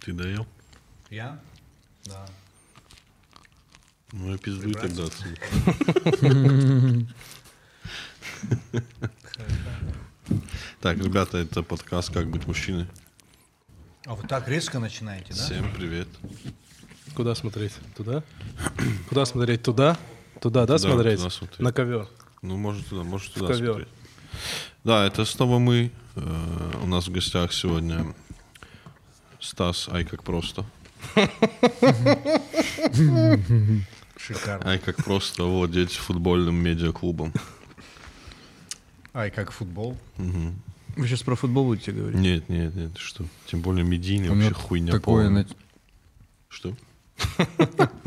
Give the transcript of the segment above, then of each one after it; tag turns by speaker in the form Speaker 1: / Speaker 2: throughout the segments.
Speaker 1: Ты доел?
Speaker 2: Я? Да.
Speaker 1: Ну, я пиздуй
Speaker 2: Прибрать?
Speaker 1: тогда отсюда. Так, ребята, это подкаст «Как быть мужчиной».
Speaker 2: А вот так резко начинаете, да?
Speaker 1: Всем привет.
Speaker 3: Куда смотреть? Туда? Куда смотреть? Туда? Туда, да,
Speaker 1: Туда,
Speaker 3: смотреть?
Speaker 1: туда смотреть.
Speaker 3: На ковер.
Speaker 1: Ну, может туда, может туда
Speaker 3: ковёр.
Speaker 1: смотреть. Да, это снова мы. Э, У нас в гостях сегодня Стас, ай как просто.
Speaker 2: Шикарно.
Speaker 1: Ай как просто владеть футбольным медиаклубом.
Speaker 2: Ай, как футбол.
Speaker 4: Вы сейчас про футбол будете говорить?
Speaker 1: Нет, нет, нет, ты что? Тем более медийный,
Speaker 4: У меня
Speaker 1: вообще хуйня
Speaker 4: такое
Speaker 1: полная.
Speaker 4: на-
Speaker 1: Что?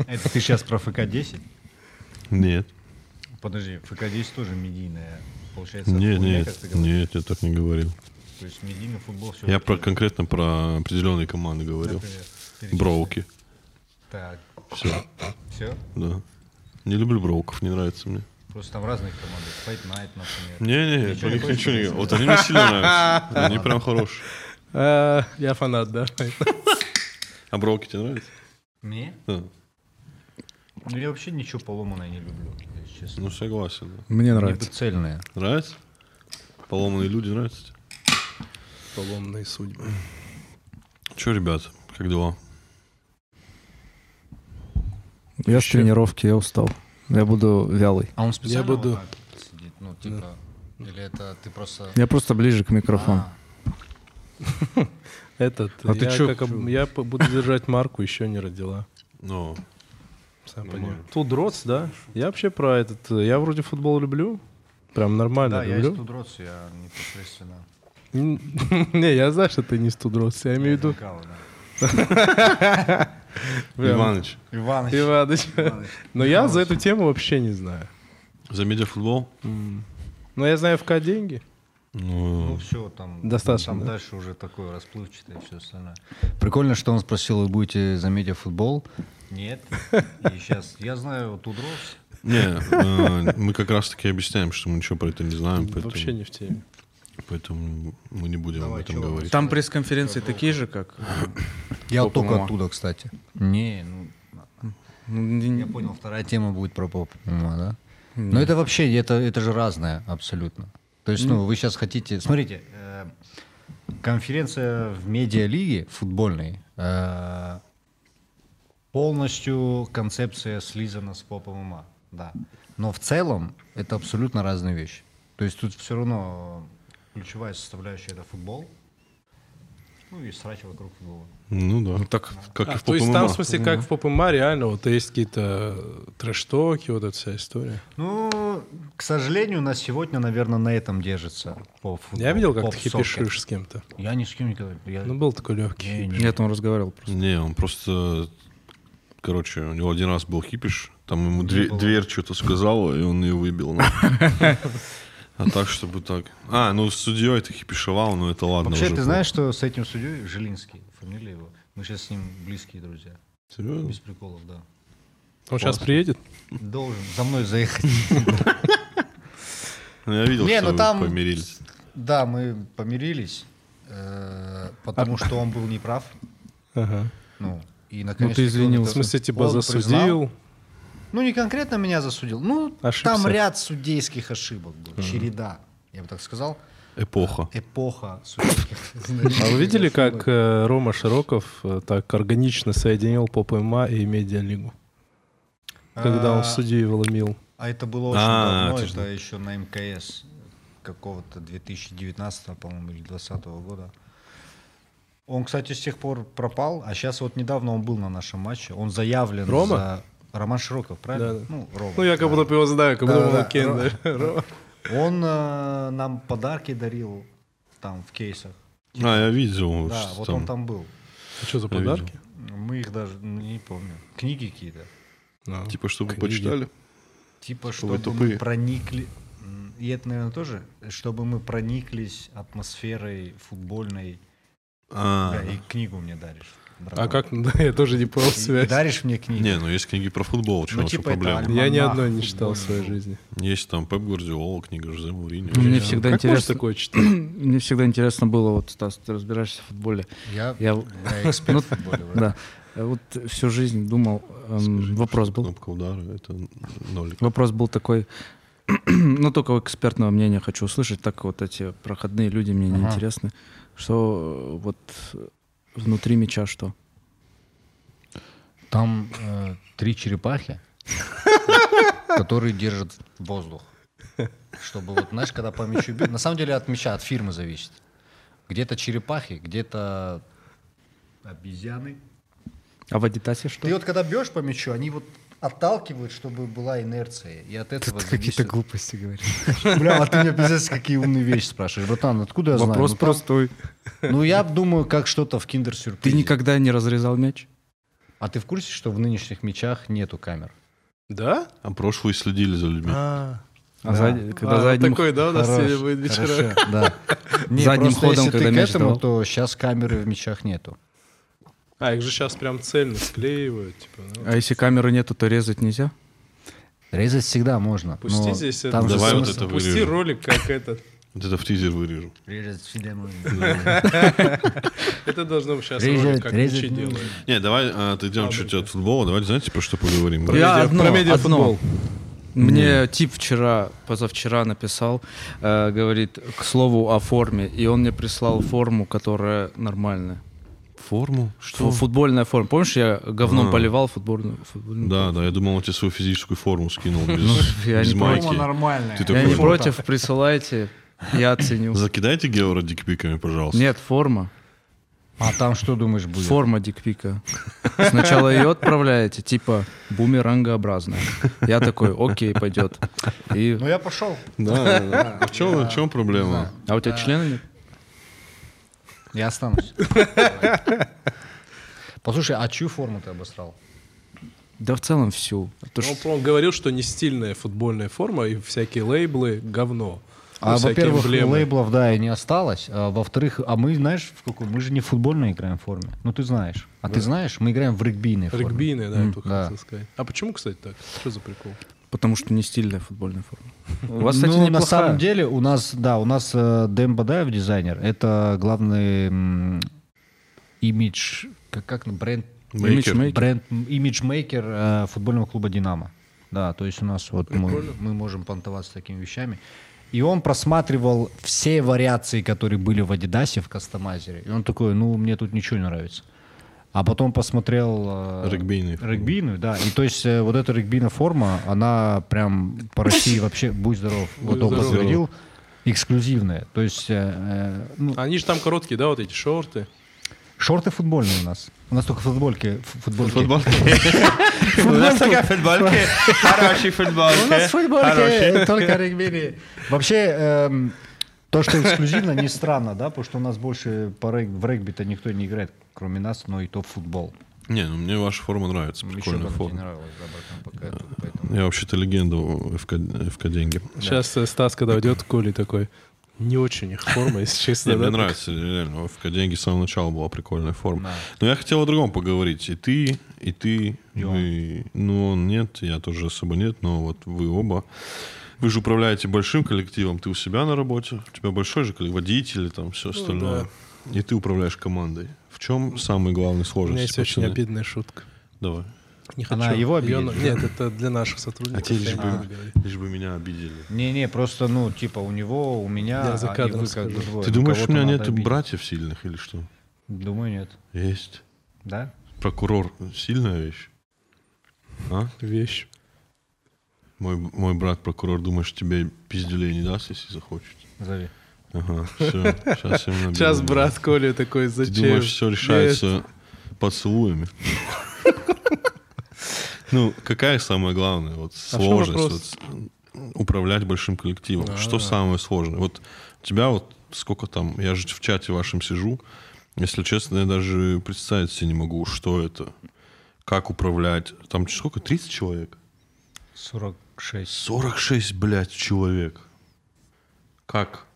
Speaker 2: Это ты сейчас про ФК-10?
Speaker 1: Нет.
Speaker 2: Подожди, ФК-10 тоже медийная. Получается,
Speaker 1: Нет,
Speaker 2: хуйня,
Speaker 1: нет,
Speaker 2: как ты говоришь.
Speaker 1: нет, я так не говорил.
Speaker 2: То есть медийный футбол все.
Speaker 1: Я про конкретно про определенные команды говорил. Броуки.
Speaker 2: Так,
Speaker 1: Все,
Speaker 2: все.
Speaker 1: да. Не люблю броуков, не нравится мне.
Speaker 2: Просто там разные команды. Fight Night, например.
Speaker 1: Не-не,
Speaker 2: Ничего
Speaker 1: про
Speaker 2: не
Speaker 1: них
Speaker 2: хочешь
Speaker 1: ничего не Вот они мне сильно нравятся. Они прям хорошие.
Speaker 3: А, я фанат, да.
Speaker 1: А броуки тебе нравятся?
Speaker 2: Мне?
Speaker 1: Да.
Speaker 2: Ну, Я вообще ничего поломанное не люблю, если честно.
Speaker 1: Ну, согласен. да.
Speaker 4: Мне
Speaker 2: Мне бы
Speaker 4: нравится.
Speaker 2: цельное.
Speaker 1: Нравится? Поломанные люди нравятся тебе?
Speaker 3: Поломные судьбы.
Speaker 1: Че, ребят, как дела?
Speaker 4: Я с тренировки, я устал. Я буду вялый.
Speaker 2: А он специально вот
Speaker 3: буду-
Speaker 2: так сидит? Ну, типа... Или это ты просто...
Speaker 4: Я просто ближе к микрофону.
Speaker 2: А,
Speaker 3: Этот.
Speaker 4: А ты
Speaker 3: я
Speaker 4: чё?
Speaker 3: как об- Я п- буду держать марку, еще не родила.
Speaker 1: Ну,
Speaker 3: Сам
Speaker 1: Ну,
Speaker 3: понимаю.
Speaker 1: нет.
Speaker 3: Тут Роц, да? Я вообще про этот... э, Я вроде футбол люблю. Прям нормально
Speaker 2: Да, я из
Speaker 3: люблю.
Speaker 2: Тудроц, я непосредственно...
Speaker 3: М, Не, я знаю, что ты не студроц. Я имею в виду...
Speaker 2: Мелькало, да.
Speaker 3: прям
Speaker 1: Иваныч,
Speaker 2: Иваныч.
Speaker 3: Иваныч.
Speaker 2: Иваныч.
Speaker 3: Но я за эту тему вообще не знаю.
Speaker 1: за медиафутбол?
Speaker 3: Но я знаю ФК деньги.
Speaker 2: Ну
Speaker 1: Ну,
Speaker 2: все, там,
Speaker 3: Достаточно,
Speaker 2: там
Speaker 3: да?
Speaker 2: дальше уже такое расплывчатое все остальное. Прикольно, что он спросил, вы будете за медиафутбол? Нет. И сейчас, я знаю, вот Удрос,
Speaker 1: не, э, мы как раз таки объясняем, что мы ничего про это не знаем, поэтому,
Speaker 3: Вообще не в теме.
Speaker 1: поэтому мы не будем об
Speaker 2: Давай,
Speaker 1: этом
Speaker 2: чё,
Speaker 1: говорить.
Speaker 4: А, Там пресс-конференции такие же, как...
Speaker 2: Я
Speaker 4: Топ
Speaker 2: только
Speaker 4: ММА.
Speaker 2: оттуда, кстати. Не, ну,
Speaker 4: Ну, не-
Speaker 2: я
Speaker 4: не-
Speaker 2: понял, вторая тема будет про поп, ММА, Ну, а, да? Но это вообще, это, это же разное абсолютно. То есть, ну, вы сейчас хотите... Смотрите, э, конференция в медиалиге футбольной, э, полностью концепция слизана с поп ММА, да. Но в целом это абсолютно разные вещи. То есть тут все равно ключевая составляющая это футбол, ну и срач вокруг футбола.
Speaker 1: Ну да. так, как и
Speaker 3: А,
Speaker 1: в
Speaker 3: то есть
Speaker 1: поп
Speaker 3: там, в смысле, как в поп ММА, реально, вот есть какие-то трэш-токи, вот эта вся история.
Speaker 2: Ну, к сожалению, на сегодня, наверное, на этом держится по футболу.
Speaker 3: Я видел, как
Speaker 2: поп
Speaker 3: ты
Speaker 2: сокет.
Speaker 3: хипишишь с кем-то.
Speaker 2: Я ни с кем не говорю. Я...
Speaker 3: Ну, был такой
Speaker 2: Не,
Speaker 3: легкий.
Speaker 2: не.
Speaker 4: Я там разговаривал просто.
Speaker 1: Не, он просто... Короче, у него один раз был хипиш, там ему две- дверь что-то сказала, и он ее выбил. нахуй. А так, чтобы так... А, ну с судьей ты хипишевал, но это
Speaker 3: ну,
Speaker 1: ладно
Speaker 2: Вообще,
Speaker 1: уже.
Speaker 2: ты знаешь, что с этим судьей Жилинский, фамилия его, мы сейчас с ним близкие друзья.
Speaker 1: Серьезно?
Speaker 2: Без приколов, да.
Speaker 3: Он сейчас приедет?
Speaker 2: Должен за мной заехать.
Speaker 1: Ну, Я видел,
Speaker 2: Не,
Speaker 1: что
Speaker 2: ну
Speaker 1: вы
Speaker 2: там-
Speaker 1: помирились.
Speaker 2: Да, мы помирились, э,
Speaker 3: А
Speaker 2: потому что он был неправ.
Speaker 3: Ага.
Speaker 2: Ну, и
Speaker 4: Ну, ты
Speaker 2: наконец-таки он
Speaker 3: В
Speaker 4: извинился.
Speaker 3: смысле, типа,
Speaker 2: Он признал.
Speaker 3: засудил?
Speaker 2: Ну, не конкретно меня засудил. Ну,
Speaker 3: Ошибся.
Speaker 2: там ряд судейских ошибок был, череда, я бы так сказал.
Speaker 1: Эпоха.
Speaker 2: Эпоха судейских.
Speaker 3: А вы видели, как э, Рома Широков э, так органично соединил поп ММА и медиалигу? Когда
Speaker 2: А,
Speaker 3: он судью ломил.
Speaker 2: А это было очень
Speaker 1: А,
Speaker 2: давно,
Speaker 1: ты
Speaker 2: это еще на МКС какого-то 2019, по-моему, или 2020 года. Он, кстати, с тех пор пропал, а сейчас вот недавно он был на нашем матче. Он заявлен
Speaker 3: Рома?
Speaker 2: за... Роман Широков, правильно?
Speaker 3: Да-да.
Speaker 2: Ну, Рома.
Speaker 3: Ну, я как
Speaker 2: да.
Speaker 3: будто бы его знаю, как будто
Speaker 2: Да-да-да.
Speaker 3: бы он Кен, да. Рома.
Speaker 2: Он э, нам подарки дарил там в кейсах.
Speaker 1: А, я видел.
Speaker 2: да,
Speaker 1: что
Speaker 2: вот
Speaker 1: там.
Speaker 2: он там был.
Speaker 3: А Что за
Speaker 1: Я видел.
Speaker 3: подарки?
Speaker 2: Мы их даже ну, не помню. Книги какие-то.
Speaker 3: А.
Speaker 1: Типа, чтобы
Speaker 3: Книги.
Speaker 1: почитали.
Speaker 2: Типа,
Speaker 1: Что вы
Speaker 2: чтобы
Speaker 1: тупые.
Speaker 2: мы проникли... М, И это, наверное, тоже, чтобы мы прониклись атмосферой футбольной.
Speaker 1: А,
Speaker 2: Да, и книгу мне даришь.
Speaker 3: А
Speaker 2: братан.
Speaker 3: как? Да, Я тоже не понял
Speaker 2: И
Speaker 3: связь.
Speaker 2: Даришь мне книгу?
Speaker 1: не, ну есть книги про футбол, чё,
Speaker 2: Ну,
Speaker 1: в чем
Speaker 2: типа, это
Speaker 1: проблема?
Speaker 2: аль-
Speaker 3: Я ни
Speaker 2: Альманах
Speaker 3: одной не читал в
Speaker 2: футбольный
Speaker 3: своей
Speaker 2: клуб.
Speaker 3: жизни.
Speaker 1: Есть там Пеп Гвардиола, книга Жозе Мурини.
Speaker 4: Мне всегда
Speaker 3: Как можно
Speaker 4: интересно.
Speaker 3: такое читать?
Speaker 4: Мне всегда интересно было, вот, Стас, ты разбираешься в футболе.
Speaker 2: Я,
Speaker 4: Я,
Speaker 2: я эксперт в футболе. брат.
Speaker 4: да, Э, вот всю жизнь думал, эм,
Speaker 1: Скажи,
Speaker 4: вопрос
Speaker 1: что
Speaker 4: был.
Speaker 1: Кнопка удара — это нолик.
Speaker 4: Вопрос был такой, ну только экспертного мнения хочу услышать, так вот эти проходные люди мне не
Speaker 2: Ага.
Speaker 4: интересны. Что э, вот внутри мяча что?
Speaker 2: Там э, три черепахи, которые держат воздух. Чтобы вот, знаешь, когда по мячу бьют... На самом деле от мяча, от фирмы зависит. Где-то черепахи, где-то обезьяны.
Speaker 4: А в Адитасе что?
Speaker 2: Ты вот когда бьешь по мячу, они вот отталкивают, чтобы была инерция. И от этого зависит-
Speaker 4: глупости говоришь.
Speaker 2: Бля, а ты меня пиздец, какие умные вещи спрашиваешь. Братан, откуда я знаю?
Speaker 4: Вопрос
Speaker 2: Ну, там-
Speaker 4: простой.
Speaker 2: Ну, я думаю, как что-то в киндер-сюрпризе.
Speaker 4: Ты никогда не разрезал мяч?
Speaker 2: А ты в курсе, что в нынешних мячах нету камер?
Speaker 3: Да?
Speaker 1: А прошлые следили за людьми.
Speaker 3: А,
Speaker 4: А за- когда за одним
Speaker 3: такой, да, у нас
Speaker 2: Хорош,
Speaker 3: сегодня будет вечера.
Speaker 2: хорошо, да. Не,
Speaker 4: Задним
Speaker 2: просто
Speaker 4: ходом,
Speaker 2: если
Speaker 4: когда
Speaker 2: ты к
Speaker 4: мяч
Speaker 2: этому,
Speaker 4: давал.
Speaker 2: то сейчас камеры в мячах нету.
Speaker 3: А, их же сейчас прям цельно склеивают. Типа, ну.
Speaker 4: А если камеры нету, то резать нельзя?
Speaker 2: Резать всегда можно.
Speaker 3: Пусти
Speaker 2: но
Speaker 3: здесь
Speaker 2: Ну, там
Speaker 3: это.
Speaker 2: же
Speaker 1: Давай вот
Speaker 2: смысл.
Speaker 1: это
Speaker 3: Пусти
Speaker 1: вырежем.
Speaker 3: ролик, как этот.
Speaker 1: Вот это в тизер вырежу.
Speaker 2: Резать всегда можно.
Speaker 3: Это должно быть сейчас
Speaker 2: Резать,
Speaker 3: ролик, как
Speaker 2: резать
Speaker 3: Мичи
Speaker 2: не
Speaker 3: делает.
Speaker 1: Не, давай а, отойдем чуть от футбола. Давайте, знаете, про что поговорим?
Speaker 3: Про медиа-
Speaker 4: одно,
Speaker 3: про медиафутбол.
Speaker 4: одно. Мне тип вчера, позавчера написал, э, говорит, к слову о форме, и он мне прислал форму, которая нормальная.
Speaker 1: Форму?
Speaker 4: Фу- Футбольная форма. Помнишь, я говном
Speaker 1: А.
Speaker 4: поливал футбольную? футбольную
Speaker 1: Да, да, я думал, он тебе свою физическую форму скинул без,
Speaker 4: Ну, я
Speaker 1: без
Speaker 4: не
Speaker 1: майки.
Speaker 2: нормальная.
Speaker 1: Ты
Speaker 4: Я
Speaker 1: такой,
Speaker 4: не против, присылайте, я оценю.
Speaker 1: Закидайте Геора дикпиками, пожалуйста.
Speaker 4: Нет, форма.
Speaker 2: А там что думаешь будет?
Speaker 4: Форма дикпика. Сначала ее отправляете, типа бумерангообразная. Я такой, окей, пойдет. И...
Speaker 2: Ну я пошел.
Speaker 1: Да, да, да. А в чем, в чем проблема?
Speaker 4: А у тебя члена нет?
Speaker 2: Я останусь. Послушай, а чью форму ты обосрал?
Speaker 4: Да в целом всю. То, что-
Speaker 3: Он, он говорил, что не стильная футбольная форма и всякие лейблы — говно.
Speaker 2: А,
Speaker 3: Ну, всякие
Speaker 2: во-первых,
Speaker 3: эмблемы.
Speaker 2: лейблов, да, и не осталось. А, во-вторых, а мы, знаешь, в какой? Мы же не в футбольной играем форме. Ну, ты знаешь. А ты знаешь, мы играем в регбийной форме.
Speaker 3: Регбийные, да, я только
Speaker 2: да.
Speaker 3: хотел сказать. А почему, кстати, так? Что за прикол?
Speaker 4: Потому что не стильная футбольная форма. У вас, кстати,
Speaker 2: ну, на
Speaker 4: неплохая.
Speaker 2: самом деле, у нас, да, у нас э, Дэм Бадаев дизайнер. Это главный м, имидж, как, как ну, бренд,
Speaker 1: Мейкер.
Speaker 4: Имиджмейкер.
Speaker 2: бренд, м, имиджмейкер э, футбольного клуба «Динамо». Да, то есть у нас вот мы, мы можем понтоваться такими вещами. И он просматривал все вариации, которые были в «Адидасе», в «Кастомайзере». И он такой, ну, мне тут ничего не нравится. А потом посмотрел... э,
Speaker 1: Регбийный.
Speaker 2: Регбийную, да. И то есть э, вот эта регбийная форма, она прям по России вообще, будь здоров, вот
Speaker 3: Будь
Speaker 2: он
Speaker 3: здоров.
Speaker 2: подтвердил, эксклюзивная. То есть э, э, ну,
Speaker 3: Они же там короткие, да, вот эти шорты.
Speaker 2: шорты футбольные у нас. У нас только футбольки. ф- футбольки.
Speaker 1: У нас такая футболка. Хороший футбол.
Speaker 2: У нас футбольки, э, только регбийные. Вообще, эм, то, что эксклюзивно, не странно, да, потому что у нас больше по рег- в регби-то никто не играет, кроме нас, но и то в футбол.
Speaker 1: Не, ну мне ваша форма нравится.
Speaker 2: Еще
Speaker 1: Прикольная
Speaker 2: бы она тебе
Speaker 1: форма.
Speaker 2: нравилась, да, братан, пока я тут, поэтому.
Speaker 1: Я вообще-то легенда у ФК, ФК деньги.
Speaker 3: Сейчас э, Стас, когда уйдет, Коля такой, не очень их форма, если честно.
Speaker 1: Не, мне
Speaker 3: да,
Speaker 1: нравится, реально. У ФК деньги с самого начала была прикольная форма. Но я хотел о другом поговорить. И ты, и ты, и- ну он нет, я тоже особо нет, но вот вы оба. Вы же управляете большим коллективом, ты у себя на работе, у тебя большой же коллектив, водители, там все остальное. И ты управляешь командой. В чем самый главный
Speaker 3: так. У меня
Speaker 1: сложность?
Speaker 3: есть очень обидная шутка.
Speaker 1: Давай.
Speaker 3: Не
Speaker 2: Она его
Speaker 3: Её
Speaker 2: обидит?
Speaker 3: на- Нет, это для наших сотрудников.
Speaker 1: А тебе лишь
Speaker 3: я не
Speaker 1: бы-
Speaker 3: буду говорить.
Speaker 1: Лишь бы меня обидели.
Speaker 2: Не-не, просто, ну, типа, у него, у меня,
Speaker 3: Я за
Speaker 2: а, и
Speaker 3: кадром
Speaker 2: вы как бы
Speaker 3: скажу.
Speaker 2: двое.
Speaker 1: Ты
Speaker 2: Ну,
Speaker 1: думаешь, у
Speaker 2: кого-то
Speaker 1: меня
Speaker 2: надо
Speaker 1: нет
Speaker 2: обидеть.
Speaker 1: братьев сильных или что?
Speaker 2: Думаю, нет.
Speaker 1: Есть.
Speaker 2: Да?
Speaker 1: Прокурор сильная вещь. А?
Speaker 3: Вещь.
Speaker 1: Мой, мой брат прокурор, думаешь, тебе пиздюлей не даст, если захочет?
Speaker 2: Зови.
Speaker 1: Ага, все, сейчас именно.
Speaker 3: Сейчас брат Коля такой,
Speaker 1: Ты
Speaker 3: зачем?
Speaker 1: думаешь, все решается
Speaker 3: Нет.
Speaker 1: поцелуями? Ну, какая самая главная вот
Speaker 3: чем
Speaker 1: сложность
Speaker 3: А вопрос? А.
Speaker 1: вот, управлять большим коллективом? Что самое сложное? Вот у тебя вот сколько там, я же в чате вашем сижу, если честно, я даже представить себе не могу, что это, как управлять. Там сколько, 30 человек?
Speaker 2: 46.
Speaker 1: 46, блядь, человек. Как?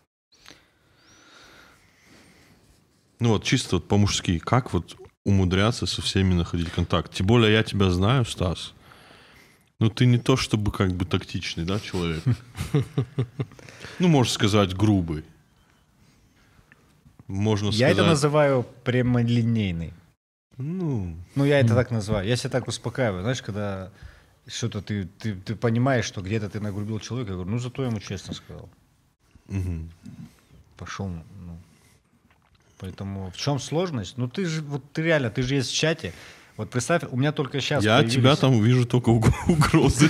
Speaker 1: Ну вот, чисто вот по-мужски, как вот умудряться со всеми находить контакт? Тем более я тебя знаю, Стас. Ну ты не то чтобы как бы тактичный, да, человек? Ну, можно сказать, грубый. можно
Speaker 2: Я это
Speaker 1: Ну, сказать.
Speaker 2: называю прямолинейный.
Speaker 1: Ну,
Speaker 2: Ну, я это так называю. Я себя так успокаиваю. Знаешь, когда что-то ты, ты, ты понимаешь, что где-то ты нагрубил человека, я говорю, ну зато я ему честно сказал.
Speaker 1: мгм.
Speaker 2: Пошел. Ну. Поэтому в чем сложность? Ну ты же, вот ты реально, ты же есть в чате. Вот представь, у меня только сейчас.
Speaker 1: я от тебя там вижу только уг- угрозы.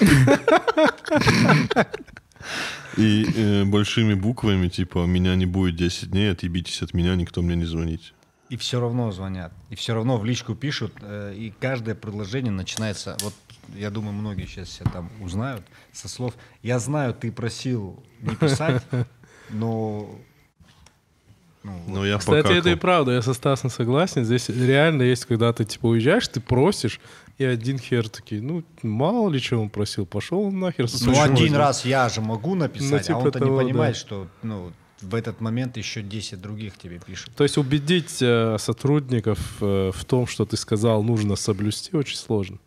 Speaker 1: И э, большими буквами, типа, меня не будет 10 дней, отъебитесь от меня, никто мне не звонит.
Speaker 2: И все равно звонят. И все равно в личку пишут. э, И каждое предложение начинается. Вот я думаю, многие сейчас себя там узнают со слов. Я знаю, ты просил не писать, но. ну, вот.
Speaker 1: Но я
Speaker 3: Кстати, это и
Speaker 1: покакал.
Speaker 3: правда, я со Стасом согласен. Здесь реально есть, когда ты типа уезжаешь, ты просишь, и один хер такие, ну, мало ли чего он просил, пошел он нахер. со
Speaker 2: Ну,
Speaker 3: своим
Speaker 2: один
Speaker 3: возом».
Speaker 2: раз я же могу
Speaker 3: Ну,
Speaker 2: написать,
Speaker 3: типа
Speaker 2: а он-то
Speaker 3: того,
Speaker 2: не
Speaker 3: да.
Speaker 2: понимает, что ну, в этот момент еще 10 других тебе пишут.
Speaker 3: То есть убедить э, сотрудников э, в том, что ты сказал, нужно соблюсти, очень сложно.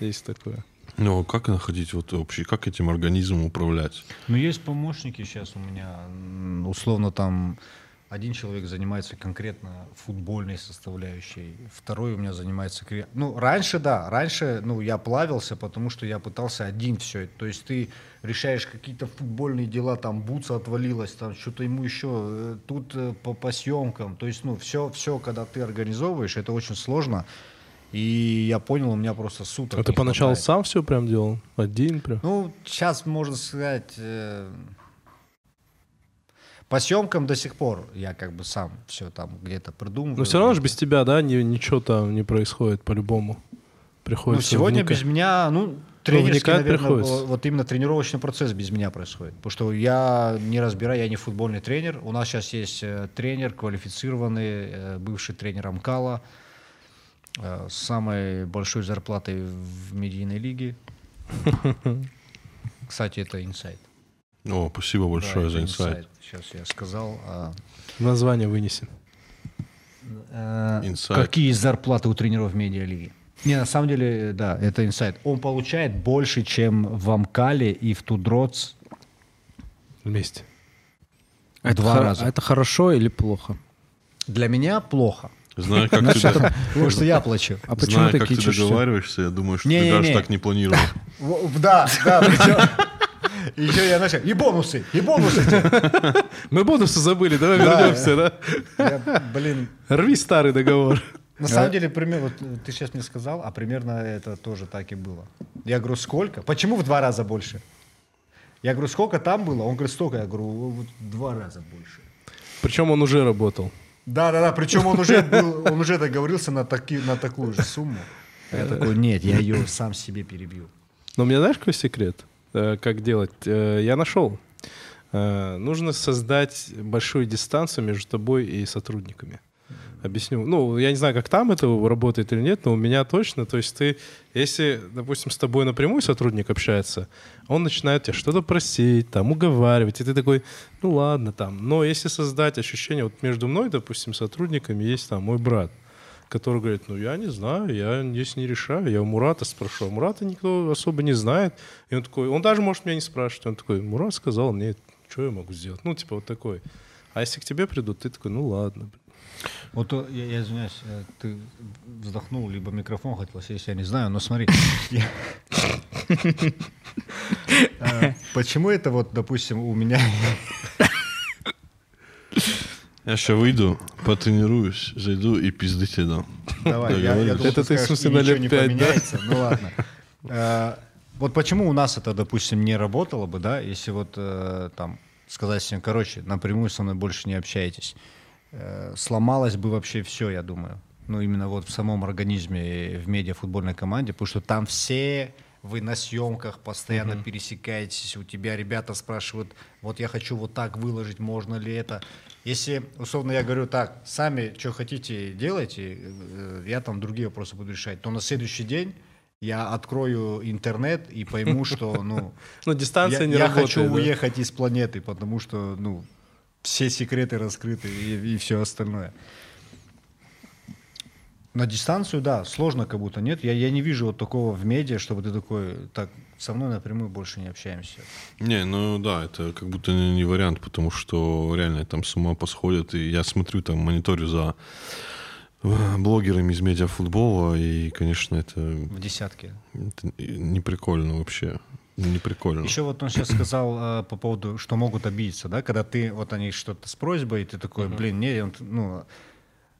Speaker 3: Есть такое.
Speaker 1: Ну, а как находить вот вообще, как этим организмом управлять?
Speaker 2: Ну, есть помощники сейчас у меня. м, Условно там один человек занимается конкретно футбольной составляющей, второй у меня занимается... кре- Ну, раньше, да, раньше, ну, я плавился, потому что я пытался один все. То есть ты решаешь какие-то футбольные дела, там, Буца отвалилась, там, что-то ему еще, э, тут э, по, по съемкам. То есть, ну, все, все, когда ты организовываешь, это очень сложно. И я понял, у меня просто суток
Speaker 3: а ты
Speaker 2: не
Speaker 3: поначалу
Speaker 2: хватает.
Speaker 3: сам все прям делал? Один прям?
Speaker 2: Ну, сейчас можно сказать, э, по съемкам до сих пор я как бы сам все там где-то придумываю.
Speaker 3: Но все равно же без тебя, да, ни- ничего там не происходит по-любому.
Speaker 2: Ну,
Speaker 3: Приходится
Speaker 2: сегодня
Speaker 3: вникать.
Speaker 2: без меня, ну, тренерский,
Speaker 3: вникать
Speaker 2: наверное,
Speaker 3: приходится.
Speaker 2: было- вот именно тренировочный процесс без меня происходит. Потому что я не разбираю, я не футбольный тренер. У нас сейчас есть э, тренер, квалифицированный, э, бывший тренер Амкала, э, с самой большой зарплатой в медийной лиге. Кстати, это инсайт.
Speaker 1: О, спасибо большое
Speaker 2: Да,
Speaker 1: за
Speaker 2: это
Speaker 1: инсайт.
Speaker 2: Сейчас я сказал. а,
Speaker 3: Название вынесем.
Speaker 2: э,
Speaker 1: Инсайт.
Speaker 2: Какие зарплаты у тренеров медиалиги? Не, на самом деле, да, это инсайт. Он получает больше, чем в Амкале и в Тудроц.
Speaker 3: Вместе.
Speaker 2: А это хор- а
Speaker 4: Это хорошо или плохо?
Speaker 2: Для меня плохо.
Speaker 1: Знаю,
Speaker 2: Ну,
Speaker 1: как ты, дог-
Speaker 2: Потому что я плачу.
Speaker 4: А почему
Speaker 1: знаю,
Speaker 4: ты
Speaker 1: как ты
Speaker 4: кичишься?
Speaker 1: договариваешься, я думаю, что ты
Speaker 2: Не-не-не.
Speaker 1: даже так не планировал.
Speaker 2: Во- Да, да, причем... Еще я начал. И бонусы, и бонусы. тебе».
Speaker 3: Мы бонусы забыли, давай
Speaker 2: Да,
Speaker 3: вернемся, да?
Speaker 2: Я, Блин,
Speaker 3: Рви старый договор.
Speaker 2: На самом деле, примерно, вот э, ты сейчас мне сказал, а примерно это тоже так и было. Я говорю, сколько? Почему в два раза больше? Я говорю, сколько там было? Он говорит, столько. Я говорю, вот в два раза больше.
Speaker 3: Причем он уже работал.
Speaker 2: Да, да, да. Причем он уже, был- он уже договорился на, таки, на такую же сумму. Я такой, нет, я ее сам себе перебью.
Speaker 3: Но у меня знаешь, какой секрет? Э, Как делать? Э, Я нашел. Э, Нужно создать большую дистанцию между тобой и сотрудниками. Объясню. Ну, я не знаю, как там это работает или нет, но у меня точно. То есть ты, если, допустим, с тобой напрямую сотрудник общается, он начинает тебя что-то просить, там, уговаривать, и ты такой, ну ладно, там. Но если создать ощущение, вот между мной, допустим, сотрудниками есть там мой брат, который говорит, ну я не знаю, я здесь не решаю, я у Мурата спрошу. А Мурата никто особо не знает. И он такой, он даже может меня не спрашивать. Он такой, Мурат сказал мне, что я могу сделать? Ну, типа вот такой. А если к тебе придут, ты такой, ну ладно. блин».
Speaker 2: Вот э, я, я извиняюсь, э, ты вздохнул, либо микрофон хотел сесть, я не знаю, но смотри. я- Э, Почему это вот, допустим, у меня...
Speaker 1: Я сейчас выйду, потренируюсь, зайду и пизды тебе дам.
Speaker 2: Давай, я, я
Speaker 1: Договорились.
Speaker 2: думал,
Speaker 3: Это ты,
Speaker 2: скажешь,
Speaker 3: собственно,
Speaker 2: и ничего
Speaker 3: лет
Speaker 2: не
Speaker 3: пять, да?
Speaker 2: поменяется. Ну ладно. Э, Вот почему у нас это, допустим, не работало бы, да, если вот э, там сказать всем, короче, напрямую со мной больше не общаетесь. Э, Сломалось бы вообще все, я думаю. Ну, именно вот в самом организме, в медиафутбольной команде, потому что там все вы на съемках постоянно пересекаетесь, у тебя ребята спрашивают, вот я хочу вот так выложить, можно ли это. Если, условно, я говорю так, сами что хотите делайте, э, я там другие вопросы буду решать, то на следующий день я открою интернет и пойму, что, ну,
Speaker 3: Ну, дистанция
Speaker 2: я,
Speaker 3: не
Speaker 2: я
Speaker 3: работает.
Speaker 2: хочу
Speaker 3: да.
Speaker 2: уехать из планеты, потому что, ну, все секреты раскрыты и, все остальное. На дистанцию, да, сложно как будто, нет? Я, я не вижу вот такого в медиа, чтобы ты такой, так, со мной напрямую больше не общаемся.
Speaker 1: Не, ну да, это как будто не не вариант, потому что реально там с ума посходят. И я смотрю, там мониторю за э, блогерами из медиафутбола, и, конечно, это,
Speaker 2: В десятке.
Speaker 1: это не прикольно вообще. Не прикольно.
Speaker 2: Еще вот он сейчас сказал э, по поводу, что могут обидеться, да, когда ты, вот они что-то с просьбой, и ты такой, блин, не, он, ну,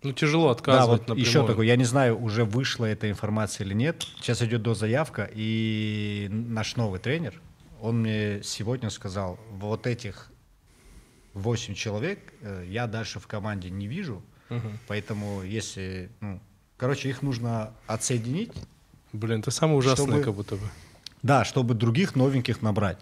Speaker 3: Ну, тяжело
Speaker 2: да,
Speaker 3: отказывать
Speaker 2: вот
Speaker 3: напрямую.
Speaker 2: еще такой, я не знаю, уже вышла эта информация или нет, сейчас идет дозаявка, и наш новый тренер, он мне сегодня сказал, вот этих 8 человек э, я дальше в команде не вижу, поэтому если, ну, короче, их нужно отсоединить,
Speaker 3: Блин, это самое ужасное,
Speaker 2: Чтобы-
Speaker 3: как будто бы.
Speaker 2: да, чтобы других новеньких набрать.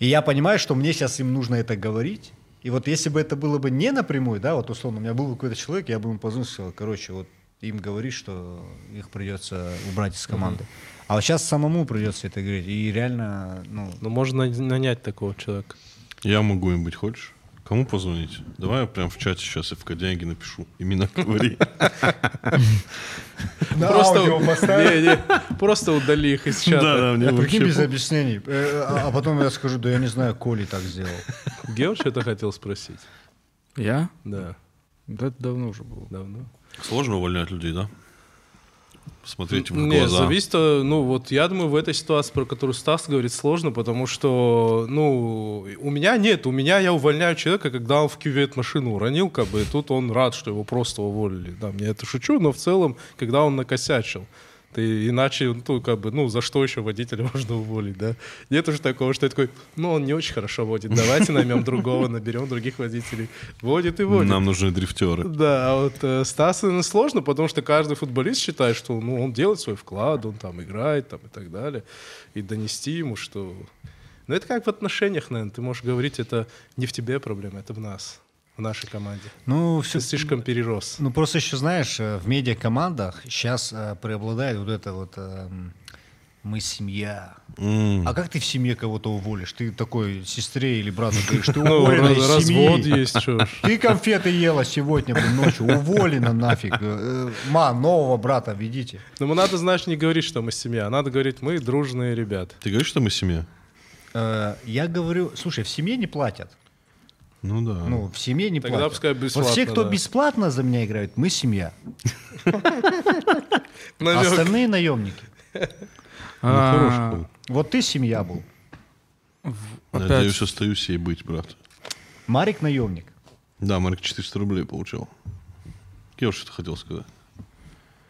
Speaker 2: И я понимаю, что мне сейчас им нужно это говорить. И вот если бы это было бы не напрямую, да, вот условно, у меня был бы какой-то человек, я бы ему позвонил, и сказал, короче, вот им говори, что их придется убрать из команды. А вот сейчас самому придется это говорить. И реально, ну,
Speaker 3: Но можно нанять такого человека.
Speaker 1: Я могу им быть, хочешь? Кому позвонить? Давай я прям в чате сейчас в деньги напишу. Имена говори.
Speaker 3: Не, не, просто удали их из чата.
Speaker 1: Да, да, мне
Speaker 2: А Прикинь, без
Speaker 1: вообще...
Speaker 2: объяснений. Э, А а потом я скажу, да я не знаю, Коли так сделал.
Speaker 3: Гео что-то хотел спросить.
Speaker 4: Я?
Speaker 3: Да,
Speaker 4: Да это давно уже было.
Speaker 3: давно.
Speaker 1: Сложно увольнять людей, да? Смотреть в их
Speaker 3: Не,
Speaker 1: глаза.
Speaker 3: зависит, э, ну вот я думаю, в этой ситуации, про которую Стас говорит, сложно, потому что, ну, у меня нет, у меня я увольняю человека, когда он в кювет машину уронил, как бы, и тут он рад, что его просто уволили. Да, мне это шучу, но в целом, когда он накосячил, ты иначе, ну, как бы, ну, за что еще водителя можно уволить, да? Нет уже такого, что я такой, ну, он не очень хорошо водит, давайте наймем другого, наберем других водителей. Водит и водит.
Speaker 1: Нам нужны дрифтеры.
Speaker 3: Да, а вот э, Стас наверное, сложно, потому что каждый футболист считает, что ну, он делает свой вклад, он там играет там, и так далее. И донести ему, что... Ну, это как в отношениях, наверное. Ты можешь говорить, это не в тебе проблема, это в нас, в нашей команде.
Speaker 2: Ну, все,
Speaker 3: Ты слишком перерос.
Speaker 2: Ну просто еще знаешь, э, в медиакомандах сейчас преобладает вот это вот эм, мы семья.
Speaker 1: М.
Speaker 2: А как ты в семье кого-то уволишь? Ты такой сестре или брату говоришь, ты
Speaker 3: Ну,
Speaker 2: уволена
Speaker 3: раз-
Speaker 2: из
Speaker 3: развод
Speaker 2: семьи.
Speaker 3: есть, что ж.
Speaker 2: Ты конфеты ела сегодня блин, ночью, уволена нафиг. Э, э, Ма, нового брата ведите.
Speaker 3: Но мы Ну, надо, знаешь, не говорить, что мы семья, а надо говорить, мы дружные ребята.
Speaker 1: Ты говоришь, что мы семья?
Speaker 2: Э, Я говорю, слушай, в семье не платят.
Speaker 1: Ну да.
Speaker 2: Ну, в семье не
Speaker 3: Тогда
Speaker 2: платят.
Speaker 3: пускай
Speaker 2: вот все,
Speaker 3: бесплатно,
Speaker 2: кто
Speaker 3: да.
Speaker 2: бесплатно за меня играют, мы семья. А
Speaker 3: Намёк.
Speaker 2: остальные наемники.
Speaker 4: А,
Speaker 1: Хорош Ну, был.
Speaker 2: Вот ты семья был.
Speaker 4: Опять
Speaker 1: Надеюсь, остаюсь ей быть, брат.
Speaker 2: Марик наемник.
Speaker 1: Да, Марк 400 рублей получал. Я что-то хотел сказать.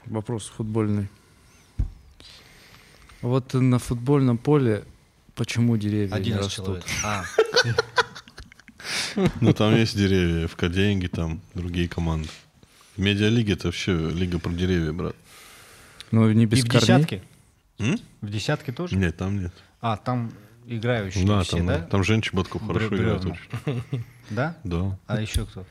Speaker 4: вопрос футбольный. Вот на футбольном поле почему деревья не
Speaker 2: 11 человек.
Speaker 4: растут?
Speaker 2: А.
Speaker 1: Ну, там есть деревья, в Каденге там другие команды. В медиалиге это вообще лига про деревья, брат.
Speaker 4: Ну, не без
Speaker 2: И в
Speaker 4: корней.
Speaker 2: десятке?
Speaker 1: М?
Speaker 2: В десятке тоже?
Speaker 1: Нет, там нет.
Speaker 2: А, там играющие
Speaker 1: Да,
Speaker 2: все,
Speaker 1: там,
Speaker 2: да?
Speaker 1: там Женчик Батков хорошо
Speaker 2: Брё-
Speaker 1: играет.
Speaker 2: брёвна.
Speaker 1: очень.
Speaker 2: Да?
Speaker 1: Да.
Speaker 2: А еще кто?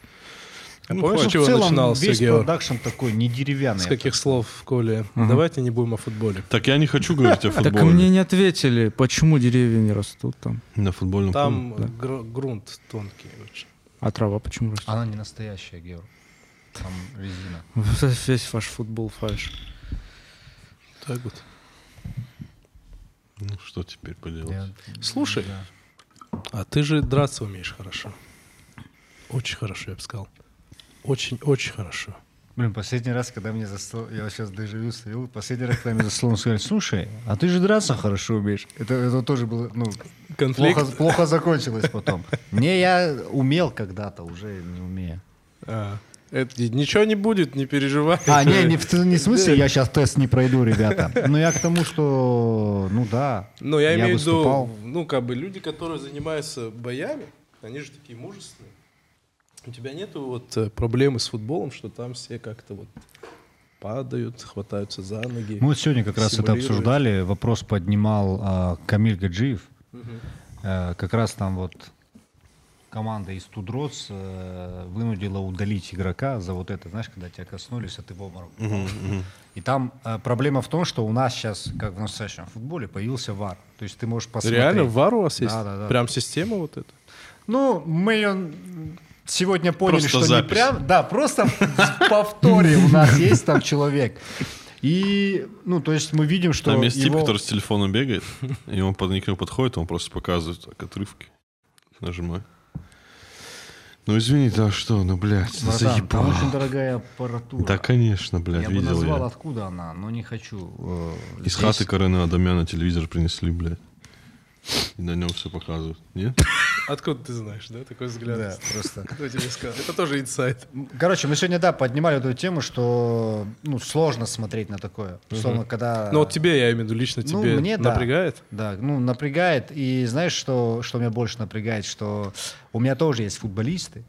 Speaker 3: А
Speaker 2: Ну,
Speaker 3: помнишь,
Speaker 2: в
Speaker 3: с чего
Speaker 2: целом
Speaker 3: начинался
Speaker 2: весь
Speaker 3: Георг?
Speaker 2: продакшн такой, не деревянный.
Speaker 3: С каких слов, Коля? Давайте не будем о футболе.
Speaker 1: Так я не хочу говорить о
Speaker 4: Так
Speaker 1: футболе.
Speaker 4: мне не ответили, почему деревья не растут там.
Speaker 1: На
Speaker 2: Ну,
Speaker 1: футбольном поле.
Speaker 3: Там гру- грунт тонкий очень.
Speaker 4: А трава почему растет?
Speaker 2: Она не настоящая, Георг. Там резина.
Speaker 4: Вот
Speaker 5: А.
Speaker 4: это Весь ваш футбол фальш.
Speaker 3: Так вот.
Speaker 1: Ну, что теперь поделать?
Speaker 2: Я-
Speaker 3: Слушай,
Speaker 2: да.
Speaker 3: а ты же драться умеешь хорошо. Очень хорошо, я бы сказал. Очень-очень хорошо.
Speaker 2: Блин, последний раз, когда мне за стол... Я сейчас дежавю стоял. Последний раз, когда мне за столом сказали, слушай, а ты же драться хорошо умеешь. Это, это тоже было, ну,
Speaker 3: Конфликт.
Speaker 2: плохо, плохо закончилось потом. Не, я умел когда-то, уже не умею.
Speaker 3: А, это, ничего не будет, не переживай.
Speaker 2: А, не, не в не в смысле, я сейчас тест не пройду, ребята. Но я к тому, что, ну да.
Speaker 3: Но я, имею в
Speaker 2: выступал.
Speaker 3: виду, ну, как бы люди, которые занимаются боями, они же такие мужественные. У тебя нету вот э, проблемы с футболом, что там все как-то вот падают, хватаются за ноги.
Speaker 2: Мы вот сегодня как раз это
Speaker 3: Симулирует.
Speaker 2: обсуждали. Вопрос поднимал а, Камиль Гаджиев. Э, как раз там вот команда из Тудроц э, вынудила удалить игрока за вот это, знаешь, когда тебя коснулись, а ты в обморок. упал. И там э, проблема в том, что у нас сейчас, как в настоящем футболе, появился ВАР. То есть ты можешь посмотреть.
Speaker 3: Реально, вар у вас есть?
Speaker 2: Да, да, да.
Speaker 3: Прям система вот эта?
Speaker 2: Ну, мы ее сегодня поняли,
Speaker 1: Просто
Speaker 2: что
Speaker 1: запись.
Speaker 2: не прям. Да, просто в повторе у нас есть там человек. И, ну, то есть мы видим, что
Speaker 1: Там есть тип,
Speaker 2: его-
Speaker 1: типа, который с телефона бегает, и он под никому подходит, он просто показывает так, отрывки. Нажимай. Ну извини, да что, ну блядь,
Speaker 2: Братан, там
Speaker 1: заебал.
Speaker 2: очень дорогая аппаратура.
Speaker 1: Да, конечно, блядь,
Speaker 2: я бы
Speaker 1: видел
Speaker 2: назвал,
Speaker 1: я.
Speaker 2: откуда она, но не хочу. э,
Speaker 1: Из
Speaker 2: здесь.
Speaker 1: хаты Карена Адамяна телевизор принесли, блядь. И на нем все показывают. Нет?
Speaker 3: Откуда ты знаешь, да, такой взгляд?
Speaker 2: Да, просто.
Speaker 3: Кто тебе сказал? Это тоже инсайт.
Speaker 2: Короче, мы сегодня, да, поднимали эту тему, что ну, сложно смотреть на такое. Словно, когда...
Speaker 3: Ну вот тебе, я имею в виду, лично
Speaker 2: А, Ну,
Speaker 3: тебе
Speaker 2: мне да.
Speaker 3: напрягает?
Speaker 2: Да, ну, напрягает. И знаешь, что, что меня больше напрягает? Что у меня тоже есть футболисты,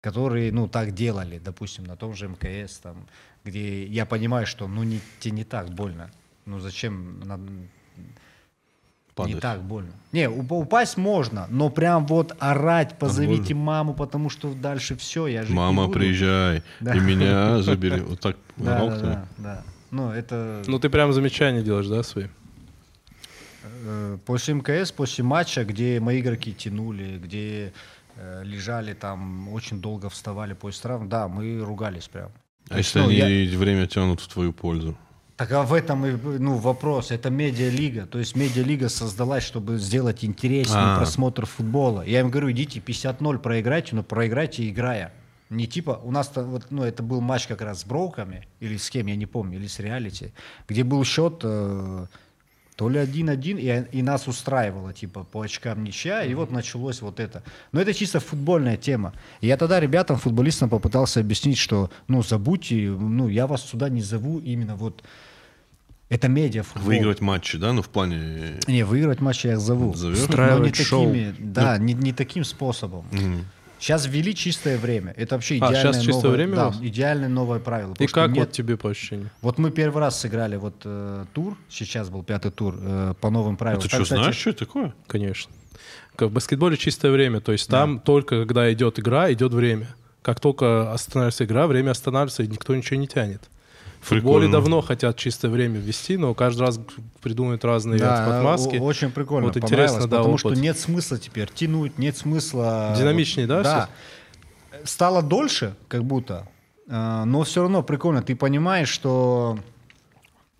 Speaker 2: которые, ну, так делали, допустим, на том же МКС, там, где я понимаю, что, ну, не, тебе не так больно. Ну, зачем надо- Не
Speaker 1: Падает.
Speaker 2: так больно. Не, уп- упасть можно, но прям вот орать, позовите маму, потому что дальше все, я же
Speaker 1: Мама, приезжай,
Speaker 2: Да.
Speaker 1: и меня забери. Вот так
Speaker 2: Да,
Speaker 1: орал
Speaker 2: да,
Speaker 1: кто-ли?
Speaker 2: да, да. Ну, это
Speaker 3: Ну ты прям замечания делаешь, да, свои?
Speaker 2: э, после МКС, после матча, где мои игроки тянули, где э, лежали там, очень долго вставали после травм, да, мы ругались прям.
Speaker 1: А если
Speaker 2: Ну,
Speaker 1: они
Speaker 2: я-
Speaker 1: время тянут в твою пользу?
Speaker 2: Так а в этом и ну, вопрос. Это медиалига. То есть медиалига создалась, чтобы сделать интереснее
Speaker 1: А.
Speaker 2: просмотр футбола. Я им говорю, идите 50-0 проиграйте, но проиграйте играя. Не типа, у нас-то, вот, ну, это был матч как раз с Броуками, или с кем, я не помню, или с Реалити, где был счет э, то ли 1-1, и, и нас устраивало, типа, по очкам ничья, и вот началось вот это. Но это чисто футбольная тема. И я тогда ребятам, футболистам попытался объяснить, что, ну, забудьте, ну, я вас сюда не зову именно вот... Это медиа футбол.
Speaker 1: Выигрывать матчи, да? Ну, в плане...
Speaker 2: Не, выигрывать матч я их зову.
Speaker 1: Зовёшь?
Speaker 2: Но не
Speaker 4: Устраивать шоу.
Speaker 2: такими, да,
Speaker 3: Ну.
Speaker 2: не, не таким способом.
Speaker 1: Мгм.
Speaker 2: Сейчас ввели чистое время. Это вообще
Speaker 3: А,
Speaker 2: идеальное
Speaker 3: щас чистое
Speaker 2: новое,
Speaker 3: время
Speaker 2: да,
Speaker 3: у вас?
Speaker 2: идеальное новое правило.
Speaker 3: И
Speaker 2: потому что
Speaker 3: как
Speaker 2: нет-
Speaker 3: вот тебе по ощущениям?
Speaker 2: вот мы первый раз сыграли вот э, тур, сейчас был пятый тур э, по новым
Speaker 1: А
Speaker 2: правилам.
Speaker 1: ты
Speaker 2: Там,
Speaker 1: что,
Speaker 2: кстати,
Speaker 1: знаешь, что это такое?
Speaker 3: Конечно. Как в баскетболе чистое время, то есть там только когда идет игра, идет время. Как только останавливается игра, время останавливается, и никто ничего не тянет. В футболе
Speaker 1: Прикольно.
Speaker 3: давно хотят чистое время ввести, но каждый раз придумывают разные
Speaker 2: Да,
Speaker 3: подмазки.
Speaker 2: о- очень прикольно.
Speaker 3: Вот
Speaker 2: понравилось,
Speaker 3: интересно, да,
Speaker 2: потому
Speaker 3: опыт.
Speaker 2: что нет смысла теперь тянуть, нет смысла.
Speaker 3: Динамичнее, да,
Speaker 2: Да. Стало дольше, как будто, э, но все равно прикольно. Ты понимаешь, что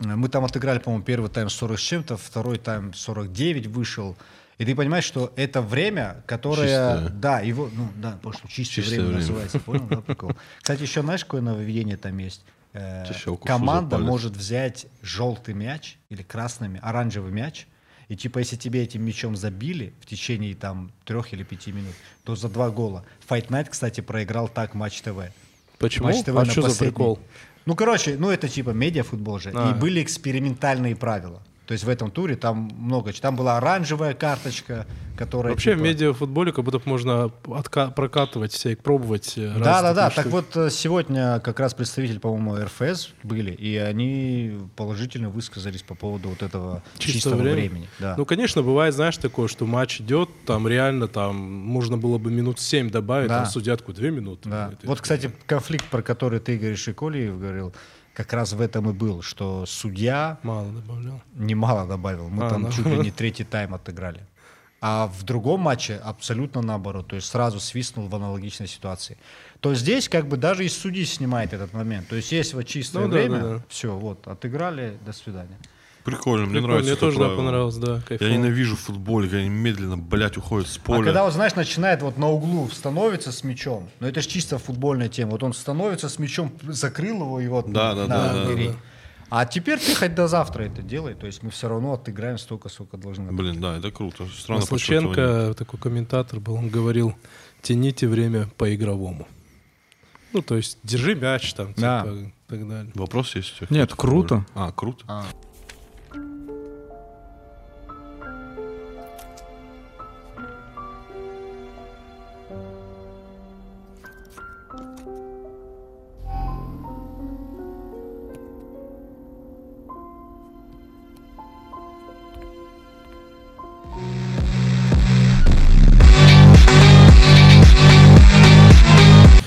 Speaker 2: э, мы там отыграли, по-моему, первый тайм 40 с чем-то, второй тайм 49 вышел. И ты понимаешь, что это время, которое...
Speaker 1: Чистое.
Speaker 2: Да, его... Ну, да, потому что чистое,
Speaker 1: Чистое
Speaker 2: время,
Speaker 1: время.
Speaker 2: называется. Понял, да, прикол? Кстати, еще знаешь, какое нововведение там есть? Э,
Speaker 1: Тебе щелку в
Speaker 2: команда
Speaker 1: палец.
Speaker 2: может взять желтый мяч или красный, оранжевый мяч, и типа если тебе этим мячом забили в течение там трех или пяти минут, то за два гола. Fight Night, кстати, проиграл так Матч ТВ.
Speaker 3: Почему?
Speaker 2: Матч ТВ
Speaker 3: а
Speaker 2: на
Speaker 3: что за
Speaker 2: последний.
Speaker 3: прикол?
Speaker 2: Ну, короче, ну это типа медиафутбол же.
Speaker 3: А.
Speaker 2: И были экспериментальные правила. То есть в этом туре там много... ч- Там была оранжевая карточка, которая...
Speaker 3: Вообще в
Speaker 2: типа-
Speaker 3: медиафутболе как будто бы можно отка- прокатывать все и пробовать. э, разные
Speaker 2: Да, да, да.
Speaker 3: такие
Speaker 2: Так вот,
Speaker 3: штуки.
Speaker 2: э, сегодня как раз представитель, по-моему, РФС были, и они положительно высказались по поводу вот этого
Speaker 3: Чистого
Speaker 2: чистого,
Speaker 3: времени.
Speaker 2: времени. Да.
Speaker 3: Ну, конечно, бывает, знаешь, такое, что матч идет, там реально там можно было бы минут 7 добавить,
Speaker 2: Да.
Speaker 3: там судья такой, 2 минуты.
Speaker 2: Да.
Speaker 3: Это-
Speaker 2: Вот, кстати, конфликт, про который ты, говоришь, и Колеев говорил, как раз в этом и был, что судья
Speaker 3: Мало добавлял.
Speaker 2: немало добавил. Мы
Speaker 3: А,
Speaker 2: там
Speaker 3: ну.
Speaker 2: чуть ли не третий тайм отыграли. А в другом матче абсолютно наоборот. То есть сразу свистнул в аналогичной ситуации. То здесь как бы даже и судьи снимает этот момент. То есть есть вот чистое
Speaker 3: Ну да,
Speaker 2: время,
Speaker 3: да, да.
Speaker 2: все, вот, отыграли, до свидания.
Speaker 1: Прикольно, мне
Speaker 3: Прикольно,
Speaker 1: нравится.
Speaker 3: Мне
Speaker 1: это
Speaker 3: тоже да,
Speaker 1: правило.
Speaker 3: понравилось, да.
Speaker 1: Я
Speaker 3: кайфово.
Speaker 1: ненавижу футбол, когда они медленно, блядь, уходят с поля.
Speaker 2: А когда он, знаешь, начинает вот на углу становится с мячом, но это же чисто футбольная тема. Вот он становится с мячом, закрыл его и вот
Speaker 1: Да, да,
Speaker 2: на
Speaker 1: да, да,
Speaker 2: двери.
Speaker 1: да.
Speaker 2: А теперь ты хоть до завтра это делай. То есть мы все равно отыграем столько, сколько должны.
Speaker 1: Блин, да, это круто. Странно, почему этого нет.
Speaker 3: Маслученко, такой комментатор был, он говорил, тяните время по-игровому. Ну, то есть, держи мяч там,
Speaker 2: Да.
Speaker 3: типа, и так далее.
Speaker 1: Вопрос есть у тебя?
Speaker 4: Нет,
Speaker 1: Какой-то
Speaker 4: круто.
Speaker 1: футбольный? А, круто.
Speaker 2: А.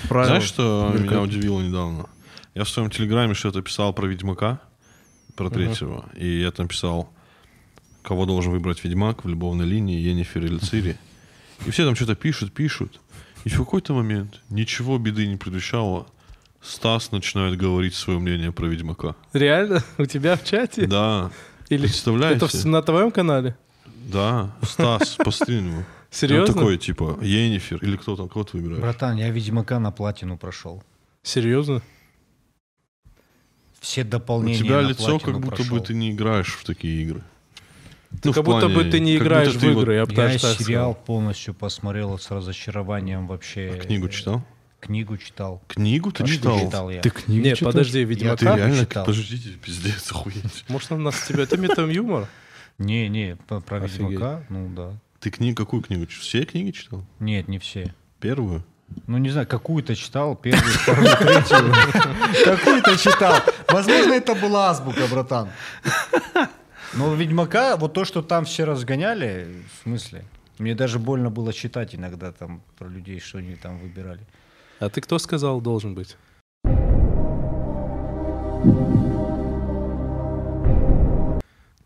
Speaker 4: Правила.
Speaker 1: Знаешь, что
Speaker 4: Великолепно.
Speaker 1: меня удивило недавно? Я в своем телеграме что-то писал про Ведьмака, про третьего, и я там писал, кого должен выбрать Ведьмак в любовной линии, Енифер или Цири. И все там что-то пишут, пишут. И в какой-то момент ничего беды не предвещало. Стас начинает говорить свое мнение про Ведьмака.
Speaker 3: Реально? У тебя в чате?
Speaker 1: Да.
Speaker 3: Или
Speaker 1: Представляете?
Speaker 3: это в- на твоем канале?
Speaker 1: Да. Стас, пострим его. И он
Speaker 3: Серьезно?
Speaker 1: такой, типа, Енифер или кто там, кого ты выбираешь?
Speaker 2: Братан, я Ведьмака на платину прошел.
Speaker 3: Серьезно?
Speaker 2: Все
Speaker 1: У
Speaker 2: дополнения
Speaker 1: тебя
Speaker 2: на
Speaker 1: лицо,
Speaker 2: платину
Speaker 1: как будто
Speaker 2: прошел.
Speaker 1: бы ты не играешь в такие игры.
Speaker 3: Ты
Speaker 1: Ну, в
Speaker 3: как будто
Speaker 1: плане,
Speaker 3: бы ты не
Speaker 1: как
Speaker 3: играешь
Speaker 1: будто ты
Speaker 3: в
Speaker 1: вот-
Speaker 3: игры, я бы
Speaker 2: Я
Speaker 3: даже так
Speaker 2: сериал
Speaker 3: сказал.
Speaker 2: полностью посмотрел с разочарованием вообще.
Speaker 1: А Книгу читал?
Speaker 2: Книгу читал.
Speaker 1: Книгу ты
Speaker 2: Книгу
Speaker 1: читал? Ну,
Speaker 2: я.
Speaker 5: книгу
Speaker 3: Не,
Speaker 5: читаешь?
Speaker 3: подожди,
Speaker 2: Я-
Speaker 3: видимо,
Speaker 1: Ты
Speaker 2: Книгу
Speaker 1: реально,
Speaker 2: читал.
Speaker 1: подождите, пиздец, охуеть.
Speaker 3: Может, он нас тебя... Это метам-юмор?
Speaker 2: Не, не, по- про
Speaker 3: Офигеть.
Speaker 2: Ведьмака, ну да.
Speaker 1: Ты книгу, какую книгу? читал? Все книги читал?
Speaker 2: Нет, не все.
Speaker 1: Первую?
Speaker 2: Ну, не знаю, какую-то читал, первую, вторую, третью. Какую-то читал. Возможно, это была азбука, братан. Но Ну, Ведьмака, вот то, что там все разгоняли, в смысле, мне даже больно было читать иногда там про людей, что они там выбирали.
Speaker 3: А ты кто сказал должен быть?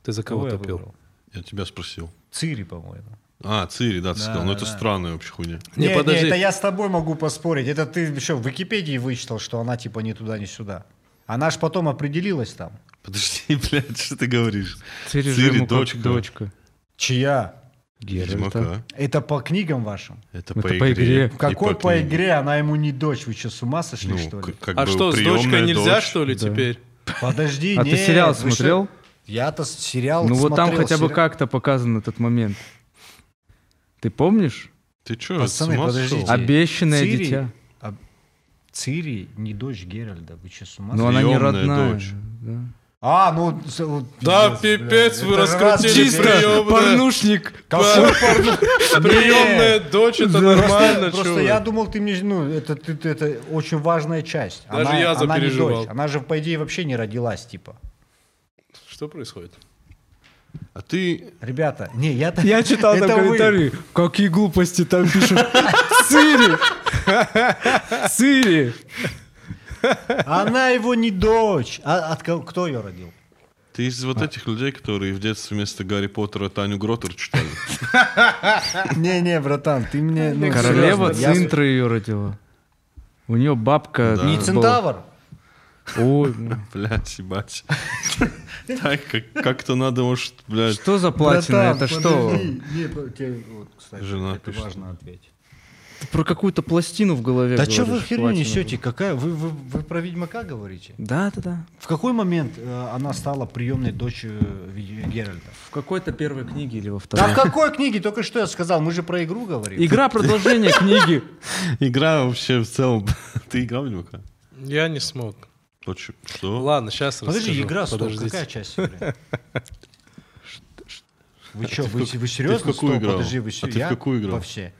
Speaker 3: Ты за кого
Speaker 2: я
Speaker 3: топил?
Speaker 2: выбрал?
Speaker 1: Я тебя спросил.
Speaker 2: Цири, по-моему.
Speaker 1: А, Цири, да, ты
Speaker 2: Да,
Speaker 1: сказал. Но
Speaker 2: да,
Speaker 1: это
Speaker 2: да.
Speaker 1: странная вообще хуйня.
Speaker 2: Не,
Speaker 3: Не,
Speaker 2: не,
Speaker 3: подожди.
Speaker 2: это я с тобой могу поспорить. Это ты еще в Википедии вычитал, что она типа ни туда, ни сюда. Она ж потом определилась там.
Speaker 1: Подожди, блядь, что ты говоришь?
Speaker 4: Цири,
Speaker 1: Цири,
Speaker 4: Жему, как
Speaker 1: дочка.
Speaker 4: дочка.
Speaker 2: Чья?
Speaker 1: Ведьмака.
Speaker 2: Это по книгам вашим?
Speaker 5: Это
Speaker 1: Это по
Speaker 5: по игре.
Speaker 1: игре.
Speaker 5: И
Speaker 2: В какой
Speaker 1: И
Speaker 2: по,
Speaker 1: книге.
Speaker 2: игре она ему не дочь? Вы что, с ума сошли,
Speaker 1: Ну,
Speaker 2: что ли?
Speaker 1: к- как
Speaker 3: а
Speaker 1: бы
Speaker 3: что, с дочкой
Speaker 1: приемная
Speaker 3: нельзя,
Speaker 1: дочь.
Speaker 3: что ли,
Speaker 4: Да.
Speaker 3: теперь?
Speaker 2: Подожди,
Speaker 4: А ты
Speaker 2: нет,
Speaker 4: сериал
Speaker 2: вы что?
Speaker 4: смотрел?
Speaker 2: Я-то с- сериал
Speaker 4: Ну вот там
Speaker 2: смотрел,
Speaker 4: хотя бы
Speaker 2: сери-
Speaker 4: как-то показан этот момент. Ты помнишь?
Speaker 1: Ты чё,
Speaker 2: Пацаны,
Speaker 1: с ума
Speaker 2: подождите.
Speaker 1: сошёл?
Speaker 4: Обещанное
Speaker 2: Цири?
Speaker 4: дитя.
Speaker 2: А Цири не дочь Геральда, вы что, с
Speaker 5: А
Speaker 2: ума
Speaker 4: Но
Speaker 2: сошли?
Speaker 4: она не
Speaker 1: Приемная
Speaker 4: родная.
Speaker 1: дочь.
Speaker 4: да.
Speaker 2: А, ну... с- вот,
Speaker 3: Да,
Speaker 2: пиздец, бля,
Speaker 3: пипец, вы
Speaker 2: это раз
Speaker 3: раскрутили
Speaker 2: тебе-
Speaker 3: прием. Ёбаная.
Speaker 4: Порнушник!
Speaker 2: Какой
Speaker 3: Приемная дочь, это нормально, чё
Speaker 2: Просто
Speaker 3: вы?
Speaker 2: я думал, ты мне... Ну, это, ты- ты- это очень важная часть.
Speaker 3: Даже
Speaker 2: она,
Speaker 3: я
Speaker 2: она не
Speaker 3: запереживал.
Speaker 2: дочь. Она же, по идее, вообще не родилась, типа.
Speaker 3: Что происходит?
Speaker 1: А ты...
Speaker 2: Ребята, не, я...
Speaker 5: Я читал там
Speaker 2: это вы.
Speaker 5: комментарии, какие глупости там пишут. Сири! Сири!
Speaker 2: Она его не дочь. А от кого- кто ее родил?
Speaker 1: Ты из вот этих людей, которые в детстве вместо Гарри Поттера Таню Гротер читали.
Speaker 2: Не-не, братан, ты мне... ну,
Speaker 4: Королева
Speaker 2: серьезно, я-
Speaker 4: Цинтра ее родила. У нее бабка...
Speaker 1: Да.
Speaker 4: была-
Speaker 2: Не центавр.
Speaker 4: Ой, ну.
Speaker 1: Блядь, ебать. Так, как- как-то надо, может, блядь...
Speaker 4: что за платина?
Speaker 2: Братан,
Speaker 4: Это что?
Speaker 2: подожди. Не, б- тебе, вот, кстати,
Speaker 1: Жена
Speaker 2: это
Speaker 1: пишет.
Speaker 2: важно ответить.
Speaker 4: Ты про какую-то пластину в голове
Speaker 2: Да что вы
Speaker 4: говоришь,
Speaker 2: херню
Speaker 4: платина.
Speaker 2: несете? Какая? Вы, вы, вы про Ведьмака говорите?
Speaker 4: Да, да, да.
Speaker 2: В какой момент э, она стала приемной дочерью Ви- Геральта?
Speaker 4: В какой-то первой книге или во
Speaker 2: Да в
Speaker 4: второй.
Speaker 2: какой книге? Только что я сказал, мы же про игру говорим.
Speaker 4: Игра продолжение книги.
Speaker 1: Игра вообще в целом... Ты играл в Ведьмака?
Speaker 3: Я не смог.
Speaker 1: Точно. Что?
Speaker 3: Ладно, сейчас
Speaker 2: Подожди,
Speaker 3: расскажу.
Speaker 2: игра стоп,
Speaker 3: Подождите.
Speaker 2: какая часть игры? Вы что,
Speaker 1: ты в
Speaker 2: вы,
Speaker 1: как-
Speaker 2: вы
Speaker 1: ты в
Speaker 2: серьезно?
Speaker 1: какую
Speaker 2: Стоп,
Speaker 1: играл?
Speaker 2: подожди, вы
Speaker 1: А ты в
Speaker 2: серьезно?
Speaker 1: какую играл?
Speaker 2: Во все.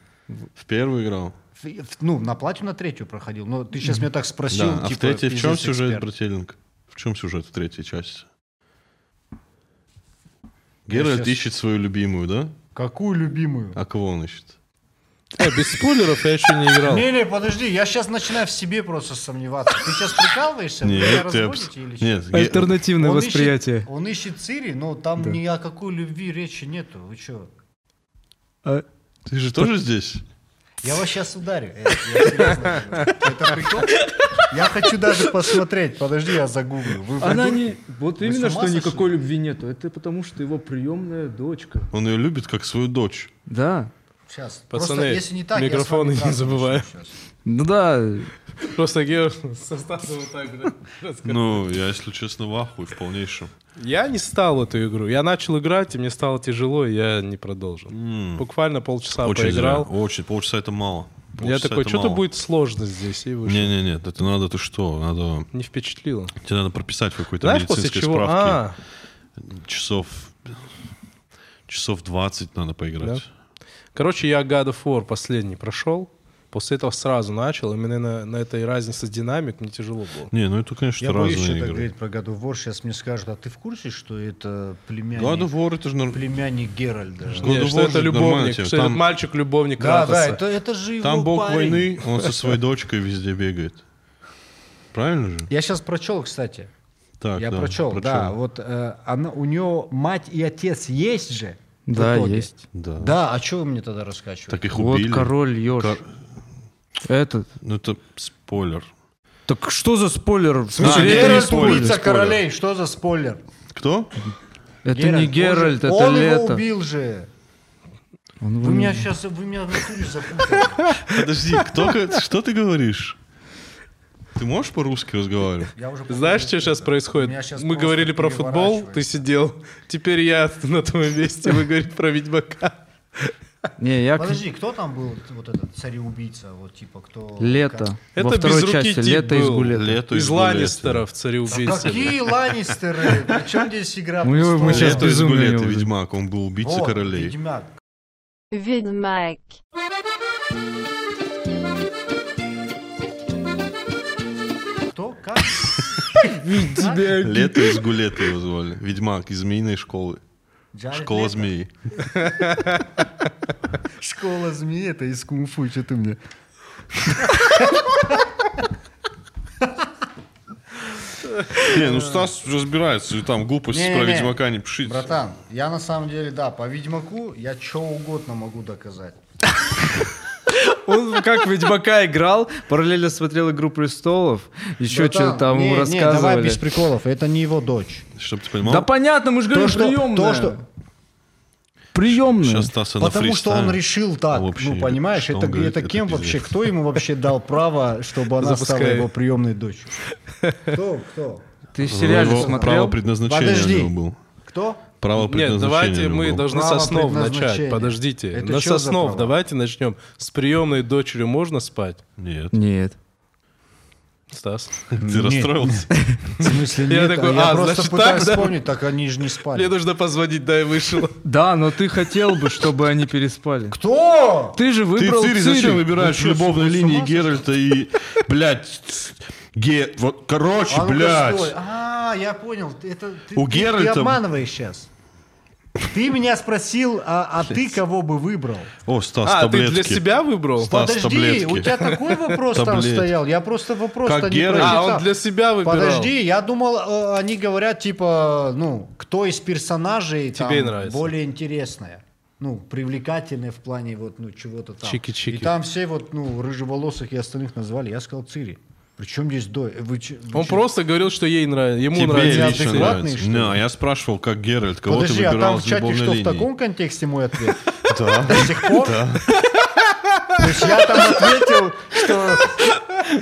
Speaker 1: В первую играл?
Speaker 2: В- в- Ну, на платью на третью проходил. Но ты сейчас меня так спросил.
Speaker 1: Да. А в
Speaker 2: типа,
Speaker 1: третьей в чем
Speaker 2: пиздец,
Speaker 1: сюжет,
Speaker 2: эксперт.
Speaker 1: брательник? В чем сюжет в третьей части?
Speaker 2: Я
Speaker 1: Геральт
Speaker 2: щас-
Speaker 1: ищет свою любимую, да?
Speaker 2: Какую любимую?
Speaker 1: А кого он ищет?
Speaker 3: Э, без спойлеров я еще не
Speaker 1: А.
Speaker 3: играл.
Speaker 2: Не-не, подожди, я сейчас начинаю в себе просто сомневаться. Ты сейчас прикалываешься? Вы меня
Speaker 1: Нет, ты
Speaker 2: разводите
Speaker 1: абс-
Speaker 2: или чё?
Speaker 1: Нет, Ге-
Speaker 5: Альтернативное
Speaker 2: Он ищет-
Speaker 5: восприятие.
Speaker 2: Он ищет Цири, но там ни о какой любви речи нету. Вы что?
Speaker 5: А,
Speaker 1: ты же тоже здесь?
Speaker 2: Я вас сейчас ударю. Э, я серьезно говорю. Это прикол? Я хочу даже посмотреть. Подожди, я загуглю. Вы- вы
Speaker 4: Она
Speaker 2: дурки?
Speaker 4: не... Вот
Speaker 2: Вы
Speaker 4: именно,
Speaker 2: с
Speaker 4: что
Speaker 2: ума сошли?
Speaker 4: никакой любви нету. Это потому, что его приемная дочка.
Speaker 1: Он ее любит как свою дочь.
Speaker 4: Да.
Speaker 2: Сейчас.
Speaker 3: Пацаны,
Speaker 2: Просто, если не так, я с вами
Speaker 3: микрофоны не
Speaker 2: трахаюсь
Speaker 3: забываем.
Speaker 2: сейчас.
Speaker 4: Ну да.
Speaker 3: Просто Гер со Стасом вот так, да, рассказывал.
Speaker 1: Ну, я, если честно, в ахуе в полнейшем.
Speaker 3: Я не стал эту игру. Я начал играть, и мне стало тяжело, и я не продолжил.
Speaker 1: М.
Speaker 3: Буквально полчаса
Speaker 1: Очень зря.
Speaker 3: поиграл.
Speaker 1: Очень. Полчаса это мало.
Speaker 3: я
Speaker 1: Полчаса
Speaker 3: такой,
Speaker 1: это
Speaker 3: что-то
Speaker 1: мало».
Speaker 3: будет сложно здесь, и вышел.
Speaker 1: Не-не-не, это надо, ты что, надо...
Speaker 3: Не впечатлило.
Speaker 1: Тебе надо прописать в какой-то
Speaker 3: Знаешь, после
Speaker 1: медицинской
Speaker 3: чего?
Speaker 1: справке.
Speaker 3: А,
Speaker 1: Часов... Часов 20 надо поиграть.
Speaker 3: короче, я God of War последний прошел. После этого сразу начал. Именно на, на этой разнице с динамик мне тяжело было.
Speaker 1: Не, ну это, конечно,
Speaker 2: Я боюсь
Speaker 1: разные
Speaker 2: что-то
Speaker 1: игры.
Speaker 2: говорить про God of War. Сейчас мне скажут, а ты в курсе, что это племянник,
Speaker 1: God of War это же норм-
Speaker 2: племянник Геральда?
Speaker 1: Что? God
Speaker 3: Не,
Speaker 1: of
Speaker 3: что
Speaker 1: War
Speaker 3: это
Speaker 1: же нормальная
Speaker 3: любовник,
Speaker 1: тема.
Speaker 3: что
Speaker 1: Там-
Speaker 3: этот мальчик любовник
Speaker 2: Да,
Speaker 3: Кратоса.
Speaker 2: да, это, это же его
Speaker 1: Там бог
Speaker 2: парень.
Speaker 1: войны, он со своей дочкой везде бегает. Правильно же?
Speaker 2: Я сейчас прочел, кстати.
Speaker 1: Так,
Speaker 2: я
Speaker 1: да,
Speaker 2: прочел, да. Вот э, она, у нее мать и отец есть же. в
Speaker 4: Да,
Speaker 2: итоге.
Speaker 4: есть.
Speaker 1: Да.
Speaker 2: Да, а что вы мне тогда раскачиваете?
Speaker 1: Так их
Speaker 4: Вот
Speaker 1: убили.
Speaker 4: король Ёж.
Speaker 1: Кор-
Speaker 4: Этот.
Speaker 1: Ну, это спойлер.
Speaker 4: Так что за спойлер? А, В
Speaker 1: смысле,
Speaker 4: игре
Speaker 1: это
Speaker 4: не
Speaker 1: не
Speaker 2: Геральт
Speaker 1: спойлер,
Speaker 2: убийца
Speaker 1: спойлер.
Speaker 2: королей, что за спойлер?
Speaker 1: Кто?
Speaker 4: Это не Геральт,
Speaker 2: он
Speaker 4: это
Speaker 2: же- он его
Speaker 4: лето.
Speaker 2: убил же.
Speaker 4: Он его
Speaker 2: Вы меня
Speaker 4: убил.
Speaker 2: сейчас, вы меня в натуре запутали.
Speaker 1: Подожди, кто, ко- что ты говоришь? Ты можешь по-русски разговаривать?
Speaker 2: Я уже
Speaker 3: Знаешь, что
Speaker 2: понял,
Speaker 3: сейчас
Speaker 2: да.
Speaker 3: происходит?
Speaker 2: Меня щас
Speaker 3: Мы
Speaker 2: просто
Speaker 3: говорили про футбол,
Speaker 2: переворачивает.
Speaker 3: ты сидел. Теперь я на твоем месте, вы говорите про Ведьмака.
Speaker 4: Не, я... к-
Speaker 2: Подожди, кто там был вот этот цареубийца, вот типа кто?
Speaker 4: Лето.
Speaker 3: Это
Speaker 4: Во второй
Speaker 3: безрукий
Speaker 4: части.
Speaker 3: тип
Speaker 4: Лето из
Speaker 3: был.
Speaker 4: Гулета.
Speaker 1: Лето
Speaker 3: Из
Speaker 1: Гулета.
Speaker 3: Ланнистеров,
Speaker 2: Как-
Speaker 3: цареубийца.
Speaker 2: Какие Ланнистеры? При чем здесь игра
Speaker 4: Мы- мы
Speaker 2: престолов?
Speaker 4: щас
Speaker 1: Лето из
Speaker 4: безумные
Speaker 1: Гулета,
Speaker 4: уже.
Speaker 1: Ведьмак, он был убийца
Speaker 2: Вот,
Speaker 1: королей.
Speaker 2: Ведьмак.
Speaker 6: Ведьмак.
Speaker 2: Кто? Как?
Speaker 1: Лето из Гулета его звали. Ведьмак из змеиной школы.
Speaker 2: Джаред
Speaker 1: Школа
Speaker 2: Лето?
Speaker 1: змеи.
Speaker 2: Школа змеи, это из кунг-фу, что ты мне?
Speaker 1: Не, ну Стас разбирается, и там глупости про
Speaker 2: Не-не-не.
Speaker 1: Ведьмака не пишите.
Speaker 2: Братан, я на самом деле, да, по Ведьмаку я что угодно могу доказать.
Speaker 4: Он как в Ведьмака играл, параллельно смотрел «Игру престолов», еще
Speaker 2: Братан,
Speaker 4: что-то там
Speaker 2: не- не,
Speaker 4: ему
Speaker 2: давай
Speaker 4: рассказывали.
Speaker 2: без приколов, это не его дочь.
Speaker 1: Чтоб ты
Speaker 4: Да
Speaker 1: понимал,
Speaker 4: понятно, мы же говорим приемная.
Speaker 2: то, что,
Speaker 4: Приемная.
Speaker 1: сейчас Стаса на
Speaker 2: потому что он
Speaker 1: фристайл.
Speaker 2: решил так,
Speaker 1: Вообще,
Speaker 2: ну понимаешь,
Speaker 1: что
Speaker 2: это,
Speaker 1: он говорит,
Speaker 2: это
Speaker 1: это
Speaker 2: кем
Speaker 1: пиздец.
Speaker 2: вообще, кто ему вообще дал право, чтобы она стала
Speaker 3: Запускай.
Speaker 2: его приемной дочерью? Кто, кто?
Speaker 4: Ты в
Speaker 1: Его
Speaker 4: сериале
Speaker 1: Право
Speaker 4: смотрел?
Speaker 1: предназначения
Speaker 2: Подожди.
Speaker 1: у него был.
Speaker 2: Кто?
Speaker 1: Право
Speaker 3: Нет,
Speaker 1: предназначения
Speaker 3: давайте
Speaker 1: у него
Speaker 3: мы
Speaker 1: был.
Speaker 3: должны
Speaker 2: Право
Speaker 3: со снов начать.
Speaker 2: предназначения.
Speaker 3: Подождите.
Speaker 2: Это
Speaker 3: на
Speaker 2: чё за
Speaker 3: соснов
Speaker 2: права?
Speaker 3: давайте начнем. С приемной дочерью можно спать?
Speaker 1: Нет.
Speaker 4: Нет.
Speaker 3: Стас.
Speaker 1: Ты расстроился?
Speaker 2: В смысле
Speaker 3: Я
Speaker 2: нет?
Speaker 3: такой,
Speaker 2: я
Speaker 3: а,
Speaker 2: просто
Speaker 3: значит,
Speaker 2: пытаюсь
Speaker 3: так, да?
Speaker 2: вспомнить, так они же не
Speaker 3: Мне
Speaker 2: спали.
Speaker 3: нужно позвонить, да, и вышел.
Speaker 4: Да, но ты хотел бы, чтобы они переспали.
Speaker 2: Кто?
Speaker 4: Ты же
Speaker 1: Ты
Speaker 4: выбрал
Speaker 1: Цири зачем выбираешь
Speaker 2: Ну,
Speaker 1: любовной
Speaker 2: что, с
Speaker 1: линии
Speaker 2: ума сошел?
Speaker 1: Геральта и, блядь, ге... Вот, короче,
Speaker 2: А ну-ка, стой.
Speaker 1: блядь.
Speaker 2: А, я понял. ты- Это, ты,
Speaker 1: У
Speaker 2: ты- ты
Speaker 1: Геральта-
Speaker 2: обманываешь сейчас. Ты меня спросил, а, а ты кого бы выбрал?
Speaker 1: О, Стас,
Speaker 3: А, ты
Speaker 1: таблетки.
Speaker 3: для себя выбрал?
Speaker 1: Стас,
Speaker 2: Подожди,
Speaker 1: таблетки.
Speaker 2: у тебя такой вопрос там
Speaker 1: Таблетки.
Speaker 2: стоял. Я просто вопрос
Speaker 1: Как
Speaker 2: не
Speaker 1: Геральт?
Speaker 2: прочитал.
Speaker 3: А, он для себя выбирал.
Speaker 2: Подожди, я думал, э, они говорят, типа, ну, кто из персонажей там
Speaker 3: Тебе нравится.
Speaker 2: более интересное. Ну, привлекательное в плане вот, ну, чего-то там.
Speaker 3: Чики-чики.
Speaker 2: И там все вот, ну, рыжеволосых и остальных назвали. Я сказал Цири. Причем здесь до... Вы, чё- вы
Speaker 3: Он
Speaker 2: чё?
Speaker 3: просто говорил, что ей нравится. Ему
Speaker 1: Тебе
Speaker 3: нравится.
Speaker 1: лично
Speaker 2: адекватный,
Speaker 1: нравится.
Speaker 2: что ли?
Speaker 1: Не, я спрашивал, как Геральт, кого
Speaker 2: Подожди,
Speaker 1: ты
Speaker 2: а
Speaker 1: выбирал
Speaker 2: там
Speaker 1: из
Speaker 2: в чате
Speaker 1: любовной
Speaker 2: что,
Speaker 1: линии.
Speaker 2: в таком контексте мой ответ?
Speaker 1: Да.
Speaker 2: До сих пор? То есть я там ответил, что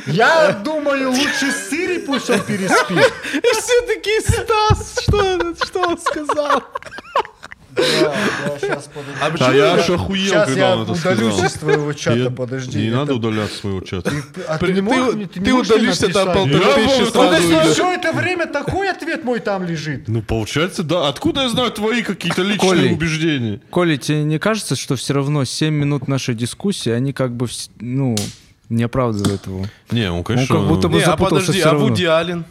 Speaker 2: я думаю, лучше с Цири пусть он переспит.
Speaker 3: И все такие, Стас, что, что он сказал? А
Speaker 1: А
Speaker 3: почему?
Speaker 1: я аж охуел,
Speaker 2: Сейчас
Speaker 1: когда
Speaker 2: я
Speaker 1: он это
Speaker 2: удалюсь из
Speaker 1: сказал.
Speaker 2: твоего чата,
Speaker 1: Я-
Speaker 2: подожди.
Speaker 1: Не
Speaker 2: это-
Speaker 1: надо удаляться с моего чата.
Speaker 2: А
Speaker 3: Ты-
Speaker 2: ты, не мог-
Speaker 3: ты-
Speaker 2: ты не
Speaker 3: ты
Speaker 2: можешь мне
Speaker 3: удалишься,
Speaker 2: написать?
Speaker 3: там
Speaker 2: Ну,
Speaker 3: полторы
Speaker 1: Я
Speaker 3: тысячи
Speaker 1: помню,
Speaker 3: сразу
Speaker 1: подожди,
Speaker 3: идет.
Speaker 2: Все это время такой ответ мой там лежит.
Speaker 1: Ну, получается, да. Откуда я знаю твои какие-то личные
Speaker 4: Колей.
Speaker 1: убеждения?
Speaker 4: Коля, тебе не кажется, что все равно 7 минут нашей дискуссии, они как бы, вс- ну, не оправдывают его?
Speaker 1: Не, он, конечно...
Speaker 4: как будто бы-
Speaker 3: Не, а
Speaker 4: запутался
Speaker 3: подожди,
Speaker 4: всё
Speaker 3: а
Speaker 4: равно.
Speaker 3: Вуди Аллен?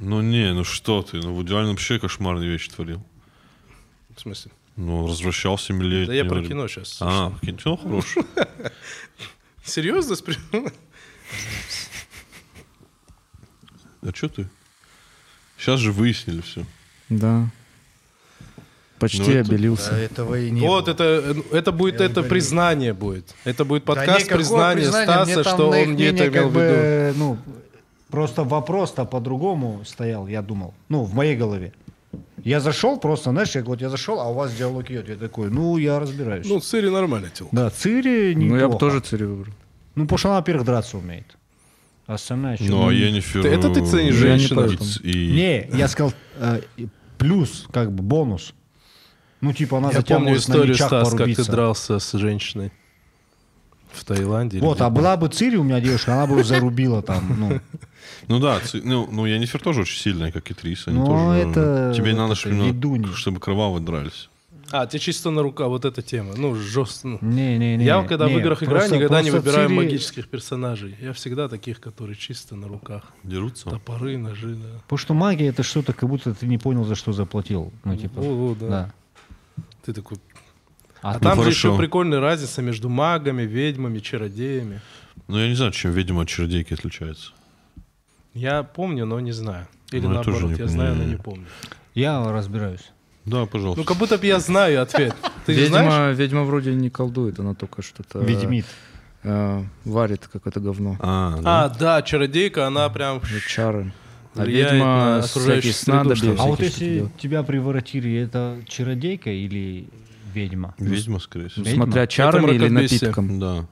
Speaker 1: Ну, не, ну что ты? Ну, в идеальном вообще кошмарные вещи творил.
Speaker 3: В смысле?
Speaker 1: Ну, он развращался милее.
Speaker 3: Да я про кино сейчас.
Speaker 1: А, кино хорошее.
Speaker 3: Серьезно?
Speaker 1: А что ты? Сейчас же выяснили все.
Speaker 4: Да. Почти
Speaker 1: Ну, это-
Speaker 4: обелился.
Speaker 2: Да, этого и не
Speaker 3: Вот,
Speaker 2: было.
Speaker 3: это, э, это будет,
Speaker 2: Я не
Speaker 3: это
Speaker 2: поверю.
Speaker 3: признание будет. Это будет
Speaker 2: Да
Speaker 3: подкаст
Speaker 2: никакого
Speaker 3: признания
Speaker 2: признания, мне
Speaker 3: Стаса,
Speaker 2: там
Speaker 3: что
Speaker 2: на их
Speaker 3: он не это
Speaker 2: мнение
Speaker 3: имел
Speaker 2: как
Speaker 3: в виду.
Speaker 2: бы, ну, просто вопрос-то по-другому стоял, я думал. Ну, в моей голове. Я зашел просто, знаешь, я говорю, я зашел, а у вас диалог идет. Я такой, ну, я разбираюсь.
Speaker 3: Ну, Цири нормально тел.
Speaker 2: да, Цири
Speaker 4: Ну,
Speaker 2: неплохо.
Speaker 4: я бы тоже Цири выбрал.
Speaker 2: Ну, потому что она, во-первых, драться умеет. А Остальная чё?
Speaker 1: Ну, а Енифер...
Speaker 3: Ты- это ты ценишь
Speaker 1: э,
Speaker 4: женщин?
Speaker 1: и ц- и-
Speaker 2: Не, я сказал э, и плюс, как бы бонус. Ну, типа, она
Speaker 3: Я помню
Speaker 2: затягивалась на
Speaker 3: историю,
Speaker 2: мечах
Speaker 3: Стас, как ты
Speaker 2: порубиться.
Speaker 3: дрался с женщиной в Таиланде. или
Speaker 2: Вот,
Speaker 3: где-то.
Speaker 2: а была бы Цири у меня девушка, она бы его зарубила там. Ну,
Speaker 1: Ну да, ци- ну, ну Енифер тоже очень сильная, как и Трис. Они
Speaker 2: Ну,
Speaker 1: тоже, э,
Speaker 2: это
Speaker 1: Тебе
Speaker 2: вот
Speaker 1: надо,
Speaker 2: это
Speaker 1: чтобы, именно-
Speaker 2: ведунья.
Speaker 1: чтобы кроваво дрались.
Speaker 3: А, тебе чисто на рука вот эта тема. Ну, жестко.
Speaker 2: не-не-не.
Speaker 3: Я когда в
Speaker 2: не,
Speaker 3: играх играю,
Speaker 2: просто-
Speaker 3: никогда не
Speaker 2: просто
Speaker 3: выбираю
Speaker 2: Цири-
Speaker 3: магических персонажей. Я всегда таких, которые чисто на руках.
Speaker 1: Дерутся?
Speaker 3: Топоры, ножи, да.
Speaker 2: Потому что магия это что-то, как будто ты не понял, за что заплатил. Ну, типа,
Speaker 3: О, о, да.
Speaker 2: да.
Speaker 3: Ты такой.
Speaker 2: А
Speaker 3: А
Speaker 2: ты-
Speaker 3: там же
Speaker 1: хорошо.
Speaker 3: еще прикольная разница между магами, ведьмами, чародеями.
Speaker 1: Ну, я не знаю, чем ведьма от чердейки отличается.
Speaker 3: Я помню, но не знаю. Или
Speaker 1: Ну, я тоже
Speaker 3: наоборот, я,
Speaker 1: не-
Speaker 3: знаю, но
Speaker 1: не-
Speaker 3: не помню.
Speaker 2: Я разбираюсь.
Speaker 1: Да, пожалуйста.
Speaker 3: Ну, как будто бы я знаю ответ. Ты не
Speaker 4: ведьма,
Speaker 3: знаешь?
Speaker 4: ведьма вроде не колдует, она только что-то...
Speaker 2: Ведьмит.
Speaker 4: э, варит какое-то говно.
Speaker 1: А, да.
Speaker 3: А, да, чародейка, она прям...
Speaker 4: Вот Чары. А
Speaker 3: Влияет
Speaker 4: ведьма
Speaker 3: на
Speaker 4: с
Speaker 3: окружающую
Speaker 4: всяких
Speaker 3: среду, что ли?
Speaker 4: снадобьев.
Speaker 3: Ну, всякие
Speaker 2: А вот
Speaker 4: всякие штуки
Speaker 2: если
Speaker 4: делает.
Speaker 2: тебя приворотили, это чародейка или ведьма?
Speaker 1: Ведьма, скорее всего.
Speaker 2: ведьма?
Speaker 4: Смотря чарами или
Speaker 3: мракобесие.
Speaker 4: напитком.
Speaker 1: Да.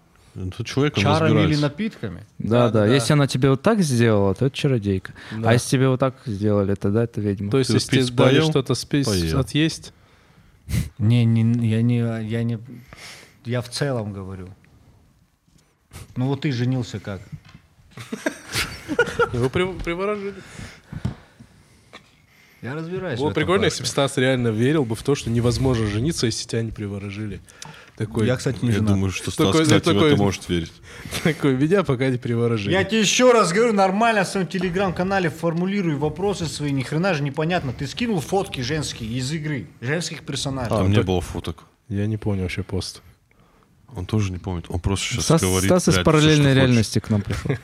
Speaker 1: Тут человек
Speaker 2: Чарами или напитками?
Speaker 4: Да,
Speaker 3: Да, да.
Speaker 4: да, Если она тебе вот так сделала, то это чародейка.
Speaker 3: Да.
Speaker 4: А если тебе вот так сделали, тогда это ведьма.
Speaker 3: То есть,
Speaker 1: Ты
Speaker 3: если тебе
Speaker 1: пиццу
Speaker 3: дали
Speaker 1: поел?
Speaker 3: что-то спи-
Speaker 1: Поел.
Speaker 3: отъесть,
Speaker 2: Не, не, я не, я не, я в целом говорю. Ну вот ты женился как?
Speaker 3: его при- приворожили.
Speaker 2: Я разбираюсь. в
Speaker 3: Было
Speaker 2: этом
Speaker 3: прикольно,
Speaker 2: просто.
Speaker 3: если бы Стас реально верил бы в то, что невозможно жениться, если тебя не приворожили. Такой,
Speaker 2: Я, кстати, не
Speaker 1: Я
Speaker 2: женат.
Speaker 1: думаю, что Стас,
Speaker 3: Такой-
Speaker 1: кстати, в
Speaker 3: такой-
Speaker 1: это может верить.
Speaker 3: такой, меня пока не приворожили.
Speaker 2: Я тебе еще раз говорю, нормально в своем телеграм-канале формулирую вопросы свои, ни хрена же непонятно. Ты скинул фотки женские из игры, женских персонажей.
Speaker 1: Там не было фоток.
Speaker 3: Я не понял вообще пост.
Speaker 1: Он тоже не помнит. Он просто сейчас
Speaker 4: Стас,
Speaker 1: говорит.
Speaker 4: Стас из
Speaker 1: блядь, всё, что
Speaker 4: параллельной
Speaker 1: хочет.
Speaker 4: реальности к нам пришел.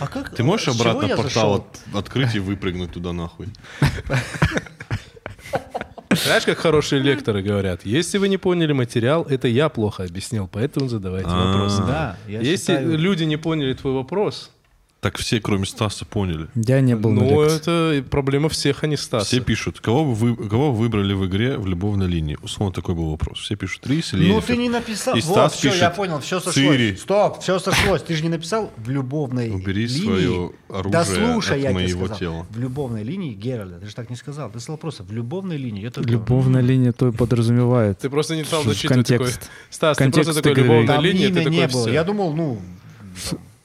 Speaker 2: А как?
Speaker 1: Ты можешь
Speaker 2: с чего
Speaker 1: обратно
Speaker 2: я
Speaker 1: портал
Speaker 2: зашел?
Speaker 1: от- открыть и выпрыгнуть туда нахуй?
Speaker 3: Знаешь, как хорошие лекторы говорят, если вы не поняли материал, это я плохо объяснил, поэтому задавайте
Speaker 1: А.
Speaker 3: вопросы.
Speaker 2: Да, я
Speaker 3: Если
Speaker 2: считаю-
Speaker 3: люди не поняли твой вопрос,
Speaker 1: Так все, кроме Стаса, поняли.
Speaker 4: Я не был на
Speaker 3: ну
Speaker 4: лекции.
Speaker 3: это проблема всех, а не Стаса.
Speaker 1: Все пишут, кого бы вы кого вы выбрали в игре в любовной линии? Условно такой был вопрос. Все пишут Рис или
Speaker 2: Ну
Speaker 1: Енифер.
Speaker 2: ты не написал.
Speaker 1: И
Speaker 2: вот,
Speaker 1: Стас
Speaker 2: все, я
Speaker 1: пишет,
Speaker 2: понял, все сошлось.
Speaker 1: «Цири».
Speaker 2: Стоп, все сошлось. Ты же не написал в любовной
Speaker 1: Убери
Speaker 2: линии.
Speaker 1: своё оружие
Speaker 2: да слушай,
Speaker 1: от
Speaker 2: я тебе
Speaker 1: моего
Speaker 2: сказал.
Speaker 1: тела.
Speaker 2: В любовной линии Геральда. Ты же так не сказал. Ты сказал просто в любовной линии. Это
Speaker 4: Любовная линия то и подразумевает.
Speaker 3: Ты просто не стал
Speaker 4: Что ж,
Speaker 3: зачитывать такой.
Speaker 4: контекст.
Speaker 3: Стас,
Speaker 4: Контекст
Speaker 3: ты просто такой
Speaker 4: игры.
Speaker 3: любовная
Speaker 2: Там
Speaker 3: линия,
Speaker 2: имя
Speaker 3: ты такой
Speaker 2: не было.
Speaker 3: «Всё».
Speaker 2: Я думал, ну,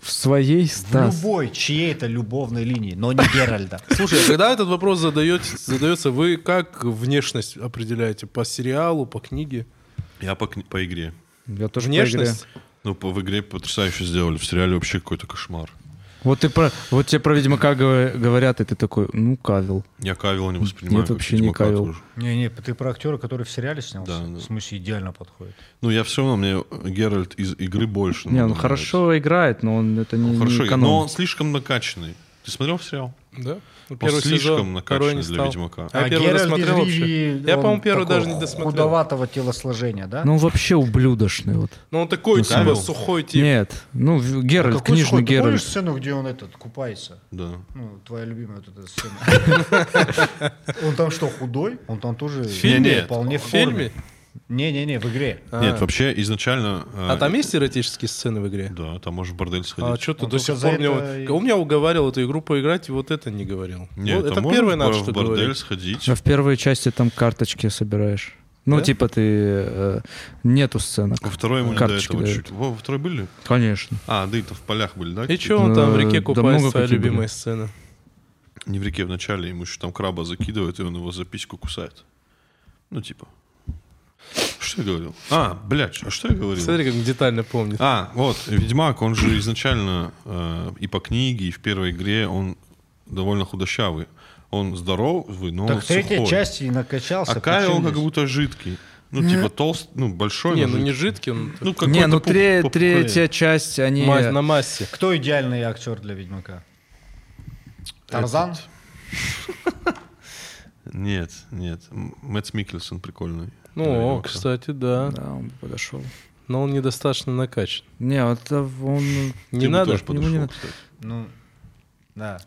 Speaker 4: В своей
Speaker 2: в
Speaker 4: Стас.
Speaker 2: любой чьей-то любовной линии, но не Геральда.
Speaker 3: Слушай, а когда этот вопрос задаете, задается, вы как внешность определяете? По сериалу, по книге?
Speaker 1: Я по, кни- по игре.
Speaker 4: Я тоже по игре.
Speaker 3: Внешность?
Speaker 1: Ну, по, в игре потрясающе сделали. В сериале вообще какой-то кошмар.
Speaker 4: Вот, ты про, вот тебе про Ведьмака гов- говорят, и ты такой, ну, кавил.
Speaker 1: Я Кавила не воспринимаю.
Speaker 4: Нет,
Speaker 1: как
Speaker 4: вообще не
Speaker 1: Ведьмака
Speaker 4: Кавил.
Speaker 1: тоже.
Speaker 2: Не-не, ты про актера, который в сериале снялся.
Speaker 1: Да, да.
Speaker 2: В смысле, идеально подходит.
Speaker 1: Ну, я все равно, мне Геральт из игры больше.
Speaker 4: Не, он
Speaker 1: Ну, нравится.
Speaker 4: хорошо играет, но он это не,
Speaker 1: Он
Speaker 4: не
Speaker 1: хорошо,
Speaker 4: канон.
Speaker 1: но он слишком накачанный. Ты смотрел сериал?
Speaker 3: Да? Ну,
Speaker 1: Он
Speaker 3: первый сезон,
Speaker 1: слишком
Speaker 3: второй не
Speaker 1: накачанный для
Speaker 3: стал.
Speaker 1: Ведьмака.
Speaker 3: А я первый досмотрел вообще. Я, по-моему, первый даже не досмотрел.
Speaker 2: Худоватого телосложения, да?
Speaker 4: Ну, он вообще ублюдочный. Вот.
Speaker 3: Ну, он такой,
Speaker 4: Ну,
Speaker 3: типа,
Speaker 1: Кавилл.
Speaker 3: сухой тип.
Speaker 4: Нет, ну, в- Геральт,
Speaker 2: Какой
Speaker 4: книжный
Speaker 2: сход? Ты помнишь
Speaker 4: Геральт.
Speaker 2: сцену, где он этот купается?
Speaker 1: Да.
Speaker 2: Ну, твоя любимая вот эта сцена. Он там что, худой? Он там тоже
Speaker 1: фильме?
Speaker 2: вполне
Speaker 3: В
Speaker 2: в форме.
Speaker 3: фильме?
Speaker 2: Не-не-не, в игре.
Speaker 1: Нет, вообще изначально... э,
Speaker 3: А там есть эротические сцены в игре?
Speaker 1: Да, там можешь в бордель
Speaker 3: А
Speaker 1: сходить.
Speaker 3: что ты
Speaker 2: Он
Speaker 3: до
Speaker 2: Ну, только
Speaker 3: сих
Speaker 2: за
Speaker 3: пор мне...
Speaker 2: это и-
Speaker 3: У меня уговаривал эту игру поиграть, и вот это не говорил.
Speaker 1: Нет, там
Speaker 3: Вот Ну, это
Speaker 1: можно
Speaker 3: первое надо,
Speaker 1: в
Speaker 3: что
Speaker 1: бордель
Speaker 3: говорить.
Speaker 1: сходить.
Speaker 4: А в первой части там карточки собираешь. Ну,
Speaker 3: Да?
Speaker 4: типа ты... э, нету сценок.
Speaker 1: Во второй ему не до
Speaker 4: Карточки
Speaker 1: этого
Speaker 4: дают.
Speaker 1: чуть. Во, во второй были?
Speaker 4: Конечно.
Speaker 1: А, да и то в полях были, да? типа?
Speaker 3: И что он там в реке
Speaker 4: Да
Speaker 3: купается,
Speaker 4: много
Speaker 3: твоя
Speaker 4: какие были.
Speaker 3: любимая сцена?
Speaker 1: Не в реке вначале, ему еще там краба закидывают, и он его за письку кусает. Ну, типа. Что я говорил? А, блядь, а что я говорил?
Speaker 3: Смотри, как детально помнит.
Speaker 1: А, вот, Ведьмак, он же изначально э, и по книге, и в первой игре он довольно худощавый. Он здоровый, но он
Speaker 2: Так в третьей
Speaker 1: Ну, сухой.
Speaker 2: части и накачался.
Speaker 1: а Кайл,
Speaker 2: причем
Speaker 1: он как
Speaker 2: здесь?
Speaker 1: будто жидкий. Ну, типа толст, ну, большой,
Speaker 3: не,
Speaker 1: но
Speaker 3: ну не
Speaker 1: жидкий.
Speaker 3: жидкий он.
Speaker 1: Ну, какой-то
Speaker 4: Не, ну,
Speaker 1: пух-
Speaker 4: тре-
Speaker 1: пух-
Speaker 4: третья часть, они...
Speaker 3: мазь на массе.
Speaker 2: Кто идеальный актер для Ведьмака? Тарзан?
Speaker 1: Нет, нет. М- Мэтт Микельсон прикольный.
Speaker 3: Ну,
Speaker 1: Наверняка.
Speaker 3: о, кстати, да.
Speaker 4: Да, он бы подошел.
Speaker 3: Но он недостаточно накачан.
Speaker 4: Не, вот это он...
Speaker 1: Ты
Speaker 3: Не
Speaker 1: бы
Speaker 3: надо.
Speaker 1: тоже подошел,
Speaker 4: не надо.
Speaker 1: кстати.
Speaker 2: Ну, да.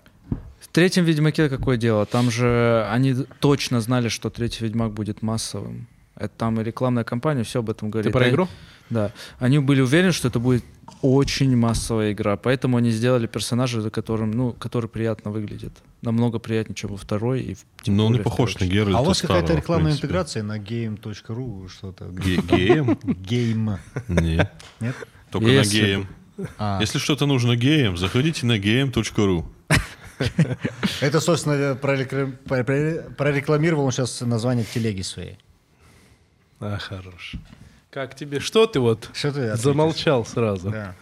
Speaker 4: В третьем Ведьмаке какое дело? Там же они точно знали, что третий Ведьмак будет массовым. Это там и рекламная кампания, все об этом говорит.
Speaker 3: Ты про
Speaker 4: Они-
Speaker 3: игру?
Speaker 4: Да. Они были уверены, что это будет очень массовая игра. Поэтому они сделали персонажа, за которым, ну, который приятно выглядит. Намного приятнее, чем во второй. И в- тем
Speaker 1: Но Ну, он не
Speaker 4: более в
Speaker 1: похож на
Speaker 4: второй.
Speaker 1: Геральта
Speaker 2: А у вас
Speaker 1: Старого,
Speaker 2: какая-то
Speaker 1: в
Speaker 2: рекламная
Speaker 1: принципе.
Speaker 2: интеграция на game.ru что-то?
Speaker 1: Ге- Геем?
Speaker 2: Гейм.
Speaker 1: Нет.
Speaker 2: Нет?
Speaker 1: Только на
Speaker 4: Если бы.
Speaker 1: геем.
Speaker 2: А.
Speaker 1: Если что-то нужно геям, заходите на gm.ru.
Speaker 2: Это, собственно, прореклам- про- про- прорекламировал он сейчас название телеги своей.
Speaker 3: А, хорош. Как тебе? Что ты вот
Speaker 2: Что ты ответишь?
Speaker 3: замолчал сразу?
Speaker 2: Да.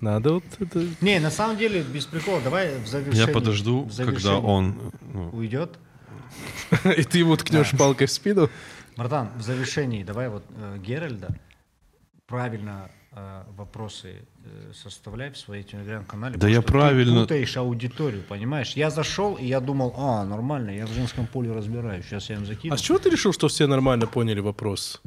Speaker 3: Надо вот это...
Speaker 2: Не, на самом деле, без прикола, давай в завершение.
Speaker 1: Я подожду,
Speaker 2: в
Speaker 1: когда
Speaker 2: завершение
Speaker 1: он... ну,
Speaker 2: Уйдет.
Speaker 3: И ты ему ткнешь палкой в спину?
Speaker 2: Братан, в завершении давай вот э, Геральда правильно э, вопросы э, составляй в своей телеграм-канале.
Speaker 1: Да
Speaker 2: потому
Speaker 1: я
Speaker 2: что ты
Speaker 1: правильно-
Speaker 2: путаешь аудиторию, понимаешь? Я зашел, и я думал, а, нормально, я в женском поле разбираюсь, сейчас я им закину.
Speaker 3: А с чего ты решил, что все нормально поняли вопрос?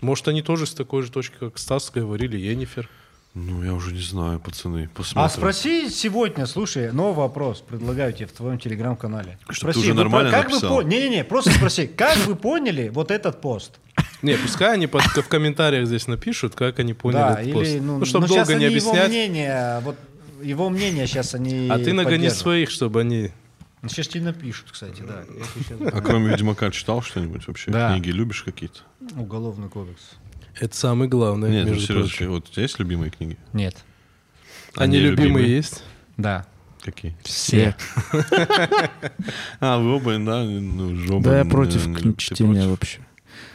Speaker 3: Может, они тоже с такой же точки, как Стас, говорили, Енифер?
Speaker 1: Ну, я уже не знаю, пацаны. Посмотрим.
Speaker 2: А спроси сегодня, слушай, новый вопрос предлагаю тебе в твоем телеграм-канале.
Speaker 1: Чтоб
Speaker 2: Спроси,
Speaker 1: ты уже
Speaker 2: вы
Speaker 1: нормально
Speaker 2: про- как
Speaker 1: написал.
Speaker 2: Вы, не, не, не, просто спроси, как вы поняли вот этот пост?
Speaker 3: Не, пускай они под- в комментариях здесь напишут, как они поняли
Speaker 2: да,
Speaker 3: этот
Speaker 2: или,
Speaker 3: пост.
Speaker 2: ну,
Speaker 3: Ну, чтобы
Speaker 2: ну, щас
Speaker 3: долго не
Speaker 2: они его
Speaker 3: объяснять.
Speaker 2: мнение, вот его мнение сейчас они
Speaker 3: А ты нагони
Speaker 2: поддержат.
Speaker 3: своих, чтобы они...
Speaker 2: Сейчас тебе напишут, кстати, да. Я сейчас-
Speaker 1: А кроме Ведьмака читал что-нибудь вообще?
Speaker 2: Да.
Speaker 1: Книги любишь какие-то?
Speaker 2: Уголовный кодекс.
Speaker 3: Это самое главное,
Speaker 1: Нет, ну
Speaker 3: между
Speaker 1: серьезно,
Speaker 3: прочим.
Speaker 1: вот у тебя есть любимые книги?
Speaker 2: Нет.
Speaker 3: Они
Speaker 1: Они
Speaker 3: любимые
Speaker 1: любимые.
Speaker 3: есть?
Speaker 2: Да.
Speaker 1: Какие?
Speaker 4: Все.
Speaker 1: А, вы оба, да? Ну, жопа.
Speaker 4: Да я
Speaker 1: ну,
Speaker 4: против
Speaker 1: наверное,
Speaker 4: книг
Speaker 1: ты
Speaker 4: чтения
Speaker 1: против?
Speaker 4: вообще.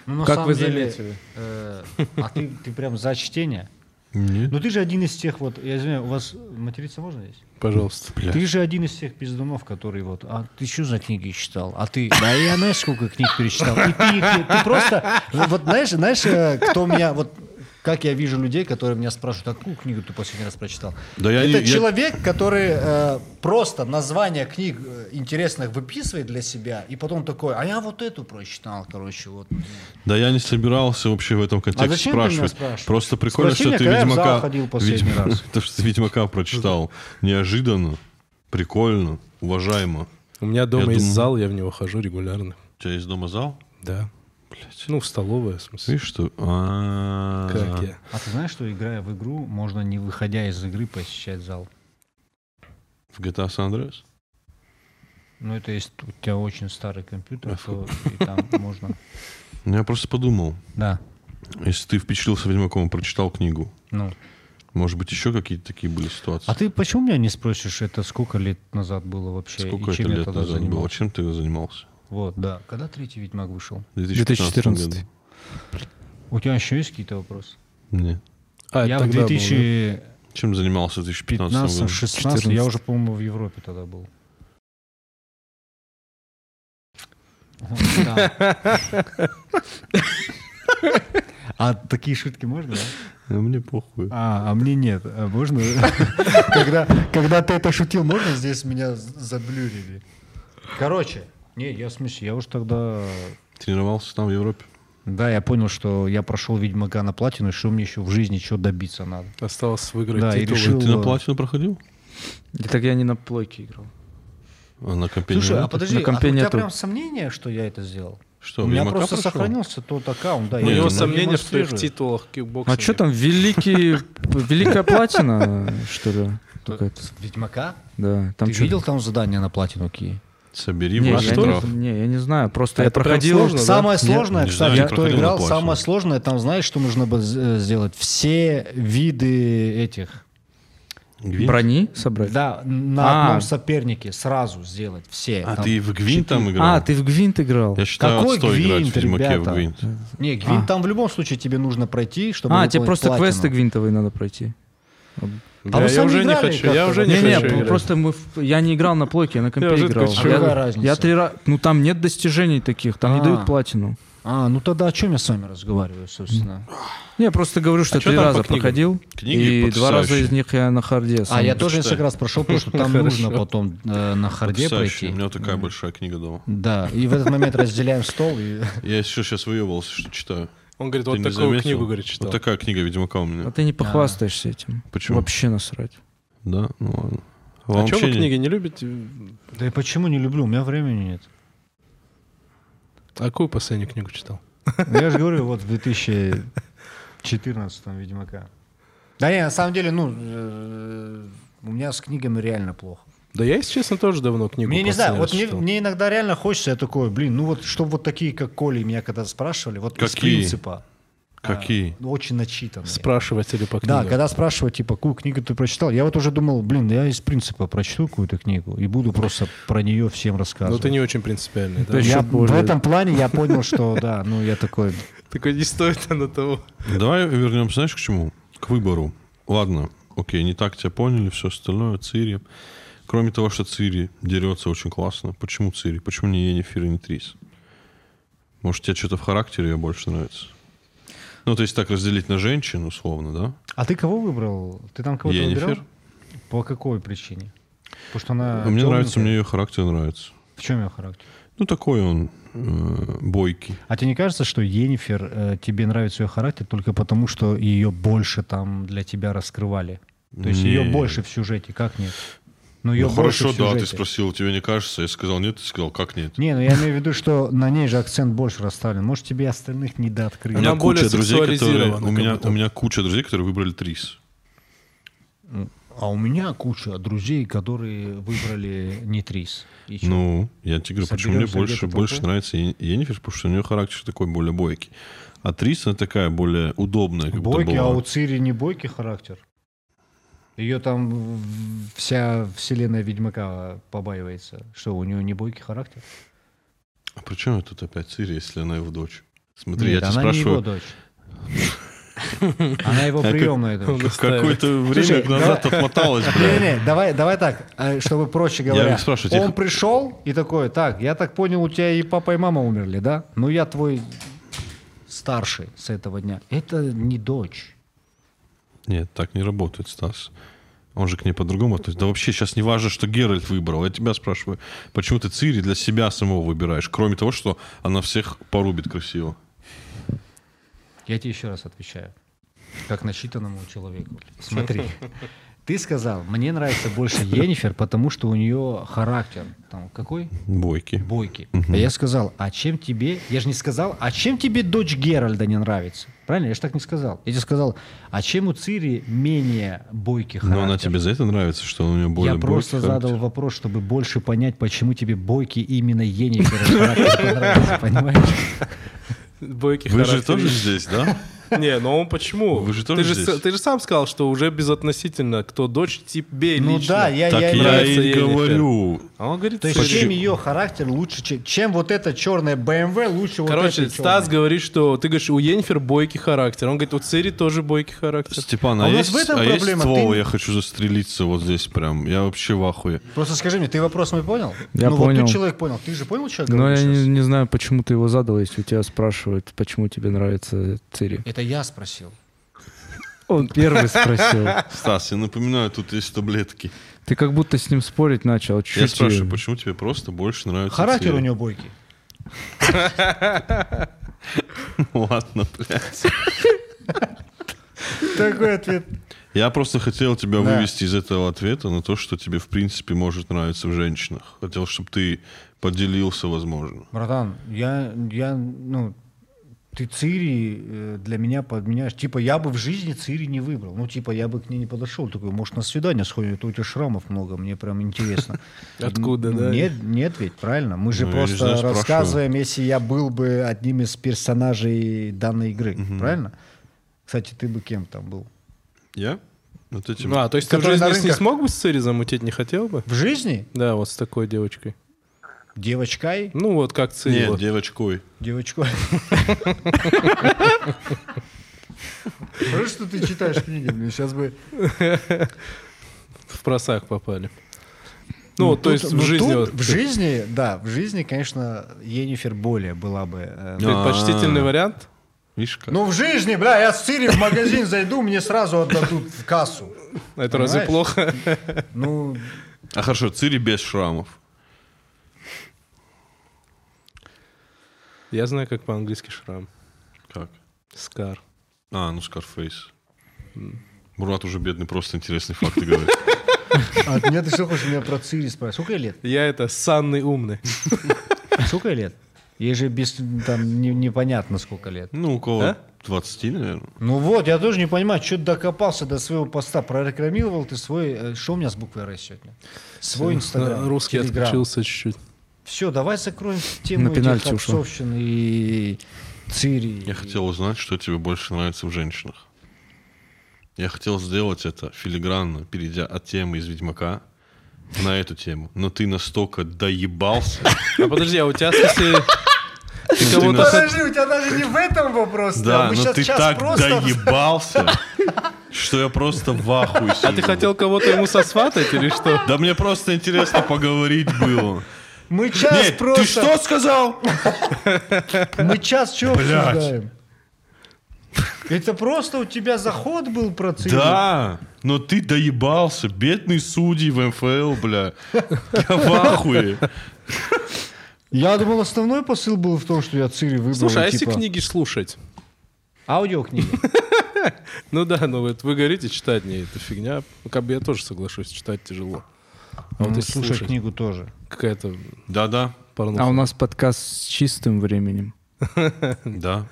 Speaker 2: Ну, на
Speaker 3: Как
Speaker 2: самом
Speaker 3: вы
Speaker 2: деле,
Speaker 3: заметили?
Speaker 2: э, а ты, ты прям за чтение?
Speaker 1: Нет.
Speaker 2: Ну ты же один из тех вот, я извиняюсь, у вас материться можно здесь?
Speaker 3: Пожалуйста.
Speaker 1: Бля.
Speaker 2: Ты же один из тех пиздунов, который вот, а ты что за книги читал? А ты, да я знаешь, сколько книг перечитал. И ты, их- ты просто, вот, вот знаешь, знаешь, э, кто меня, вот как я вижу людей, которые меня спрашивают, а какую книгу ты последний раз прочитал?
Speaker 1: Да я
Speaker 2: Это
Speaker 1: не- я-
Speaker 2: человек, который э, просто название книг э, интересных выписывает для себя, и потом такой, а я вот эту прочитал, короче, вот.
Speaker 1: Да я не собирался вообще в этом контексте
Speaker 2: А зачем ты меня
Speaker 1: спрашивать.
Speaker 2: спрашиваешь?
Speaker 1: Просто прикольно,
Speaker 2: Спроси
Speaker 1: что
Speaker 2: меня,
Speaker 1: ты
Speaker 2: когда я в зал
Speaker 1: Ведьмака...
Speaker 2: ходил последний
Speaker 1: Ведьм-
Speaker 2: раз.
Speaker 1: То, что ты Ведьмака прочитал. Неожиданно, прикольно, уважаемо.
Speaker 3: У меня дома
Speaker 1: Я
Speaker 3: есть
Speaker 1: думаю-
Speaker 3: зал, я в него хожу регулярно.
Speaker 1: У тебя есть дома зал?
Speaker 3: Да.
Speaker 1: Блять.
Speaker 3: Ну, в столовая, в смысле.
Speaker 1: Видишь, что... А.
Speaker 3: Как я?
Speaker 2: А ты знаешь, что играя в игру, можно не выходя из игры посещать зал?
Speaker 1: В GTA San Andreas?
Speaker 2: Ну это если у тебя очень старый компьютер, то и там можно.
Speaker 1: Ну, я просто подумал.
Speaker 2: Да,
Speaker 1: Если ты впечатлился Ведьмаком и прочитал книгу,
Speaker 2: ну.
Speaker 1: может быть, еще какие-то такие были ситуации?
Speaker 2: А ты почему меня не спросишь, это сколько лет назад было вообще?
Speaker 1: Сколько
Speaker 2: и
Speaker 1: это
Speaker 2: чем я
Speaker 1: лет
Speaker 2: тогда
Speaker 1: назад было?
Speaker 2: занимался?
Speaker 1: Чем ты занимался?
Speaker 2: Вот, да. Когда третий Ведьмак вышел?
Speaker 1: В
Speaker 4: 2014.
Speaker 1: году?
Speaker 2: У тебя еще есть какие-то вопросы?
Speaker 1: Нет.
Speaker 3: А,
Speaker 2: я
Speaker 3: это
Speaker 2: в
Speaker 3: тогда было, да?
Speaker 2: 2015
Speaker 1: Чем занимался в 2015 году?
Speaker 2: 16 я уже, по-моему, в Европе тогда был. Вот, да. А такие шутки можно, да?
Speaker 1: Да мне похуй.
Speaker 2: А, а мне нет. А можно? когда, когда ты это шутил, можно здесь меня з- заблюрили? Короче, не, я в смысле, я уже тогда...
Speaker 1: Тренировался там в Европе?
Speaker 2: Да, я понял, что я прошел Ведьмака на платину, и что мне еще в жизни чего добиться надо.
Speaker 3: Осталось выиграть
Speaker 2: Да, и
Speaker 3: титулы.
Speaker 2: решил-
Speaker 1: Ты на платину проходил?
Speaker 4: Да так я не на плойке играл.
Speaker 1: А на компе не
Speaker 2: Слушай, а
Speaker 1: надо?
Speaker 2: подожди,
Speaker 4: на
Speaker 2: а у
Speaker 4: компе
Speaker 2: тебя
Speaker 4: нету.
Speaker 2: прям сомнение, что я это сделал?
Speaker 1: Что,
Speaker 2: У меня
Speaker 1: Ведьмака
Speaker 2: просто
Speaker 1: прошел?
Speaker 2: сохранился тот аккаунт, да.
Speaker 3: У
Speaker 1: Не,
Speaker 3: него
Speaker 1: ну,
Speaker 3: сомнения, что и в
Speaker 2: демонстрирую.
Speaker 3: титулах кикбоксинга.
Speaker 4: А что там, великий, великая платина, что ли? Какая-то?
Speaker 2: Ведьмака?
Speaker 4: Да. Там
Speaker 2: Ты
Speaker 4: чё-
Speaker 2: видел там задание на платину, Ки?
Speaker 1: Собери
Speaker 4: Не, я
Speaker 1: больше
Speaker 4: не,
Speaker 1: штраф.
Speaker 4: не, я не знаю, просто
Speaker 3: А
Speaker 4: я
Speaker 3: это прям
Speaker 4: проходил...
Speaker 3: сложно, да?
Speaker 2: Самое
Speaker 4: Нет,
Speaker 2: сложное,
Speaker 1: не
Speaker 2: кстати,
Speaker 1: знаю, я
Speaker 2: кто
Speaker 1: проходил на
Speaker 2: играл,
Speaker 1: платину.
Speaker 2: самое сложное, там знаешь, что нужно было э, сделать? Все виды этих.
Speaker 1: Гвинт?
Speaker 4: Брони собрать?
Speaker 2: Да, на
Speaker 4: А.
Speaker 2: одном сопернике сразу сделать все.
Speaker 1: А
Speaker 2: Там-
Speaker 1: ты в Гвинт там играл?
Speaker 4: А, ты в гвинт играл?
Speaker 1: Я считаю,
Speaker 2: Какой
Speaker 1: отстой играть в
Speaker 2: Гвинт,
Speaker 1: Ведьмаке в
Speaker 2: ребята?
Speaker 1: Гвинт.
Speaker 2: Не, Гвинт
Speaker 4: А.
Speaker 2: там в любом случае тебе нужно пройти, чтобы
Speaker 4: А, тебе
Speaker 2: выполнить
Speaker 4: просто
Speaker 2: платину.
Speaker 4: квесты гвинтовые надо пройти.
Speaker 3: Бля,
Speaker 2: А вы
Speaker 3: я
Speaker 2: сами
Speaker 3: уже не
Speaker 2: играли
Speaker 3: хочу,
Speaker 2: как-то?
Speaker 3: я уже не
Speaker 4: Не, не,
Speaker 3: хочу играть.
Speaker 4: просто мы, в- я не играл на плойке, я на компе
Speaker 3: жидко
Speaker 4: играл.
Speaker 3: хочу.
Speaker 4: Я-
Speaker 2: Какая
Speaker 4: я,
Speaker 2: разница?
Speaker 4: три раза, ну там нет достижений таких, там
Speaker 2: А.
Speaker 4: не дают платину.
Speaker 2: А, ну тогда о чем я с вами разговариваю, собственно?
Speaker 4: Не, я просто говорю, что
Speaker 3: А чё
Speaker 4: три
Speaker 3: там по
Speaker 4: раза
Speaker 3: книгам?
Speaker 4: проходил,
Speaker 1: Книги
Speaker 4: и два раза
Speaker 1: потрясающие.
Speaker 4: из них я на харде.
Speaker 2: А
Speaker 4: сам.
Speaker 2: я тоже несколько раз прошел, потому что там нужно
Speaker 3: Хорошо.
Speaker 2: потом э, на харде
Speaker 1: Потрясающе.
Speaker 2: пройти.
Speaker 1: У меня такая большая книга дома.
Speaker 2: Да, и в этот момент разделяем стол и...
Speaker 1: Я еще сейчас выебывался, что читаю.
Speaker 3: Он говорит,
Speaker 1: Ты
Speaker 3: вот
Speaker 1: не
Speaker 3: такую
Speaker 1: заметил?
Speaker 3: книгу, говорит, читал.
Speaker 1: Вот такая книга Ведьмака у
Speaker 4: А
Speaker 1: меня.
Speaker 4: ты не похвастаешься этим.
Speaker 1: Почему?
Speaker 4: Вообще насрать.
Speaker 1: Да? Ну ладно.
Speaker 3: А
Speaker 1: Вам
Speaker 3: что вы
Speaker 1: вообще не-
Speaker 3: книги не любите?
Speaker 2: Да и почему не люблю? У меня времени нет.
Speaker 3: А какую последнюю книгу читал?
Speaker 2: Ну, Я же говорю, вот в 2014 Ведьмака. Да не, на самом деле, ну, э, у меня с книгами реально плохо.
Speaker 3: Да я, если честно, тоже давно книгу
Speaker 2: Мне не знаю,
Speaker 3: последний
Speaker 2: вот
Speaker 3: раз
Speaker 2: мне,
Speaker 3: читал.
Speaker 2: мне иногда реально хочется, я такой, блин, ну вот, чтобы вот такие, как Коли, меня когда спрашивали, вот из
Speaker 1: Какие?
Speaker 2: принципа.
Speaker 1: Какие?
Speaker 2: ну, Очень начитанные.
Speaker 3: Спрашиватели по
Speaker 2: да,
Speaker 3: книгам.
Speaker 2: когда спрашивают, типа, какую книгу ты прочитал, я вот уже думал, блин, да я из принципа прочту какую-то книгу и буду просто про нее всем
Speaker 3: Но
Speaker 2: рассказывать.
Speaker 3: «Ну, ты не очень принципиальный, да?
Speaker 4: Да.
Speaker 2: Я
Speaker 4: Ещё
Speaker 2: в
Speaker 4: более.
Speaker 2: этом плане я понял, что да, ну я такой,
Speaker 3: Такой, не стоит оно того.
Speaker 1: Давай вернемся, знаешь, к чему? К выбору. Ладно, окей, не так тебя поняли, все остальное, Цири. Кроме того, что Цири дерется очень классно. Почему Цири? Почему не Енифер и не Трис? Может, тебе что-то в характере ее больше нравится? Ну, то есть так разделить на женщин, условно, да?
Speaker 2: А ты кого выбрал? Ты там кого-то
Speaker 1: Енифер.
Speaker 2: выбирал? По какой причине? Потому что она...
Speaker 1: мне
Speaker 2: темненькая.
Speaker 1: нравится, мне ее характер нравится.
Speaker 2: В чем ее характер?
Speaker 1: Ну, такой он э, бойкий.
Speaker 2: А тебе не кажется, что Енифер тебе нравится ее характер только потому, что ее больше там для тебя раскрывали? То есть ее
Speaker 1: Не.
Speaker 2: больше в сюжете, как нет? Ну, ее
Speaker 1: Ну,
Speaker 2: больше
Speaker 1: хорошо,
Speaker 2: в
Speaker 1: да, ты
Speaker 2: сюжете.
Speaker 1: спросил, тебе не кажется? Я сказал нет, ты сказал, как нет?
Speaker 2: Не, ну я имею в виду, что на ней же акцент больше расставлен. Может, тебе остальных не дооткрыли.
Speaker 1: У меня
Speaker 3: Она более
Speaker 1: куча друзей, которые...
Speaker 3: сексуализирована
Speaker 1: У
Speaker 3: как
Speaker 1: меня,
Speaker 3: будто.
Speaker 1: у меня куча друзей, которые выбрали Трис.
Speaker 2: А у меня куча друзей, которые выбрали нитрис. И чё?
Speaker 1: Ну, я тебе говорю, почему мне
Speaker 2: Соберемся
Speaker 1: больше,
Speaker 2: где-то
Speaker 1: больше
Speaker 2: толпой?
Speaker 1: нравится Е- Енифер, потому что у нее характер такой более бойкий. А Трис, она такая более удобная. Как будто
Speaker 2: бойкий, а
Speaker 1: была.
Speaker 2: у Цири не бойкий характер. Ее там в- вся вселенная Ведьмака побаивается. Что, у нее не бойкий характер?
Speaker 1: А при чем тут опять Цири, если она его дочь? Смотри,
Speaker 2: Нет,
Speaker 1: я тебя
Speaker 2: она не его
Speaker 1: спрашиваю.
Speaker 2: дочь. Она его приемная дочь.
Speaker 1: в Какое-то время
Speaker 2: Слушай,
Speaker 1: назад отмоталась, бля.
Speaker 2: Не-не, давай, давай так, э, чтобы проще
Speaker 1: Я
Speaker 2: говоря.
Speaker 1: их спрашиваю, тех-
Speaker 2: Он пришел и такой, так, я так понял, у тебя и папа, и мама умерли, да? Ну я твой старший с этого дня. Это не дочь.
Speaker 1: Нет, так не работает, Стас. Он же к ней по-другому относится. Да вообще сейчас не важно, что Геральт выбрал. Я тебя спрашиваю, почему ты Цири для себя самого выбираешь? Кроме того, что она всех порубит красиво.
Speaker 2: Я тебе еще раз отвечаю. Как начитанному человеку. Смотри. Ты сказал, мне нравится больше Енифер, потому что у нее характер. Там какой?
Speaker 1: Бойки.
Speaker 2: Бойкий. А я сказал, а чем тебе... Я же не сказал, а чем тебе дочь Геральда не нравится? Правильно? Я же так не сказал. Я тебе сказал, а чем у Цири менее бойкий характер?
Speaker 1: Но Ну, она тебе за это нравится, что у нее более
Speaker 2: Я просто
Speaker 1: бойкий характер?
Speaker 2: задал вопрос, чтобы больше понять, почему тебе бойкий именно Енифер характер понравился, понимаешь?
Speaker 3: Бойкий
Speaker 1: Вы же
Speaker 3: характер
Speaker 1: тоже
Speaker 3: есть.
Speaker 1: здесь, да?
Speaker 3: Не, ну он почему?
Speaker 1: Вы же
Speaker 3: Ты
Speaker 1: тоже
Speaker 3: с-
Speaker 1: здесь?
Speaker 3: Ты же сам сказал, что уже безотносительно, кто дочь, тебе
Speaker 2: Ну
Speaker 3: лично.
Speaker 2: да, я...
Speaker 1: Так
Speaker 2: я-
Speaker 1: я
Speaker 3: нравится
Speaker 1: и
Speaker 3: Енифер.
Speaker 1: говорю.
Speaker 3: А он говорит,
Speaker 2: То есть
Speaker 3: Цири.
Speaker 2: чем ее характер лучше, чем, чем вот это черное BMW эм лучше
Speaker 3: Короче,
Speaker 2: вот это
Speaker 3: Стас говорит, что ты говоришь, у Енифер бойкий характер. Он говорит, у Цири тоже бойкий характер.
Speaker 1: Степан,
Speaker 2: А
Speaker 1: а,
Speaker 2: у нас
Speaker 1: есть,
Speaker 2: в этом
Speaker 1: а есть
Speaker 2: проблема?
Speaker 1: ствол?
Speaker 2: Ты-
Speaker 1: Я хочу застрелиться вот здесь прям. Я вообще в ахуе.
Speaker 2: Просто скажи мне, ты вопрос мой понял?
Speaker 4: Я
Speaker 2: ну,
Speaker 4: понял.
Speaker 2: вот тут человек понял. Ты же понял, что я
Speaker 4: Но
Speaker 2: говорю
Speaker 4: я
Speaker 2: сейчас?
Speaker 4: не, не знаю, почему ты его задал, если у тебя спрашивают, почему тебе нравится Цири.
Speaker 2: Это я спросил.
Speaker 4: Он первый спросил.
Speaker 1: Стас, я напоминаю, тут есть таблетки.
Speaker 4: Ты как будто с ним спорить начал.
Speaker 1: Я
Speaker 4: чуть-чуть.
Speaker 1: спрашиваю, почему тебе просто больше нравится
Speaker 2: Характер
Speaker 1: Цири?
Speaker 2: у него бойкий.
Speaker 1: Ладно, блядь.
Speaker 2: Такой ответ.
Speaker 1: Я просто хотел тебя
Speaker 2: Да.
Speaker 1: вывести из этого ответа на то, что тебе, в принципе, может нравиться в женщинах. Хотел, чтобы ты поделился, возможно.
Speaker 2: Братан, я, я, ну, ты Цири э, для меня подменяешь. Типа, я бы в жизни Цири не выбрал. Ну, типа, я бы к ней не подошел. Такой, может, на свидание сходим, а то у тебя шрамов много, мне прям интересно.
Speaker 3: Откуда,
Speaker 2: Ну,
Speaker 3: да?
Speaker 2: Нет, нет ведь, правильно? Мы
Speaker 1: Ну,
Speaker 2: же
Speaker 1: я не
Speaker 2: просто
Speaker 1: знаю, спрашиваю.
Speaker 2: рассказываем, если я был бы одним из персонажей данной игры, правильно? Кстати, ты бы кем там был?
Speaker 1: Я? Вот этим.
Speaker 3: А, то есть ты в
Speaker 2: Который на
Speaker 3: жизни с ней
Speaker 2: рынках.
Speaker 3: смог бы с Цири замутить, не хотел бы?
Speaker 2: В жизни?
Speaker 3: Да, вот с такой девочкой.
Speaker 2: Девочкой?
Speaker 3: Ну вот как Цири.
Speaker 1: Нет,
Speaker 3: вот.
Speaker 1: девочкой.
Speaker 2: Девочкой. Хорошо, что ты читаешь книги, блин, сейчас бы...
Speaker 3: В просак попали. Ну, вот, то
Speaker 2: тут-
Speaker 3: есть
Speaker 2: ну,
Speaker 3: в жизни...
Speaker 2: тут
Speaker 3: вот
Speaker 2: в жизни, да, в жизни, конечно, Енифер более была бы. э,
Speaker 4: Ну,
Speaker 1: Да.
Speaker 3: Предпочтительный
Speaker 1: А.
Speaker 3: вариант?
Speaker 1: Видишь как?
Speaker 2: Ну, в жизни, бля, я с Цири в магазин зайду, мне сразу отдадут в кассу.
Speaker 3: Это разве
Speaker 2: Понимаешь?
Speaker 3: плохо?
Speaker 2: Ну,
Speaker 1: А хорошо, Цири без шрамов.
Speaker 3: Я знаю, как по-английски шрам.
Speaker 1: Как?
Speaker 3: Скар.
Speaker 1: А, ну Скарфейс. Мурат уже бедный, просто интересные факты говорит.
Speaker 2: а ты- нет, ты что хочешь меня про Цири спрашивать? Сколько ей лет?
Speaker 3: Я это санный умный.
Speaker 2: Сколько ей лет? Ей же без, там не- непонятно сколько лет.
Speaker 1: Ну, около
Speaker 3: Да?
Speaker 1: 20, наверное.
Speaker 2: Ну вот, я тоже не понимаю, что ты докопался до своего поста. Прорекламировал ты свой... э, Что у меня с буквой «Р» сегодня? Свой инстаграм.
Speaker 3: Э, Русский отключился чуть-чуть.
Speaker 2: Все, давай закроем тему
Speaker 4: На
Speaker 2: этих
Speaker 4: пенальти ушел.
Speaker 2: Хопсовщин и Цири.
Speaker 1: Я хотел узнать, что тебе больше нравится в женщинах. Я хотел сделать это филигранно, перейдя от темы из Ведьмака на эту тему. Но ты настолько доебался.
Speaker 3: А подожди, а у тебя, в смысле, ты
Speaker 1: Ты
Speaker 3: кого-то
Speaker 1: нас-
Speaker 3: хот-
Speaker 2: у тебя даже не в этом вопрос.
Speaker 1: Ну, Да, но ты так доебался, что я просто в ахуе
Speaker 3: А ты
Speaker 1: сижу.
Speaker 3: хотел кого-то ему сосватать или что?
Speaker 1: Да мне просто интересно поговорить было.
Speaker 2: Мы час
Speaker 1: Нет, ты что сказал?
Speaker 2: Мы час что
Speaker 1: Блядь.
Speaker 2: обсуждаем? Это просто у тебя заход был про Цири?
Speaker 1: Да, но ты доебался, бедный судей в МФЛ, бля. Я в ахуе.
Speaker 2: Я думал, основной посыл был в том, что я Цири выбрал.
Speaker 3: Слушай, а
Speaker 2: и
Speaker 3: если
Speaker 2: типа-
Speaker 3: книги слушать?
Speaker 2: Аудиокниги.
Speaker 3: Ну да, но вот вы говорите, читать не это фигня. Ну, Как бы я тоже соглашусь, читать тяжело. А вот
Speaker 2: Ну,
Speaker 3: если
Speaker 2: Слушать
Speaker 3: слушать,
Speaker 2: книгу тоже.
Speaker 3: какая-то
Speaker 1: Да-да,
Speaker 3: порнуха.
Speaker 4: А у нас подкаст с чистым временем.
Speaker 1: да.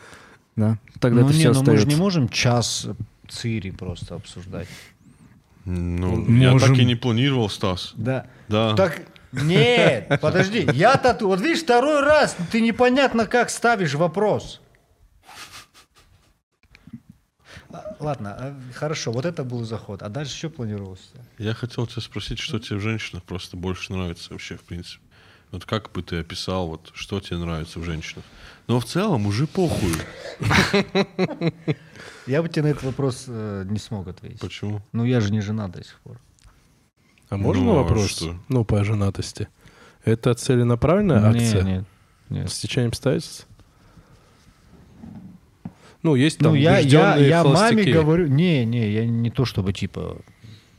Speaker 4: Да. Тогда
Speaker 2: ну,
Speaker 4: это
Speaker 2: не,
Speaker 4: все
Speaker 2: ну мы же не
Speaker 4: остается.
Speaker 2: можем час Цири просто обсуждать.
Speaker 1: Ну, я
Speaker 4: Можем.
Speaker 1: так и не планировал, Стас.
Speaker 2: Да.
Speaker 1: Да.
Speaker 2: Так, нет, подожди, я тату. Вот видишь, второй раз ты непонятно как ставишь вопрос. А, Ладно, а, хорошо, вот это был заход. А дальше что планировалось?
Speaker 1: Я хотел тебя спросить, что тебе в женщинах просто больше нравится вообще, в принципе. Вот как бы ты описал, вот что тебе нравится в женщинах? Но в целом уже похуй.
Speaker 2: Я бы тебе на этот вопрос э, не смог ответить.
Speaker 1: Почему?
Speaker 2: Ну я же не жена до сих пор.
Speaker 3: А можно
Speaker 1: Ну, а
Speaker 3: вопрос?
Speaker 1: что?
Speaker 3: Ну, по женатости. Это целенаправленная акция?
Speaker 2: Не, не, не.
Speaker 3: С течением обстоятельств? Ну, есть там
Speaker 2: Ну я, я,
Speaker 3: убежденные
Speaker 2: я маме
Speaker 3: холостяки.
Speaker 2: говорю, не, не, я не то чтобы типа,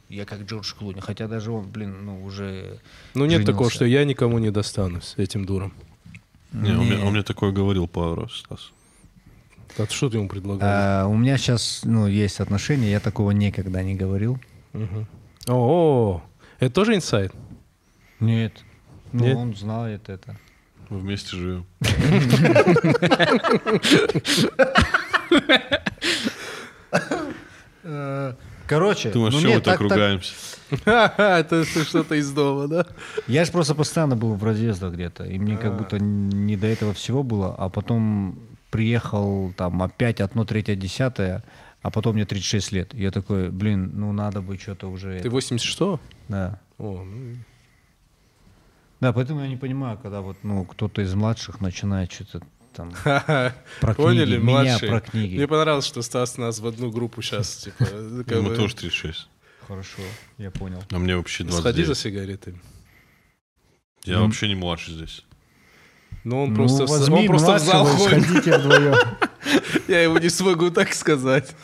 Speaker 2: я как Джордж Клуни, хотя даже он, блин, ну уже...
Speaker 3: Ну, нет такого,
Speaker 2: женился.
Speaker 3: что я никому не достанусь этим дуром.
Speaker 1: Не, он, мне, он мне такое говорил пару раз, Стас.
Speaker 3: А ты что ты ему предлагал?
Speaker 2: А, у меня сейчас, ну, есть отношения, я такого никогда не говорил.
Speaker 3: О, это тоже инсайт?
Speaker 2: Нет. Ну,
Speaker 3: Нет?
Speaker 2: он знает это.
Speaker 1: Мы вместе живем.
Speaker 3: Э,
Speaker 2: Короче,
Speaker 1: Ты думаешь,
Speaker 2: ну
Speaker 1: что
Speaker 2: нет,
Speaker 1: мы так,
Speaker 2: так- так-
Speaker 1: ругаемся?
Speaker 3: Ха-ха, Это что-то из дома, да?
Speaker 2: Я же просто постоянно был в разъездах где-то, и мне
Speaker 3: А.
Speaker 2: как будто не до этого всего было, а потом приехал там опять одно, третье, десятое, а потом мне 36 лет. И Я такой, блин, ну надо бы что-то уже...
Speaker 3: Ты 86
Speaker 2: Да.
Speaker 3: О, ну,
Speaker 2: да, поэтому я не понимаю, когда вот ну, кто-то из младших начинает что-то там про книги,
Speaker 3: Поняли,
Speaker 2: меня
Speaker 3: младшие?
Speaker 2: про книги.
Speaker 3: Мне понравилось, что Стас нас в одну группу сейчас, типа, э, как
Speaker 1: Мы
Speaker 3: бы,
Speaker 1: тоже 36.
Speaker 2: Хорошо, я понял.
Speaker 1: А мне вообще 29.
Speaker 3: сходи за сигаретами.
Speaker 1: Я вообще не младший здесь.
Speaker 3: Но он
Speaker 2: Ну,
Speaker 3: просто, в за-
Speaker 2: возьми
Speaker 3: он просто в зал
Speaker 2: младшего и
Speaker 3: ходит.
Speaker 2: сходите вдвоем.
Speaker 3: Я его не смогу так сказать.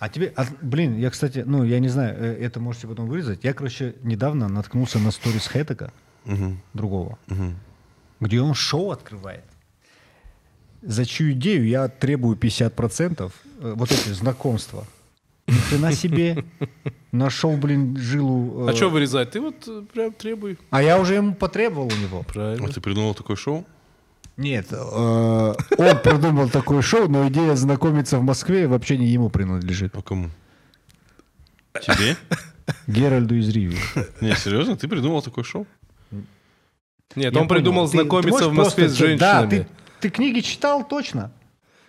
Speaker 2: А тебе, а, блин, я, кстати, ну, я не знаю, э, это можете потом вырезать. Я, короче, недавно наткнулся на сторис Хэтека, другого, где он шоу открывает. За чью идею я требую 50% э, вот эти знакомства. Ни хрена себе. Нашел, блин, жилу. э,
Speaker 3: А что вырезать? Ты вот э, прям требуй.
Speaker 2: а я уже ему потребовал у него.
Speaker 1: А
Speaker 3: Правильно.
Speaker 1: ты придумал такое шоу?
Speaker 2: Нет, э, он придумал такое шоу, но идея знакомиться в Москве вообще не ему принадлежит.
Speaker 1: А кому? Тебе?
Speaker 2: Геральду из Риви.
Speaker 1: Не, серьезно? Ты придумал такое шоу?
Speaker 3: Нет,
Speaker 2: Я
Speaker 3: он
Speaker 2: понял.
Speaker 3: придумал
Speaker 2: Ты- ты
Speaker 3: знакомиться
Speaker 2: можешь
Speaker 3: в Москве
Speaker 2: просто-
Speaker 3: с женщинами.
Speaker 2: Да, ты, ты книги читал точно?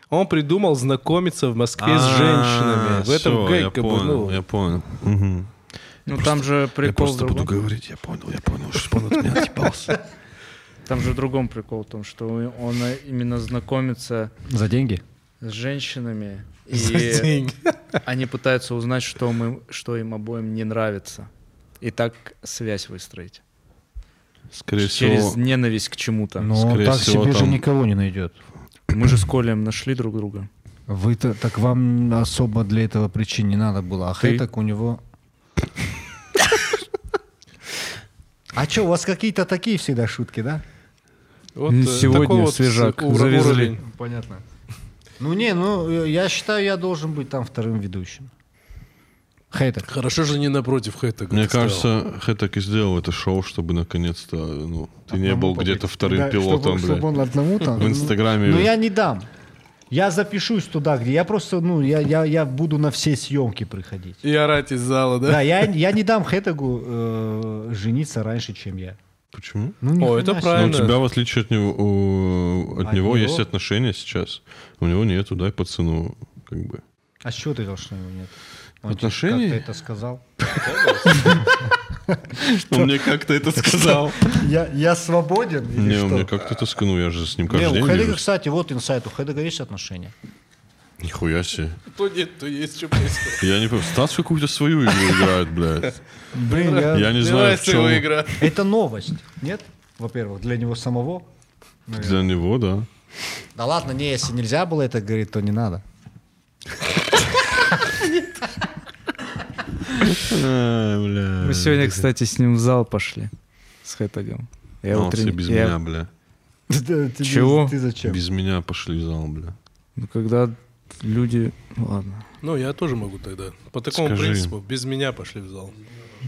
Speaker 3: Он придумал знакомиться в Москве с женщинами. В этом
Speaker 1: А, Всё, я
Speaker 3: гэг, как бы,
Speaker 1: понял,
Speaker 3: ну,
Speaker 1: я понял. Мгм.
Speaker 4: Ну там же
Speaker 1: Я
Speaker 4: прикол в
Speaker 1: просто буду
Speaker 4: другом.
Speaker 1: говорить, я понял, я понял, что он от меня отъебался.
Speaker 4: Там же в другом прикол в том, что он э, именно знакомится
Speaker 2: За деньги?
Speaker 4: с женщинами.
Speaker 3: за
Speaker 4: И
Speaker 3: деньги.
Speaker 4: они пытаются узнать, что, мы, что им обоим не нравится. И так связь выстроить.
Speaker 1: Скорее
Speaker 4: Через
Speaker 1: всего, ну,
Speaker 4: ненависть к чему-то.
Speaker 2: Но
Speaker 1: Скорее
Speaker 2: он Ну, так
Speaker 1: всего,
Speaker 2: себе же
Speaker 1: там-
Speaker 2: никого не найдет.
Speaker 4: Мы же с Колем нашли друг друга.
Speaker 2: Вы-то, так вам особо для этого причин не надо было. А
Speaker 4: Ты?
Speaker 2: Хэтак у него... А что, у вас какие-то такие всегда шутки, да?
Speaker 3: Вот,
Speaker 4: М,
Speaker 3: э,
Speaker 4: сегодня
Speaker 3: такой вот
Speaker 4: свежак
Speaker 3: ур-
Speaker 4: завезли.
Speaker 3: уровень.
Speaker 2: Понятно. Ну не, ну э, я считаю, я должен быть там вторым ведущим. Хэтак.
Speaker 3: Хорошо же не напротив Хэта.
Speaker 1: мне кажется, Хэтак и сделал это шоу, чтобы наконец-то, ну, ты не
Speaker 2: Одному
Speaker 1: был где-то
Speaker 2: побыть.
Speaker 1: вторым
Speaker 2: Да,
Speaker 1: пилотом,
Speaker 2: чтобы- чтобы
Speaker 1: блядь.
Speaker 2: он одному там. ну,
Speaker 1: В Инстаграме.
Speaker 2: Но я не дам. Я запишусь туда, где я просто, ну, я, я, я буду на все съемки приходить.
Speaker 3: И орать из зала,
Speaker 2: Да,
Speaker 3: да?
Speaker 2: я, я не дам Хэтагу э, жениться раньше, чем я.
Speaker 1: Почему?
Speaker 2: Ну, ни
Speaker 3: О,
Speaker 2: хрена
Speaker 3: это
Speaker 2: себе.
Speaker 1: Ну, у
Speaker 3: правильно.
Speaker 1: тебя, в отличие от него, у- от
Speaker 2: От
Speaker 1: него
Speaker 2: него?
Speaker 1: есть отношения сейчас. У него нету, дай пацану, как бы.
Speaker 2: А с чего ты взял, что его нет?
Speaker 1: Отношений?
Speaker 2: Как это сказал?
Speaker 1: Он мне как-то это сказал.
Speaker 2: Я, я свободен или
Speaker 1: Не, он мне
Speaker 2: что?
Speaker 1: как-то это сказал, ну, я же с ним
Speaker 2: Не,
Speaker 1: каждый
Speaker 2: у
Speaker 1: день
Speaker 2: Хедега,
Speaker 1: вижусь.
Speaker 2: кстати, вот инсайт, у Хедега есть отношения.
Speaker 1: Нихуя себе.
Speaker 3: То нет, то есть что происходит.
Speaker 1: Я не понимаю, Стас какую-то свою игру играет, блядь.
Speaker 2: Блин, я-
Speaker 1: Я не знаю, в
Speaker 3: Нравится его
Speaker 1: чем.
Speaker 3: игра.
Speaker 2: это новость, нет? Во-первых, для него самого.
Speaker 1: Для него, да.
Speaker 2: Да ладно, не, если нельзя было это говорить, то не надо.
Speaker 4: Мы
Speaker 1: Э,
Speaker 4: сегодня, кстати, с ним в зал пошли. С Хэтагом. Я
Speaker 1: А,
Speaker 4: его
Speaker 1: все
Speaker 4: трени-
Speaker 1: без
Speaker 4: я-
Speaker 1: меня, бля.
Speaker 2: Ты- ты-
Speaker 4: Чего?
Speaker 2: Ты зачем?
Speaker 1: Без меня пошли в зал, бля.
Speaker 4: Ну, когда люди... Ладно.
Speaker 3: Ну, я тоже могу тогда. По такому
Speaker 1: Скажи.
Speaker 3: принципу. Без меня пошли в зал.
Speaker 4: А.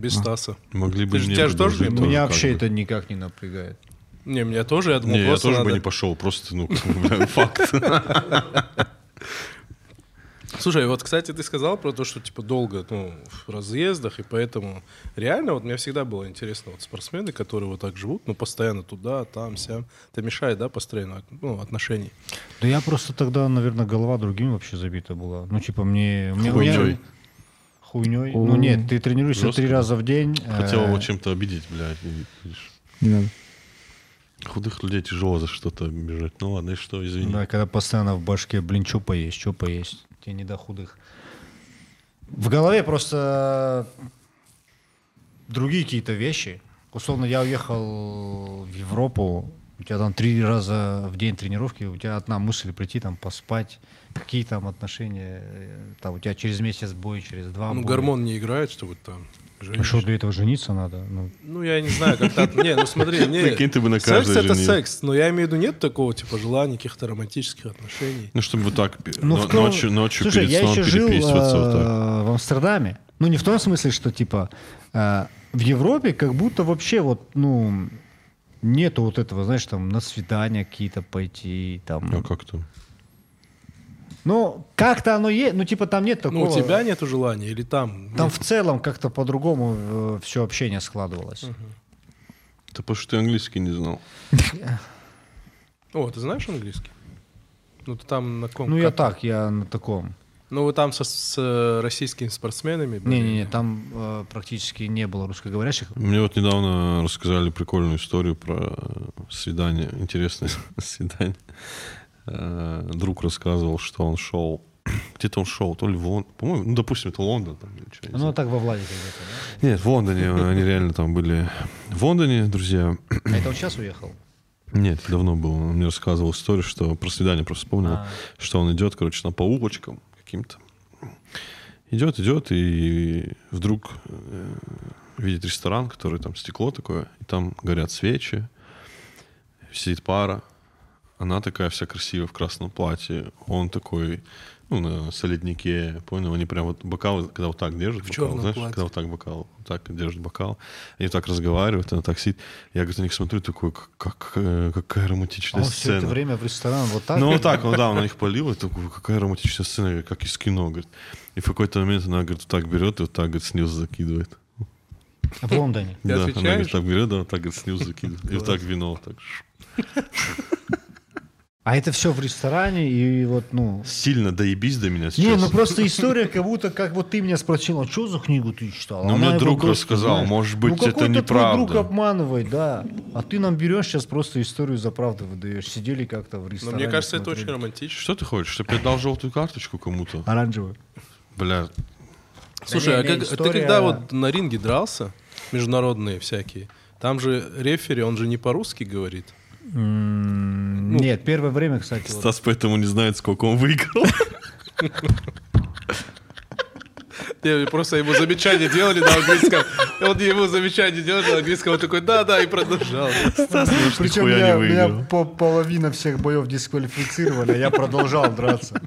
Speaker 3: Без Стаса.
Speaker 1: Могли бы
Speaker 3: Ты ж-
Speaker 1: мне
Speaker 3: тебя ж тоже
Speaker 1: предложить
Speaker 3: не-
Speaker 1: тоже
Speaker 2: Меня вообще
Speaker 1: как бы.
Speaker 2: это никак не напрягает.
Speaker 3: Не, меня тоже, я думал,
Speaker 1: Не, я
Speaker 3: просто
Speaker 1: тоже бы
Speaker 3: надо-
Speaker 1: не пошел, просто, ну, как бы, бля, факт.
Speaker 3: Слушай, вот, кстати, ты сказал про то, что, типа, долго, ну, в разъездах, и поэтому реально, вот, мне всегда было интересно, вот, спортсмены, которые вот так живут, ну, постоянно туда, там, сям. Это мешает, да, построению, ну, отношений.
Speaker 2: Да я просто тогда, наверное, голова другим вообще забита была. Ну, типа, мне... мне-
Speaker 1: Хуйнёй.
Speaker 2: Хуйней?
Speaker 4: О.
Speaker 2: Ну, нет, ты тренируешься
Speaker 1: Жёстко.
Speaker 2: три раза в день. э,
Speaker 1: Хотел его чем-то обидеть, блядь. и, видишь,
Speaker 4: Не надо.
Speaker 1: Худых людей тяжело за что-то обижать. Ну ладно, и что, извини.
Speaker 2: Да, когда постоянно в башке, блин, что поесть, что поесть, тебе не до худых. В голове просто другие какие-то вещи. Условно, я уехал в Европу, у тебя там три раза в день тренировки, у тебя одна мысль прийти там поспать, какие там отношения, э, там у тебя через месяц бой, через два
Speaker 3: ну,
Speaker 2: боя.
Speaker 3: гормон не играет, что вот там...
Speaker 2: А
Speaker 3: женишься.
Speaker 2: что, для этого жениться надо? Ну,
Speaker 3: Ну, я не знаю, как то Не, ну смотри, не...
Speaker 1: Прикинь, ты бы на
Speaker 3: Секс
Speaker 1: каждой
Speaker 3: это
Speaker 1: жене.
Speaker 3: секс, но я имею в виду нет такого, типа, желаний, каких-то романтических отношений.
Speaker 1: Ну, чтобы вот так пе-
Speaker 2: Ну,
Speaker 1: но-
Speaker 2: в том-
Speaker 1: ночью, ночью
Speaker 2: Слушай,
Speaker 1: перед
Speaker 2: я
Speaker 1: сном
Speaker 2: еще жил
Speaker 1: переписываться вот так.
Speaker 2: э, в Амстердаме. Ну, не в том смысле, что типа э, в Европе как будто вообще вот, ну, нету вот этого, знаешь, там на свидания какие-то пойти,
Speaker 1: А
Speaker 2: там.
Speaker 1: как то
Speaker 2: Ну, как-то оно есть, ну, типа там нет такого.
Speaker 3: Ну, у тебя нету желания или там?
Speaker 2: Там
Speaker 3: нет?
Speaker 2: в целом как-то по-другому все общение складывалось.
Speaker 1: Да потому что ты английский не знал.
Speaker 3: О, ты знаешь английский? Ну, ты там на ком?
Speaker 2: Ну, я
Speaker 3: как?
Speaker 2: так, я на таком.
Speaker 3: Ну, вы там со, с э, российскими спортсменами были?
Speaker 2: Не-не-не, там э, практически не было русскоговорящих.
Speaker 1: Мне вот недавно рассказали прикольную историю про э, свидание, интересное свидание. Э, Друг рассказывал, что он шел, где-то он шел, то ли в Лондон, по-моему, ну, допустим, это Лондон. Там, или что, я не
Speaker 2: Ну,
Speaker 1: знаю.
Speaker 2: так во Владике где-то,
Speaker 1: Нет, в Лондоне э, они реально там были. В Лондоне, друзья,
Speaker 2: да? А это он сейчас уехал?
Speaker 1: нет, давно был, он мне рассказывал историю, что про свидание просто вспомнил,
Speaker 2: А.
Speaker 1: что он идет, короче, на по улочкам каким-то. Идет, идет, и вдруг э, видит ресторан, который там стекло такое, и там горят свечи, сидит пара, она такая вся красивая в красном платье, он такой, ну, на солиднике, понял, они прям вот бокалы, когда вот так держат,
Speaker 3: В
Speaker 1: бокал,
Speaker 3: чёрном
Speaker 1: знаешь,
Speaker 3: платье.
Speaker 1: когда вот так бокал, вот так держит бокал, они так разговаривают, она так сидит, я, говорит, на них смотрю, такой, как, как, э, какая
Speaker 2: А
Speaker 1: романтичная
Speaker 2: он все
Speaker 1: сцена.
Speaker 2: это время в ресторан вот так?
Speaker 1: Ну, вот так, вот, да, она их полила, такой, какая романтичная сцена, как из кино, говорит. И в какой-то момент она, говорит, вот так берет и вот так, говорит, снизу закидывает.
Speaker 2: В Лондоне.
Speaker 3: Ты
Speaker 1: да, она,
Speaker 3: отвечаешь?
Speaker 1: говорит, так берет, да, вот так, говорит, снизу закидывает. И вот так вино, вот так. ш-
Speaker 2: А это все в ресторане и вот, ну...
Speaker 1: Сильно доебись до меня
Speaker 2: Не,
Speaker 1: сейчас.
Speaker 2: ну просто история, как будто, как вот ты меня спросил, а что за книгу ты читал?
Speaker 1: Ну,
Speaker 2: Она
Speaker 1: мне
Speaker 2: его
Speaker 1: друг
Speaker 2: просто,
Speaker 1: рассказал, может быть,
Speaker 2: ну, какой-то
Speaker 1: это
Speaker 2: твой
Speaker 1: неправда.
Speaker 2: друг обманывает, да. А ты нам берешь сейчас просто историю за правду выдаешь. Сидели как-то в
Speaker 3: Но
Speaker 2: ресторане.
Speaker 3: Ну, мне кажется, это очень
Speaker 2: смотрели.
Speaker 3: романтично.
Speaker 1: Что ты хочешь? Чтобы я дал желтую карточку кому-то?
Speaker 2: Оранжевый.
Speaker 1: Бля,
Speaker 3: Слушай, а
Speaker 2: не,
Speaker 3: как-
Speaker 2: не,
Speaker 3: ты
Speaker 2: история-
Speaker 3: когда вот на ринге дрался, международные всякие, там же рефери, он же не по-русски говорит. Ну.
Speaker 2: М, Нет, первое время, кстати, вот-
Speaker 1: Стас поэтому не знает, сколько он выиграл.
Speaker 3: Я просто ему замечание делали на английском. И Он ему замечание делали на английском, он такой, да-да, и продолжал.
Speaker 2: Причем
Speaker 1: нихуя не
Speaker 2: я-
Speaker 1: выиграл.
Speaker 2: меня по половина всех боев дисквалифицировали, а я продолжал драться.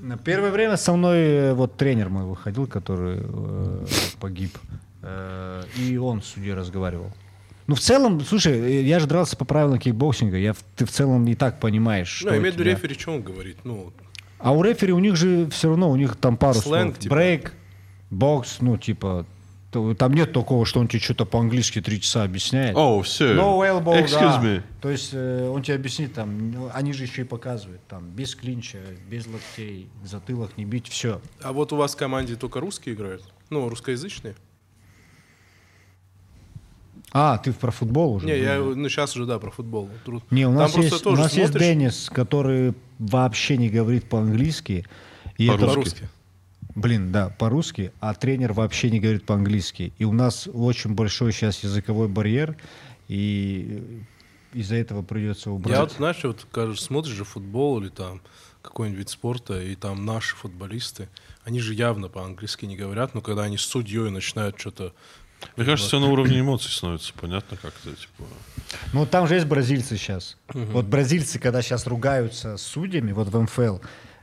Speaker 2: На первое время со мной э, вот тренер мой выходил, который э, погиб, Э, и он с судьей разговаривал. Ну, в целом, слушай, э, я же дрался по правилам кикбоксинга, я, в- ты в целом и так понимаешь, что
Speaker 3: Ну,
Speaker 2: у
Speaker 3: имею в виду
Speaker 2: тебя-
Speaker 3: рефери, что он говорит? Ну,
Speaker 2: А у рефери у них же все равно, у них там пару
Speaker 3: Сленг,
Speaker 2: слов.
Speaker 3: типа.
Speaker 2: Брейк, бокс, ну, типа, то- там нет такого, что он тебе что-то по-английски три часа объясняет.
Speaker 1: О, все.
Speaker 2: No elbow,
Speaker 1: Э, Excuse
Speaker 2: да.
Speaker 1: me.
Speaker 2: То есть э, он тебе объяснит, там, ну, они же еще и показывают, там, без клинча, без локтей, затылок не бить, все.
Speaker 3: а вот у вас в команде только русские играют? Ну, русскоязычные?
Speaker 2: А, ты про футбол уже?
Speaker 3: Не, я
Speaker 2: думал.
Speaker 3: ну, сейчас уже, да, про футбол. Тру-
Speaker 2: Не, у
Speaker 3: Там
Speaker 2: нас,
Speaker 3: просто
Speaker 2: есть, у
Speaker 3: тоже
Speaker 2: нас есть
Speaker 3: смотришь-
Speaker 2: Денис, который вообще не говорит по-английски. И это-
Speaker 3: По-русски.
Speaker 2: блин, да, по-русски, а тренер вообще не говорит по-английски. И у нас очень большой сейчас языковой барьер, и из-за этого придется
Speaker 3: Я
Speaker 2: убрать.
Speaker 3: вот, знаешь, вот, кажется, смотришь же футбол или там какой-нибудь вид спорта, и там наши футболисты, они же явно по-английски не говорят, но когда они с судьей начинают что-то...
Speaker 1: Мне кажется, все на уровне эмоций становится понятно как-то, типа...
Speaker 2: Ну, там же есть бразильцы сейчас. Вот бразильцы, когда сейчас ругаются с судьями, вот в МФЛ,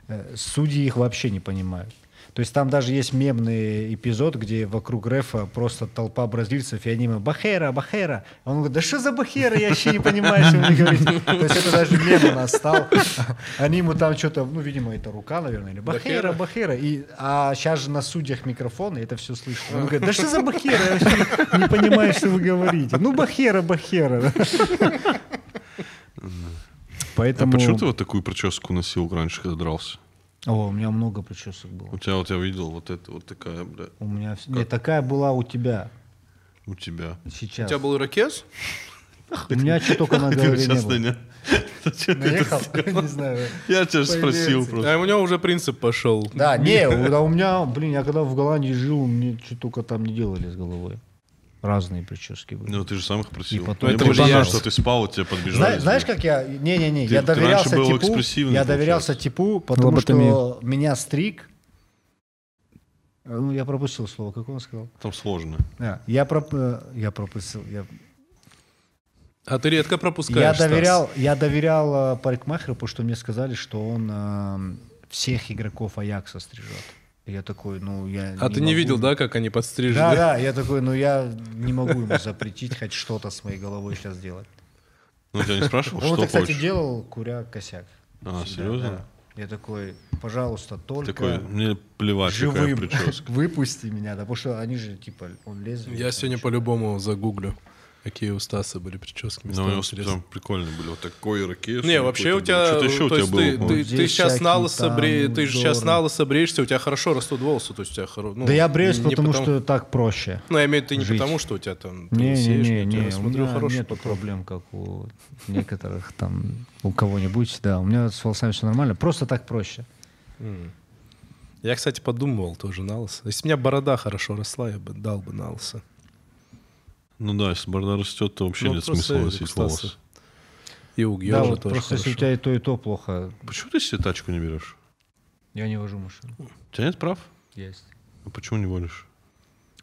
Speaker 2: э, судьи их вообще не понимают. То есть там даже есть мемный эпизод, где вокруг рефа просто толпа бразильцев, и они ему «Бахера, Бахера!» А Он говорит, да что за Бахера, я вообще не понимаю, что вы говорите. То есть это даже мем у нас стал. Они ему там что-то, ну, видимо, это рука, наверное, или «Бахера, Бахера!» и, А сейчас же на судьях микрофон, и это все слышно. Он говорит, да что за Бахера, я вообще не понимаю, что вы говорите. Ну, Бахера, Бахера.
Speaker 1: А
Speaker 2: Поэтому...
Speaker 1: почему ты вот такую прическу носил раньше, когда дрался?
Speaker 2: О, у меня много причесок было.
Speaker 1: У тебя вот я видел вот это вот такая, бля,
Speaker 2: У меня... вс- Не, такая была у тебя
Speaker 1: у тебя.
Speaker 2: сейчас.
Speaker 3: был ирокез?
Speaker 2: У меня что только на голове не
Speaker 1: Сейчас на
Speaker 2: было.
Speaker 1: меня. Зачем ты это
Speaker 2: Наехал? Не знаю.
Speaker 1: Я тебя спросил
Speaker 2: Появляется.
Speaker 1: просто.
Speaker 3: А у него уже принцип пошел.
Speaker 2: Да, не, э, у да у меня, блин, я когда в Голландии жил, мне что только там не делали с головой. Разные прически были.
Speaker 1: Ну, ты же сам их просил.
Speaker 2: И
Speaker 1: Я
Speaker 2: потом-
Speaker 3: Это
Speaker 1: помню,
Speaker 3: же я.
Speaker 1: что ты спал, и тебя подбежали.
Speaker 2: Зна- Знаешь, как я... Не-не-не,
Speaker 1: Ты-
Speaker 2: я
Speaker 1: ты раньше
Speaker 2: доверялся
Speaker 1: был
Speaker 2: типу.
Speaker 1: экспрессивный,
Speaker 2: Я доверялся типу, потому что
Speaker 5: Лоботомия.
Speaker 2: меня стриг... А, Ну, я пропустил слово, как он сказал?
Speaker 1: Там сложно.
Speaker 2: А, Я, проп- э, я пропустил, я
Speaker 3: А ты редко
Speaker 2: Я
Speaker 3: пропускаешь, Стас.
Speaker 2: доверял, я доверял э, парикмахеру, потому что мне сказали, что он эм, всех игроков Аякса стрижет. И Я такой, ну я.
Speaker 3: А ты не
Speaker 2: могу.
Speaker 3: видел, да, как они подстрижены?
Speaker 2: Да, да, я такой, ну я не могу ему запретить хоть что-то с моей головой сейчас делать.
Speaker 1: Ну, я тебя не спрашивал,
Speaker 2: Он
Speaker 1: что
Speaker 2: это, кстати,
Speaker 1: хочешь?
Speaker 2: делал, куря косяк.
Speaker 1: А,
Speaker 2: Всегда,
Speaker 1: серьезно?
Speaker 2: да. Я такой, пожалуйста, только
Speaker 1: Такой, мне плевать, какая
Speaker 2: живым
Speaker 1: прическа.
Speaker 2: выпусти меня, да, потому что они же типа он лезвие.
Speaker 3: Я сегодня по-любому загуглю, какие у Стаса были прически. Мне
Speaker 1: Ну, у
Speaker 3: стало
Speaker 1: него
Speaker 3: интересно.
Speaker 1: прям прикольные были. Вот такой ракет.
Speaker 3: Не, вообще у тебя...
Speaker 1: Что-то еще у
Speaker 3: то
Speaker 1: тебя
Speaker 3: есть ты,
Speaker 1: было.
Speaker 3: ты,
Speaker 1: по-моему.
Speaker 2: Вот
Speaker 3: ты
Speaker 2: здесь
Speaker 3: сейчас
Speaker 2: всякие
Speaker 3: на лысо
Speaker 2: там
Speaker 3: бре- ты же сейчас
Speaker 2: узоры.
Speaker 3: на лысо бреешься, у тебя хорошо растут волосы, то есть у тебя хоро- ну,
Speaker 2: Да я бреюсь,
Speaker 3: не
Speaker 2: потому что так проще.
Speaker 3: Ну, я имею в виду, ты не
Speaker 2: жить.
Speaker 3: потому, что у тебя там... ты
Speaker 2: Не, не,
Speaker 3: лысеешь,
Speaker 2: не,
Speaker 3: но
Speaker 2: не,
Speaker 3: ты, я
Speaker 2: у
Speaker 3: смотрю,
Speaker 2: меня
Speaker 3: хороший
Speaker 2: нет
Speaker 3: подход.
Speaker 2: проблем, как у некоторых там, у кого-нибудь, да. У меня с волосами все нормально, просто так проще.
Speaker 3: М. Я, кстати, подумывал тоже на лысо. Если бы у меня борода хорошо росла, я бы дал бы на лысо.
Speaker 1: Ну да, если борода растет, то вообще
Speaker 3: Ну,
Speaker 1: нет
Speaker 3: просто
Speaker 1: смысла
Speaker 3: я
Speaker 1: носить
Speaker 3: как Стаса.
Speaker 1: волосы.
Speaker 3: И у Георгия
Speaker 2: да, вот
Speaker 3: тоже
Speaker 2: просто если у
Speaker 3: хорошо.
Speaker 2: тебя и то, и то плохо,
Speaker 1: Почему ты себе тачку не берешь?
Speaker 2: я не вожу машину.
Speaker 1: У тебя нет прав?
Speaker 2: Есть.
Speaker 1: А почему не водишь?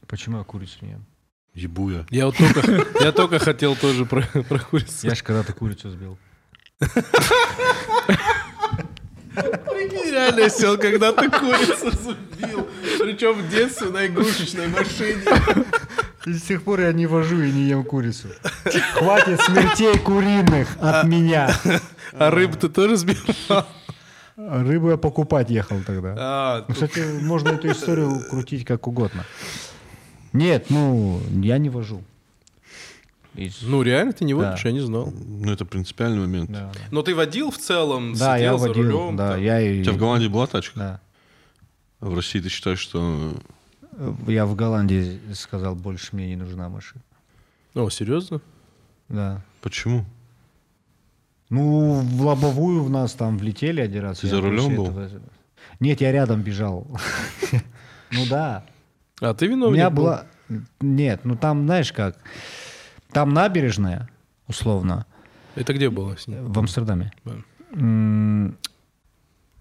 Speaker 2: Почему я курицу не ем?
Speaker 1: Ебу я.
Speaker 3: Я вот только, я только хотел тоже про, про курицу.
Speaker 2: Я же когда-то курицу сбил.
Speaker 3: Прикинь, реально сел, когда ты курицу забил. Причем в детстве на игрушечной машине.
Speaker 2: И с тех пор я не вожу и не ем курицу. Хватит смертей куриных от меня.
Speaker 3: А рыб ты тоже сбил?
Speaker 2: А Рыбу я покупать ехал тогда.
Speaker 3: А,
Speaker 2: Ну, Кстати, можно эту историю крутить как угодно. Нет, ну, я не вожу. И-
Speaker 3: ну реально ты не водишь,
Speaker 2: Да.
Speaker 3: я не знал.
Speaker 1: Ну, это принципиальный момент.
Speaker 2: Да,
Speaker 3: Но ты водил в целом,
Speaker 2: Да, я
Speaker 3: сидел за
Speaker 2: водил,
Speaker 3: рулем.
Speaker 2: да,
Speaker 3: там.
Speaker 2: я и...
Speaker 1: У тебя в Голландии была тачка?
Speaker 2: да.
Speaker 1: А в России ты считаешь, что...
Speaker 2: Э, Я в Голландии сказал, больше мне не нужна машина.
Speaker 3: О, серьезно?
Speaker 2: Да.
Speaker 1: Почему?
Speaker 2: Ну, в лобовую в нас там влетели один раз.
Speaker 1: Ты
Speaker 2: я
Speaker 1: за
Speaker 2: больше
Speaker 1: рулем был?
Speaker 2: этого- Нет, я рядом бежал. Ну да.
Speaker 3: А ты
Speaker 2: У
Speaker 3: виновник
Speaker 2: меня
Speaker 3: был?
Speaker 2: была... Нет, ну там, знаешь как, там набережная, условно,
Speaker 3: Это где было? с ним?
Speaker 2: в Амстердаме.
Speaker 3: Да.
Speaker 2: М,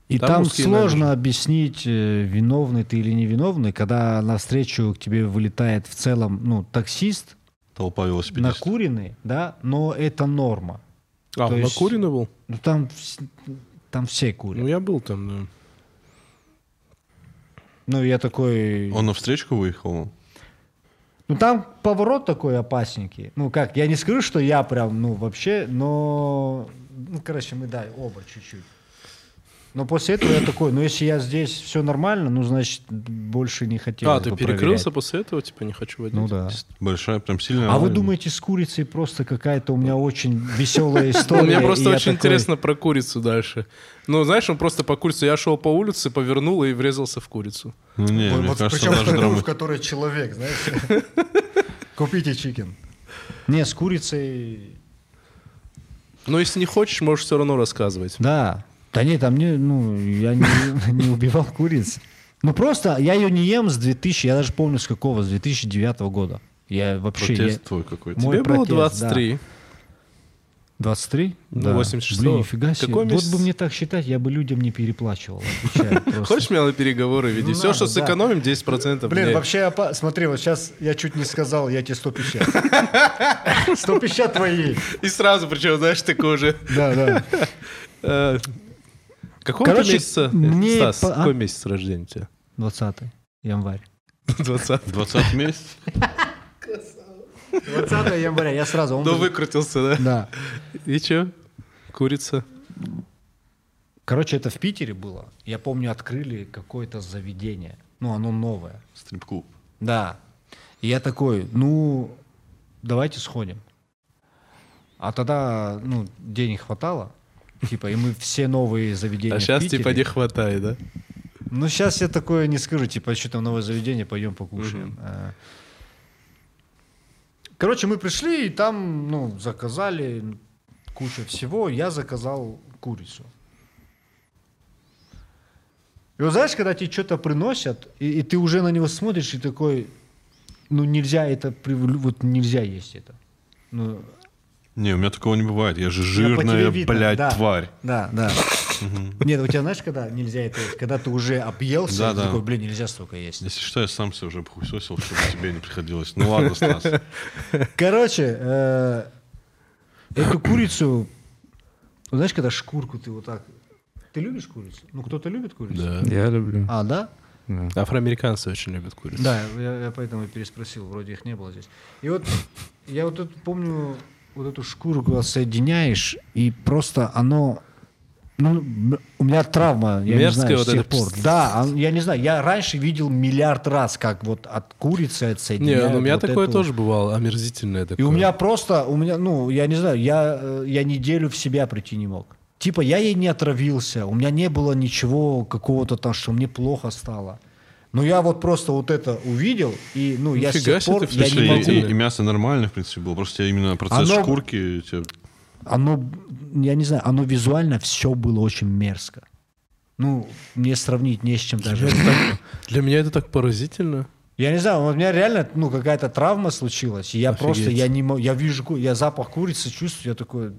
Speaker 2: И
Speaker 3: Там
Speaker 2: там,
Speaker 3: узкие
Speaker 2: сложно
Speaker 3: набережные.
Speaker 2: объяснить, э, виновный ты или невиновный, когда навстречу к тебе вылетает в целом ну, таксист,
Speaker 1: Толпа велосипедистов.
Speaker 2: накуренный, да, но это норма.
Speaker 3: А,
Speaker 2: то
Speaker 3: в
Speaker 2: есть-
Speaker 3: Накурина был?
Speaker 2: Ну, там, вс- там все курят.
Speaker 3: Ну, я был там, да.
Speaker 2: Ну, я такой...
Speaker 1: Он навстречку выехал?
Speaker 2: Ну, там поворот такой опасненький. Ну, как, я не скажу, что я прям, ну, вообще, но... Ну, короче, мы, да, оба чуть-чуть. Но после этого я такой, ну, если я здесь все нормально, ну, значит, больше не хотел
Speaker 3: а, ты перекрылся после этого, типа, не хочу водить?
Speaker 2: Ну, да.
Speaker 1: Большая, прям сильная.
Speaker 2: А вы
Speaker 1: авария.
Speaker 2: думаете, с курицей просто какая-то у меня очень веселая
Speaker 3: Ну,
Speaker 2: история?
Speaker 3: Мне
Speaker 2: и
Speaker 3: просто
Speaker 2: я
Speaker 3: очень
Speaker 2: такой,
Speaker 3: интересно про курицу дальше. Ну, знаешь, он просто по курицу. Я шел по улице, повернул и врезался в курицу.
Speaker 1: Ну, не,
Speaker 2: Вот
Speaker 1: мне
Speaker 2: вот
Speaker 1: кажется,
Speaker 2: причем
Speaker 1: даже
Speaker 2: страну,
Speaker 1: драма...
Speaker 2: в которой человек, знаешь. Купите чикен. Не, с курицей...
Speaker 3: Но Ну, если не хочешь, можешь все равно рассказывать.
Speaker 2: Да. Да нет, там не, ну, я не, не убивал куриц. Ну просто я ее не ем с 2000, я даже помню с какого, с 2009 года. Я вообще...
Speaker 1: Протест
Speaker 2: я-
Speaker 1: твой какой-то.
Speaker 2: Мой
Speaker 3: Тебе было
Speaker 2: протест,
Speaker 3: 23.
Speaker 2: 23?
Speaker 3: Ну, 86.
Speaker 2: Блин, нифига себе.
Speaker 3: Какой
Speaker 2: вот
Speaker 3: месяц?
Speaker 2: бы мне так считать, я бы людям не переплачивал. отвечаю просто.
Speaker 3: Хочешь меня на переговоры веди?
Speaker 2: Ну,
Speaker 3: все, что
Speaker 2: надо, да.
Speaker 3: сэкономим, 10%
Speaker 7: Блин,
Speaker 3: мне.
Speaker 7: вообще, опа- смотри, вот сейчас я чуть не сказал, я тебе 150. 150 твои.
Speaker 3: И сразу, причем, знаешь, такой же.
Speaker 7: Да, да.
Speaker 3: э, Какого ты
Speaker 2: Короче,
Speaker 3: месяца? Э,
Speaker 2: мне
Speaker 3: Стас,
Speaker 2: по- а?
Speaker 3: какой месяц рождения у тебя?
Speaker 2: 20 январь.
Speaker 3: 20.
Speaker 1: 20 месяцев?
Speaker 7: 20 января, я сразу. он
Speaker 3: Ну,
Speaker 7: будет-
Speaker 3: выкрутился, да?
Speaker 7: Да.
Speaker 3: И че? Курица.
Speaker 2: Короче, это в Питере было. Я помню, открыли какое-то заведение. Ну, оно новое.
Speaker 1: Стрип-клуб.
Speaker 2: Да. И я такой, ну, давайте сходим. А тогда, ну, денег хватало. Типа, и мы все новые заведения.
Speaker 3: А
Speaker 2: в
Speaker 3: сейчас типа
Speaker 2: Питере-
Speaker 3: не хватает, да?
Speaker 2: Ну, сейчас я такое не скажу, типа, что там новое заведение, пойдем покушаем. А. Короче, мы пришли, и там, ну, заказали кучу всего. Я заказал курицу. И вот знаешь, когда тебе что-то приносят, и, и ты уже на него смотришь, и такой, ну, нельзя это, привлю- вот нельзя есть это. Ну,
Speaker 1: Не, у меня такого не бывает. Я же
Speaker 7: Я по тебе
Speaker 1: жирная,
Speaker 7: видно,
Speaker 1: блядь,
Speaker 7: да.
Speaker 1: тварь.
Speaker 7: Да, да.
Speaker 2: нет, у тебя знаешь, когда нельзя это есть? Когда ты уже объелся,
Speaker 1: Да,
Speaker 2: и
Speaker 1: да.
Speaker 2: ты такой, блин, нельзя столько есть.
Speaker 1: Если что, я сам себе уже похуесосил, чтобы тебе не приходилось. Ну ладно, Стас.
Speaker 2: Короче, э, эту курицу, вот знаешь, когда шкурку ты вот так... Ты любишь курицу? Ну, кто-то любит курицу?
Speaker 4: Я люблю.
Speaker 2: А, да?
Speaker 3: Афроамериканцы очень любят курицу.
Speaker 2: Да, я, я поэтому и переспросил, вроде их не было здесь. И вот я вот тут помню, вот эту шкуру когда соединяешь, и просто оно... Ну, м- у меня травма, я
Speaker 3: Мерзкое
Speaker 2: не знаю,
Speaker 3: вот
Speaker 2: с тех
Speaker 3: это
Speaker 2: пор.
Speaker 3: пс-
Speaker 2: Да, он- я не знаю, я раньше видел миллиард раз, как вот от курицы
Speaker 3: Не,
Speaker 2: отсоединяют.
Speaker 3: ну, у меня
Speaker 2: вот
Speaker 3: такое
Speaker 2: эту-
Speaker 3: тоже бывало, омерзительное такое.
Speaker 2: И у меня просто, у меня, ну, я не знаю, я, э, я неделю в себя прийти не мог. Типа я ей не отравился, у меня не было ничего какого-то там, что мне плохо стало. Но я вот просто вот это увидел, и, ну, я с
Speaker 3: Нифига
Speaker 2: тех
Speaker 3: себе
Speaker 2: пор,
Speaker 3: ты
Speaker 1: В
Speaker 2: я не
Speaker 1: смысле,
Speaker 2: могу.
Speaker 1: и, и- и мясо нормально, в принципе, было. Просто я именно процесс
Speaker 2: Оно-
Speaker 1: шкурки... тебе-
Speaker 2: Оно, я не знаю, оно визуально все было очень мерзко. Ну, мне сравнить не с чем даже.
Speaker 1: ну
Speaker 3: Для меня это так поразительно.
Speaker 2: Я не знаю, у меня реально, ну, какая-то травма случилась. и Я
Speaker 3: Офигеть.
Speaker 2: просто, я не могу, я вижу, ку- я запах курицы чувствую, я такой,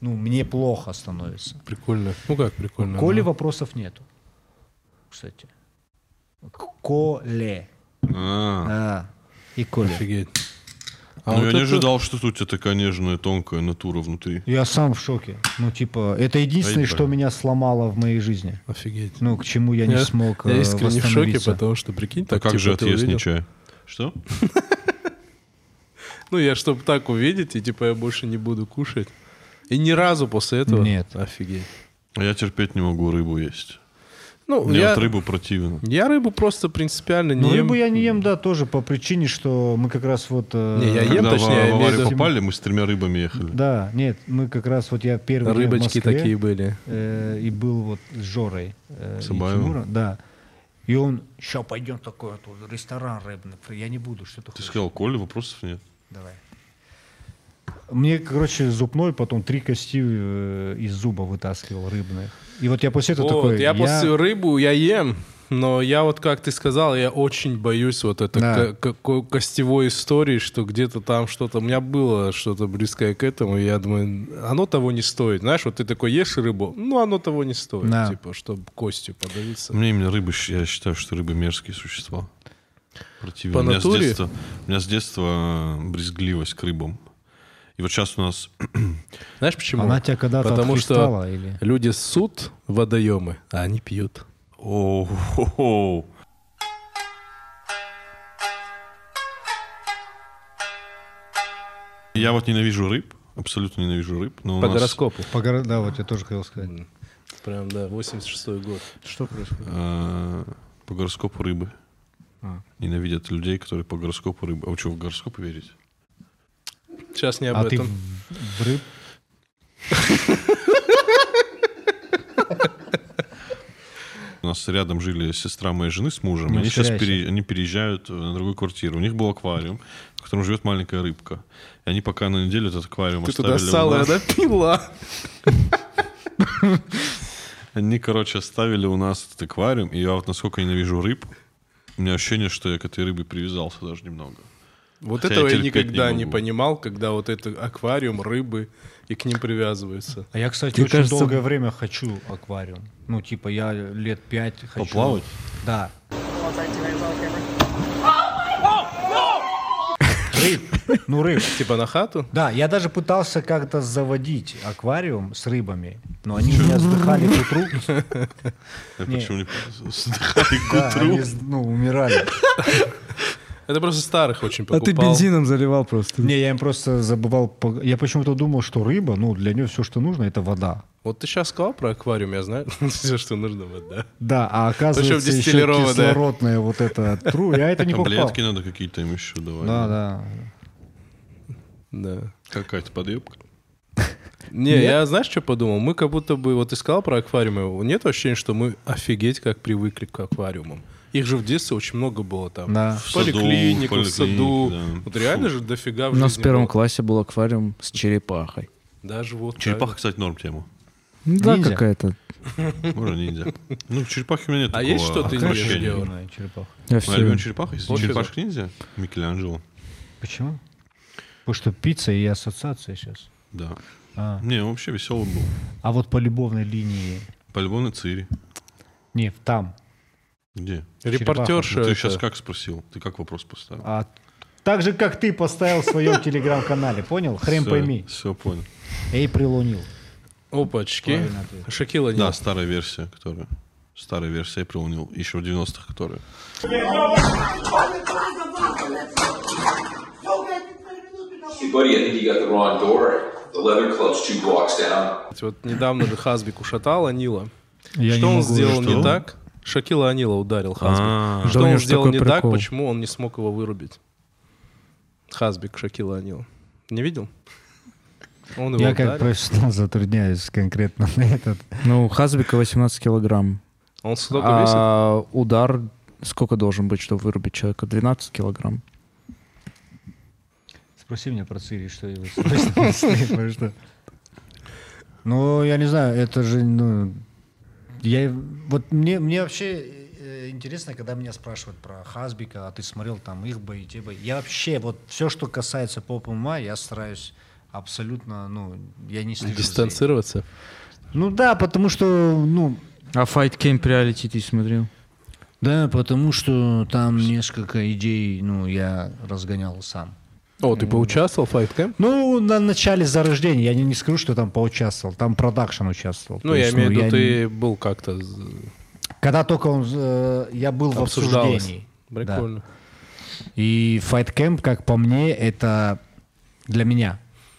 Speaker 2: ну, мне плохо становится.
Speaker 3: Прикольно. Ну как прикольно?
Speaker 2: Коле
Speaker 3: ну.
Speaker 2: вопросов нету, кстати. К Коле.
Speaker 1: А.
Speaker 2: А, и Коле.
Speaker 3: Офигеть. А
Speaker 1: Ну,
Speaker 3: вот
Speaker 1: я не
Speaker 3: это-
Speaker 1: ожидал, что тут у тебя такая нежная, тонкая натура внутри.
Speaker 2: Я сам в шоке. Ну, типа, это единственное,
Speaker 1: Ай,
Speaker 2: что
Speaker 1: блин.
Speaker 2: меня сломало в моей жизни.
Speaker 3: Офигеть.
Speaker 2: Ну, к чему я не
Speaker 3: Я-
Speaker 2: смог
Speaker 3: Я
Speaker 2: э,
Speaker 3: искренне в шоке,
Speaker 2: восстановиться.
Speaker 3: потому что, прикинь,
Speaker 1: А
Speaker 3: так
Speaker 1: как
Speaker 3: типа,
Speaker 1: же
Speaker 3: ты
Speaker 1: отъезд
Speaker 3: увидел.
Speaker 1: нечая? Что?
Speaker 3: Ну, я чтобы так увидеть, и типа я больше не буду кушать. И ни разу после этого?
Speaker 2: Нет.
Speaker 3: Офигеть.
Speaker 1: А Я терпеть не могу рыбу есть.
Speaker 3: Ну,
Speaker 1: Мне
Speaker 3: я,
Speaker 1: от рыбы противно.
Speaker 3: я рыбу просто принципиально не
Speaker 2: Ну,
Speaker 3: ем.
Speaker 2: рыбу я не ем, да, тоже по причине, что мы как раз вот... э,
Speaker 3: Не, я ем,
Speaker 1: Когда в,
Speaker 3: точнее, я
Speaker 1: в
Speaker 3: имею в
Speaker 1: аварию
Speaker 3: виду-
Speaker 1: попали, мы с тремя рыбами ехали.
Speaker 2: Да, нет, мы как раз вот я первый день в
Speaker 3: Рыбочки
Speaker 2: Москве,
Speaker 3: такие были.
Speaker 2: э, и был вот с Жорой. э, и
Speaker 1: Сабаевым?
Speaker 2: Тимуром, да. И он, ща пойдем такой вот в ресторан рыбный, я не буду, что ты
Speaker 1: Ты
Speaker 2: хочешь?»
Speaker 1: сказал, Коля, вопросов нет.
Speaker 2: Давай. Мне, короче, зубной потом три кости э, из зуба вытаскивал рыбных. И вот я после этого
Speaker 3: Вот,
Speaker 2: такой...
Speaker 3: я после рыбу я ем, но я вот, как ты сказал, я очень боюсь вот этой
Speaker 2: Да.
Speaker 3: ко- ко- костевой истории, что где-то там что-то... У меня было что-то близкое к этому, и я думаю, оно того не стоит. Знаешь, вот ты такой ешь рыбу, ну, оно того не стоит,
Speaker 2: Да.
Speaker 3: типа, чтобы костью подавиться.
Speaker 1: Мне именно рыбы, щ- я считаю, что рыбы мерзкие существа. Противно.
Speaker 3: По
Speaker 1: у, меня
Speaker 3: натуре?
Speaker 1: С детства, у меня с детства э, брезгливость к рыбам. И вот сейчас у нас
Speaker 3: Знаешь, почему?
Speaker 2: Она тебя когда-то
Speaker 3: Потому что
Speaker 2: отхлестала или-
Speaker 3: люди ссут водоемы, а они пьют.
Speaker 1: о хо Я вот ненавижу рыб, абсолютно ненавижу рыб. Но у
Speaker 3: По
Speaker 1: нас,
Speaker 3: гороскопу.
Speaker 7: По горо- Да, вот я тоже хотел сказать.
Speaker 3: Прям, да, 86-й год.
Speaker 2: Что происходит?
Speaker 1: э, по гороскопу рыбы.
Speaker 3: А.
Speaker 1: Ненавидят людей, которые по гороскопу рыбы. А вы что, в гороскоп верите?
Speaker 3: Сейчас не об
Speaker 2: А ты
Speaker 3: этом.
Speaker 2: в, в рыб?
Speaker 1: У нас рядом жили сестра моей жены с мужем.
Speaker 2: Не
Speaker 1: они сейчас
Speaker 2: ускоряйся.
Speaker 1: пере- они переезжают э, на другую квартиру. У них был аквариум. в котором живет маленькая рыбка. И они пока на неделю этот аквариум
Speaker 3: Ты
Speaker 1: оставили
Speaker 3: туда
Speaker 1: у
Speaker 3: сало
Speaker 1: нас.
Speaker 3: допила.
Speaker 1: Они, короче, оставили у нас этот аквариум, и я вот насколько ненавижу рыб, у меня ощущение, что я к этой рыбе привязался даже немного.
Speaker 3: Вот
Speaker 1: Хотя
Speaker 3: этого
Speaker 1: я
Speaker 3: я
Speaker 1: терпеть не
Speaker 3: никогда не
Speaker 1: могу.
Speaker 3: понимал, когда вот это аквариум, рыбы, и к ним привязываются.
Speaker 2: А я, кстати,
Speaker 4: Мне
Speaker 2: очень
Speaker 4: кажется-
Speaker 2: долгое время хочу аквариум. Ну, типа, я лет пять хочу.
Speaker 1: Поплавать?
Speaker 2: Да. Рыб. Ну, рыб.
Speaker 3: Типа на хату?
Speaker 2: Да, я даже пытался как-то заводить аквариум с рыбами, но они у меня сдыхали к утру.
Speaker 1: Я
Speaker 2: Не.
Speaker 1: почему не сдыхали к
Speaker 2: Да,
Speaker 1: утру.
Speaker 2: они, ну, умирали.
Speaker 3: Это просто старых очень
Speaker 5: А
Speaker 3: покупал.
Speaker 5: ты бензином заливал просто.
Speaker 2: Не, я им просто забывал... по- Я почему-то думал, что рыба, ну, для нее все, что нужно, это вода.
Speaker 3: Вот ты сейчас сказал про аквариум, я знаю все, что нужно, вот, да.
Speaker 2: Да, а оказывается еще
Speaker 3: дистиллированная.
Speaker 2: кислородная вот эта тру. Я это не покупал.
Speaker 1: Таблетки надо какие-то им еще давать.
Speaker 2: Да, да.
Speaker 3: Да.
Speaker 1: Какая-то подъебка.
Speaker 3: Не, я знаешь, что подумал? Мы как будто бы, вот ты сказал про аквариумы, нет ощущения, что мы офигеть как привыкли к аквариумам. Их же в детстве очень много было там.
Speaker 2: Да.
Speaker 1: В
Speaker 3: В
Speaker 1: саду,
Speaker 3: поликлинику, в
Speaker 1: в
Speaker 3: саду.
Speaker 1: поликлинике, да.
Speaker 3: Вот реально же дофига в
Speaker 4: У нас в
Speaker 3: жизни
Speaker 4: первом
Speaker 3: было.
Speaker 4: классе был аквариум с черепахой.
Speaker 3: Даже вот
Speaker 1: Черепаха, кстати, норм тема.
Speaker 4: Ну Да,
Speaker 2: Ниндзя?
Speaker 4: какая-то.
Speaker 1: Можно ниндзя. Ну, черепахи у меня нет
Speaker 3: А
Speaker 1: такого
Speaker 3: есть что ты не
Speaker 1: отвращения.
Speaker 3: любишь делать?
Speaker 2: Любимая черепаха.
Speaker 4: Я
Speaker 1: Моя
Speaker 4: все...
Speaker 1: любимая черепаха, если
Speaker 3: Кофе
Speaker 1: черепашек ниндзя, Микеланджело.
Speaker 2: Почему? Потому что пицца и ассоциация сейчас.
Speaker 1: Да.
Speaker 2: А,
Speaker 1: Не, он вообще веселый был.
Speaker 2: а вот по любовной линии...
Speaker 1: По-любому Цири.
Speaker 2: Не, там.
Speaker 1: Где? Ну,
Speaker 3: Репортерша.
Speaker 1: Ты
Speaker 3: это.
Speaker 1: сейчас как спросил? Ты как вопрос поставил?
Speaker 2: А так же, как ты поставил в своем телеграм-канале, понял? Хрен пойми.
Speaker 1: Все понял.
Speaker 2: Эй, прилунил.
Speaker 3: Опачки.
Speaker 2: Правильный ответ.
Speaker 3: Шакила не.
Speaker 1: Да, старая версия, которая. Старая версия, я приунил. Еще в 90-х, которая.
Speaker 8: Buddy, I think you got the wrong door. The leather club's two blocks down.
Speaker 3: Вот недавно же Хазбик ушатал Анила.
Speaker 2: Я
Speaker 3: что
Speaker 2: не
Speaker 3: он
Speaker 2: могу.
Speaker 3: сделал
Speaker 1: Что?
Speaker 3: не так? Шакила Анила ударил
Speaker 1: А,
Speaker 3: Хазбик.
Speaker 4: да
Speaker 3: Что
Speaker 4: у него
Speaker 3: он
Speaker 4: ж
Speaker 3: сделал
Speaker 4: такой
Speaker 3: не так?
Speaker 4: прикол.
Speaker 3: Почему он не смог его вырубить? Хазбик Шакила Анила. Не видел? Он его
Speaker 2: Я
Speaker 3: ударил.
Speaker 2: как профессионал затрудняюсь конкретно на этот.
Speaker 4: Ну, у Хазбика 18 килограмм.
Speaker 3: Он столько весит?
Speaker 4: А удар сколько должен быть, чтобы вырубить человека? 12 килограмм.
Speaker 2: Спроси меня про Цири, что его что. Ну, я не знаю, это же, ну, я, вот мне, мне вообще э, интересно, когда меня спрашивают про Хазбика, а ты смотрел там их бои, те бои. Я вообще, вот все, что касается поп ума, я стараюсь абсолютно, ну, я не слежу. за этим.
Speaker 3: Дистанцироваться.
Speaker 2: Ну да, потому что, ну,
Speaker 4: А Fight Camp Reality ты смотрел?
Speaker 2: да, потому что там несколько идей, ну, я разгонял сам.
Speaker 3: О,
Speaker 4: Ну,
Speaker 3: ты поучаствовал в Fight Camp?
Speaker 2: Ну, на начале зарождения, я не, не скажу, что там поучаствовал, там продакшн участвовал.
Speaker 3: Ну,
Speaker 2: То
Speaker 3: я
Speaker 2: есть,
Speaker 3: имею в виду,
Speaker 2: я не-
Speaker 3: ты был как-то з-
Speaker 2: Когда только он, э, я был в
Speaker 3: обсуждалось.
Speaker 2: обсуждении.
Speaker 3: Прикольно.
Speaker 2: И Fight Camp, как по мне, это для меня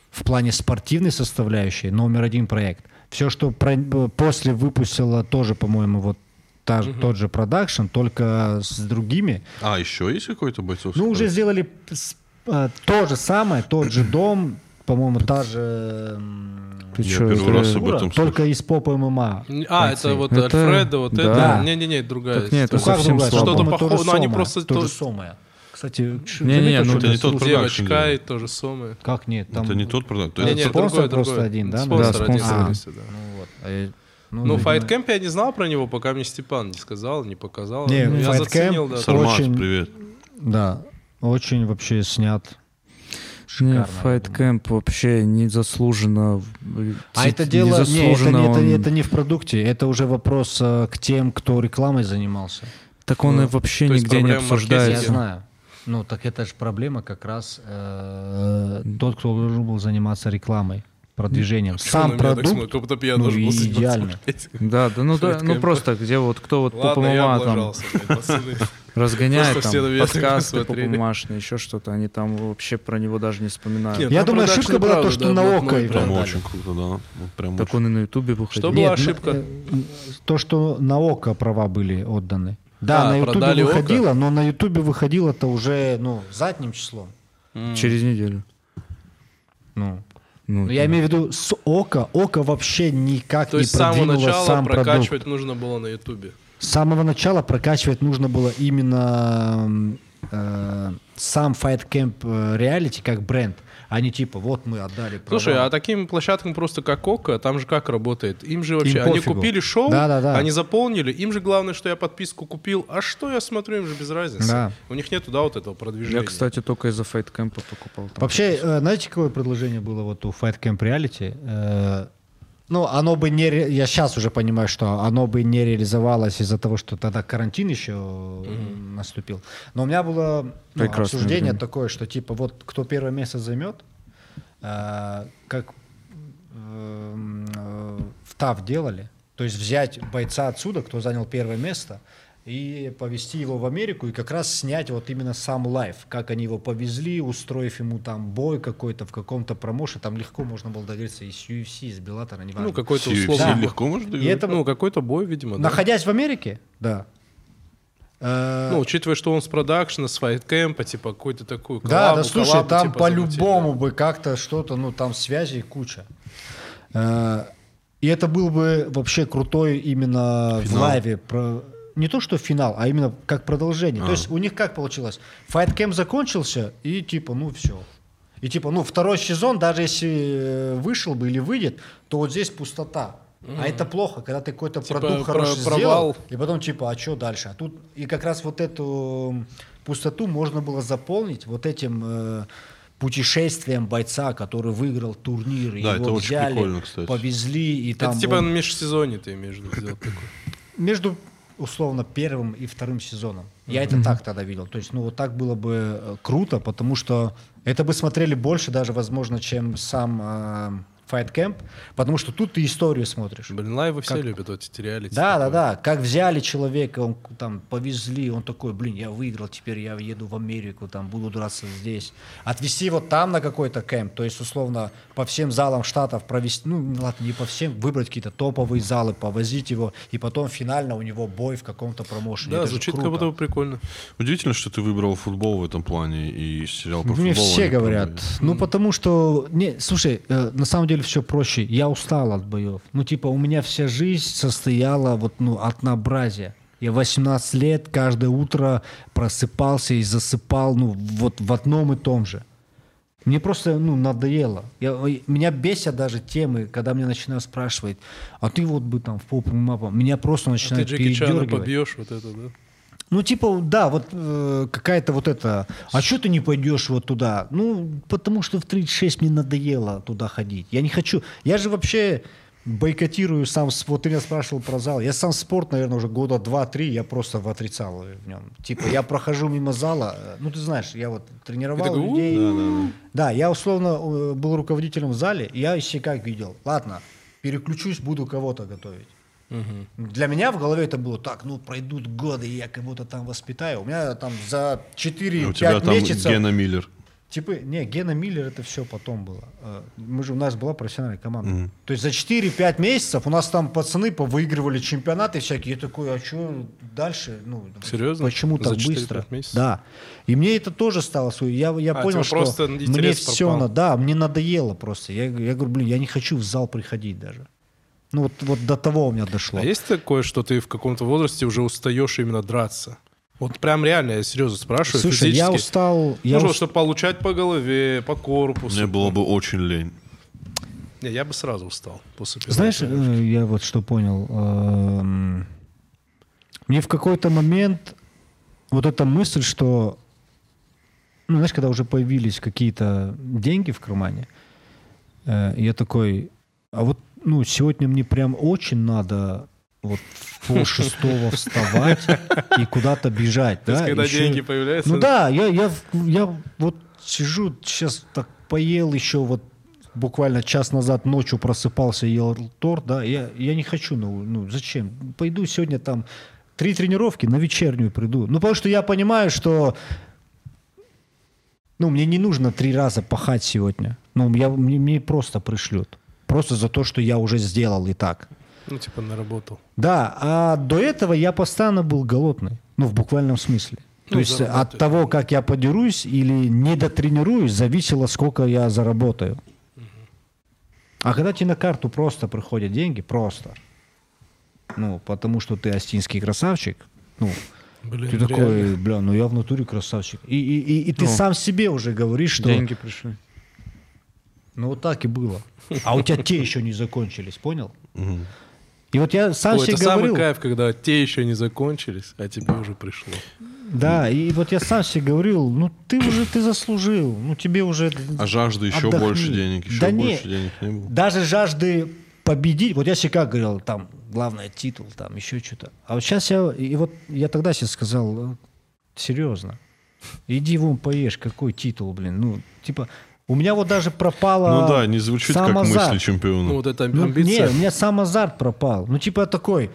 Speaker 2: в плане спортивной составляющей номер один проект. Все, что про- э, после выпустила тоже, по-моему, вот та- тот же продакшн, только с другими.
Speaker 1: А, еще есть какой-то бойцовский?
Speaker 2: Ну, уже
Speaker 1: проект?
Speaker 2: сделали с- э, то же самое, тот же дом, по-моему, та же... м,
Speaker 4: Ты
Speaker 1: Я
Speaker 4: чё,
Speaker 1: первый
Speaker 4: это-
Speaker 1: раз об этом
Speaker 2: ну, Только из поп ММА.
Speaker 3: А, это вот
Speaker 4: Это-
Speaker 3: Альфреда, вот
Speaker 4: да.
Speaker 3: это. Не-не-не, другая
Speaker 4: Так нет,
Speaker 2: Ну,
Speaker 3: история.
Speaker 2: как
Speaker 4: совсем
Speaker 2: другая?
Speaker 4: слабо.
Speaker 3: Что-то
Speaker 2: По-моему, то же
Speaker 3: похоже, но они
Speaker 2: самое,
Speaker 3: просто...
Speaker 2: то
Speaker 3: то-
Speaker 2: же самое. Кстати, ч-
Speaker 4: Не-не,
Speaker 2: заметил,
Speaker 4: ну
Speaker 2: что
Speaker 1: это
Speaker 2: я
Speaker 1: не тот
Speaker 2: слушал?
Speaker 1: продакшн,
Speaker 3: Девочка
Speaker 1: да.
Speaker 3: и то же самое.
Speaker 2: Как нет? Там...
Speaker 1: Это не тот продукт. То
Speaker 3: Не,
Speaker 1: есть
Speaker 3: не,
Speaker 1: это
Speaker 2: спонсор
Speaker 3: другой,
Speaker 2: просто
Speaker 3: другой.
Speaker 2: один, да,
Speaker 3: Спонсор
Speaker 4: наверное?
Speaker 3: один,
Speaker 4: Да,
Speaker 3: скорее
Speaker 4: спонсор.
Speaker 3: всего, да.
Speaker 2: Ну, вот. э,
Speaker 3: Ну,
Speaker 2: видимо,
Speaker 3: Fight Camp я не знал про него, пока мне Степан не сказал, не показал.
Speaker 2: Не,
Speaker 3: Ну, я
Speaker 2: Fight
Speaker 3: заценил,
Speaker 2: Camp
Speaker 3: да.
Speaker 2: сор-
Speaker 1: Сармат,
Speaker 2: очень-
Speaker 1: привет.
Speaker 2: Да, очень вообще снят.
Speaker 4: Не,
Speaker 2: Шикарно.
Speaker 4: Fight Camp вообще незаслуженно. в-
Speaker 2: А это
Speaker 4: не
Speaker 2: дело не, это,
Speaker 4: заслуженно
Speaker 2: не, это,
Speaker 4: он-
Speaker 2: это не в продукте, это уже вопрос э, к тем, кто рекламой занимался.
Speaker 4: Так он и
Speaker 3: Ну,
Speaker 4: вообще
Speaker 3: то есть
Speaker 4: нигде не
Speaker 3: проблема
Speaker 2: Я
Speaker 3: маркетинга.
Speaker 4: обсуждается.
Speaker 2: знаю. Ну, так это же проблема как раз э, тот, кто должен был заниматься рекламой, продвижением. Сам продукт,
Speaker 3: как будто бы я
Speaker 2: ну,
Speaker 3: должен был заниматься
Speaker 2: идеально.
Speaker 3: этим.
Speaker 4: Да, да, ну да,
Speaker 3: Fight
Speaker 4: ну
Speaker 3: Camp.
Speaker 4: просто где вот кто вот по
Speaker 3: Ладно, я
Speaker 4: там
Speaker 3: облажался. блин, пацаны.
Speaker 4: разгоняет
Speaker 3: Просто все на
Speaker 4: там
Speaker 3: меня так
Speaker 4: подкасты по
Speaker 3: посмотрели.
Speaker 4: еще что-то, они там вообще про него даже не вспоминают.
Speaker 3: Нет,
Speaker 2: Я
Speaker 3: ну,
Speaker 2: думаю,
Speaker 3: продакшн,
Speaker 2: ошибка была
Speaker 3: правда,
Speaker 2: то, что
Speaker 3: да,
Speaker 2: на
Speaker 3: блатной
Speaker 2: Окко его
Speaker 1: Прям
Speaker 3: продакшн.
Speaker 2: продали.
Speaker 1: очень круто, да. Ну, Прям
Speaker 4: Так
Speaker 1: очень.
Speaker 4: он и на Ютубе выходил.
Speaker 3: Что
Speaker 2: Нет,
Speaker 3: была
Speaker 2: ну,
Speaker 3: ошибка?
Speaker 2: э, То, что на ОКО права были отданы. Да,
Speaker 3: А,
Speaker 2: на Ютубе
Speaker 3: продали
Speaker 2: выходило, но на Ютубе выходило-то уже, ну, задним числом.
Speaker 4: Через неделю.
Speaker 2: Ну,
Speaker 4: Ну,
Speaker 2: ну, я имею в виду с ОКО. ОКО вообще никак
Speaker 3: То
Speaker 2: не
Speaker 3: есть с самого
Speaker 2: продвинуло
Speaker 3: начала
Speaker 2: сам продукт.
Speaker 3: прокачивать нужно было на Ютубе.
Speaker 2: С самого начала прокачивать нужно было именно м, э, сам Fight Camp э, Reality как бренд, они типа, вот мы отдали права.
Speaker 3: Слушай, а таким площадкам просто как Кока, там же как работает? Им же вообще, они
Speaker 2: пофигу.
Speaker 3: купили шоу,
Speaker 2: Да-да-да.
Speaker 3: они заполнили, им же главное, что я подписку купил, а что я смотрю, им же без разницы.
Speaker 2: Да.
Speaker 3: У них нету, да, вот этого продвижения.
Speaker 4: Я, кстати, только из-за файткэмпа покупал. там.
Speaker 2: Вообще, э, знаете, какое предложение было вот у Fight Camp Reality? Э, Ну, оно бы не... ре- Я сейчас уже понимаю, что оно бы не реализовалось из-за того, что тогда карантин еще э, наступил. Но у меня было ну,
Speaker 4: Прекрасное
Speaker 2: обсуждение
Speaker 4: время.
Speaker 2: такое, что типа вот кто первое место займет, э, как эм, э, в ТАВ делали, то есть взять бойца отсюда, кто занял первое место, и повезти его в Америку, и как раз снять вот именно сам лайф, как они его повезли, устроив ему там бой какой-то в каком-то промоше, там легко можно было договориться и с UFC, и с Беллатора, неважно.
Speaker 3: Ну, какой-то
Speaker 1: Си-
Speaker 3: условно.
Speaker 1: си- легко можно
Speaker 2: И это-
Speaker 3: Ну, какой-то бой, видимо. да.
Speaker 2: Находясь в Америке, да. Э,
Speaker 3: Ну, учитывая, что он с продакшна, с файткэмпа, типа, какую-то такую
Speaker 2: Да, да
Speaker 3: коллабу,
Speaker 2: слушай,
Speaker 3: коллабу,
Speaker 2: там
Speaker 3: типа,
Speaker 2: по-любому
Speaker 3: замутить,
Speaker 2: бы как-то что-то, ну там связей куча. Э, И это был бы вообще крутой именно в
Speaker 1: Финал.
Speaker 2: лайве. про- Не то, что финал, а именно как продолжение. То есть у них как получилось? Fight Camp закончился, и типа, ну все. И типа, ну второй сезон, даже если э, вышел бы или выйдет, то вот здесь пустота. А это плохо, когда ты какой-то
Speaker 3: Типа,
Speaker 2: продукт
Speaker 3: про-
Speaker 2: хороший
Speaker 3: провал.
Speaker 2: сделал, и потом типа, а что дальше? А тут и как раз вот эту пустоту можно было заполнить вот этим э, путешествием бойца, который выиграл турнир, и
Speaker 1: Да,
Speaker 2: его
Speaker 1: это очень
Speaker 2: взяли,
Speaker 1: прикольно, кстати.
Speaker 2: повезли и
Speaker 3: да.
Speaker 2: там
Speaker 3: Это типа
Speaker 2: он-
Speaker 3: межсезонье ты имеешь в виду сделать такое.
Speaker 2: между условно первым и вторым сезоном. Я это так тогда видел. То есть, ну вот так было бы э, круто, потому что это бы смотрели больше даже, возможно, чем сам э, Fight Camp, потому что тут ты историю смотришь.
Speaker 3: Блин, лайвы все
Speaker 2: Как-
Speaker 3: любят, вот эти реалити.
Speaker 2: Да, да,
Speaker 3: такое.
Speaker 2: да. Как взяли человека, он к- там повезли, он такой, блин, я выиграл, теперь я еду в Америку, там буду драться здесь. Отвезти его там на какой-то кемп, то есть условно по всем залам штатов провести, ну ладно, не по всем, выбрать какие-то топовые залы, повозить его, и потом финально у него бой в каком-то промоушене.
Speaker 3: Да,
Speaker 2: Это же
Speaker 3: звучит как
Speaker 2: круто.
Speaker 3: будто бы прикольно. А
Speaker 1: Удивительно, что ты выбрал футбол в этом плане и сериал про
Speaker 2: Мне
Speaker 1: футбол. а
Speaker 2: все
Speaker 1: не про
Speaker 2: говорят.
Speaker 1: бой.
Speaker 2: Ну, потому что... Не, слушай, э, на самом деле все проще. Я устал от боев. Ну, типа, у меня вся жизнь состояла вот, ну, от наобразия. Я 18 лет каждое утро просыпался и засыпал, ну, вот в одном и том же. Мне просто, ну, надоело. Я, ой, меня бесят даже темы, когда мне начинают спрашивать, а ты вот бы там в поп мапа. Меня просто
Speaker 3: А ты
Speaker 2: начинает
Speaker 3: Джеки Чана
Speaker 2: передергивать.
Speaker 3: побьешь, вот это, да?
Speaker 2: Ну, типа, да, вот э, какая-то вот это. А что ты не пойдешь вот туда? Ну, потому что в 36 мне надоело туда ходить. Я не хочу. Я же вообще бойкотирую сам сп- Вот ты меня спрашивал про зал. Я сам спорт, наверное, уже года два-три я просто отрицал в нем. Типа, я прохожу мимо зала. э, Ну, ты знаешь, я вот тренировал
Speaker 3: такой,
Speaker 2: людей. Да, я условно э, был руководителем в зале, и я еще как видел. Ладно, переключусь, буду кого-то готовить. Для меня в голове это было так, ну пройдут годы, и я кого-то там воспитаю. У меня там за
Speaker 1: У тебя
Speaker 2: 4-5
Speaker 1: там
Speaker 2: месяцев...
Speaker 1: Гена Миллер.
Speaker 2: Типа, не, Гена Миллер это все потом было. Э, Мы же, у нас была профессиональная команда. То есть за 4-5 месяцев у нас там пацаны повыигрывали чемпионаты всякие. Я такой, а что дальше? Ну,
Speaker 3: Серьезно?
Speaker 2: Почему
Speaker 3: За
Speaker 2: так
Speaker 3: 4-5
Speaker 2: быстро?
Speaker 3: месяцев?
Speaker 2: Да. И мне это тоже стало... свое. Я, я
Speaker 3: А,
Speaker 2: понял,
Speaker 3: тебе
Speaker 2: что
Speaker 3: просто
Speaker 2: мне
Speaker 3: интерес
Speaker 2: все...
Speaker 3: пропал.
Speaker 2: на- Да, мне надоело просто. Я, я говорю, блин, я не хочу в зал приходить даже. Ну вот, вот до того у меня дошло.
Speaker 3: А есть такое, что ты в каком-то возрасте уже устаешь именно драться? Вот прям реально, я серьезно спрашиваю,
Speaker 2: Слушай, я
Speaker 3: физически.
Speaker 2: устал... Я
Speaker 3: Нужно,
Speaker 2: ус-
Speaker 3: чтобы получать по голове, по корпусу.
Speaker 1: Мне было бы очень лень.
Speaker 3: Не, я бы сразу устал после первой
Speaker 2: Знаешь,
Speaker 3: тренировки.
Speaker 2: э, я вот что понял. эм, Мне в какой-то момент вот эта мысль, что, ну, знаешь, когда уже появились какие-то деньги в кармане, э, я такой, а вот, ну, сегодня мне прям очень надо вот в полшестого вставать и куда-то бежать.
Speaker 3: То есть,
Speaker 2: да,
Speaker 3: когда
Speaker 2: еще-
Speaker 3: деньги появляются,
Speaker 2: ну да, я, я, в- я вот сижу, сейчас так поел еще вот буквально час назад ночью просыпался, ел торт, да, я, я не хочу, ну, ну зачем? Пойду сегодня там три тренировки, на вечернюю приду. Ну, потому что я понимаю, что ну, мне не нужно три раза пахать сегодня. Ну, я, мне, мне просто пришлют. Просто за то, что я уже сделал и так.
Speaker 3: ну типа наработал.
Speaker 2: Да, а до этого я постоянно был голодный, ну, в буквальном смысле. То
Speaker 3: Ну,
Speaker 2: есть
Speaker 3: заработаешь.
Speaker 2: от того, как я подерусь или не дотренируюсь, зависело, сколько я заработаю. А когда тебе на карту просто приходят деньги, просто, ну, потому что ты остинский красавчик, ну,
Speaker 3: Блин,
Speaker 2: Ты такой, бля, ну я в натуре красавчик. И, и, и, и ты
Speaker 4: Ну.
Speaker 2: сам себе уже говоришь, что
Speaker 4: Деньги пришли.
Speaker 2: ну вот так и было. А у тебя те еще не закончились, понял? И вот я сам
Speaker 3: Ой,
Speaker 2: себе
Speaker 3: это самый
Speaker 2: говорил,
Speaker 3: кайф, когда те еще не закончились, а тебе уже пришло.
Speaker 2: да, и вот я сам себе говорил, ну ты уже ты заслужил, ну тебе уже
Speaker 1: А жажда еще
Speaker 2: Отдохни.
Speaker 1: больше денег, еще
Speaker 2: Да не.
Speaker 1: больше денег не было.
Speaker 2: даже жажды победить. Вот я себе как говорил, там, главное, титул, там, еще что-то. А вот сейчас я, и вот я тогда себе сказал, э, серьезно, иди вон поешь, какой титул, блин, ну, типа, у меня вот даже пропало
Speaker 1: Ну да, не звучит как
Speaker 2: сам азарт.
Speaker 1: мысли чемпиона.
Speaker 3: Ну, вот эта
Speaker 2: Ну, не,
Speaker 3: амбиция.
Speaker 2: у меня сам азарт пропал. Ну, типа, я такой,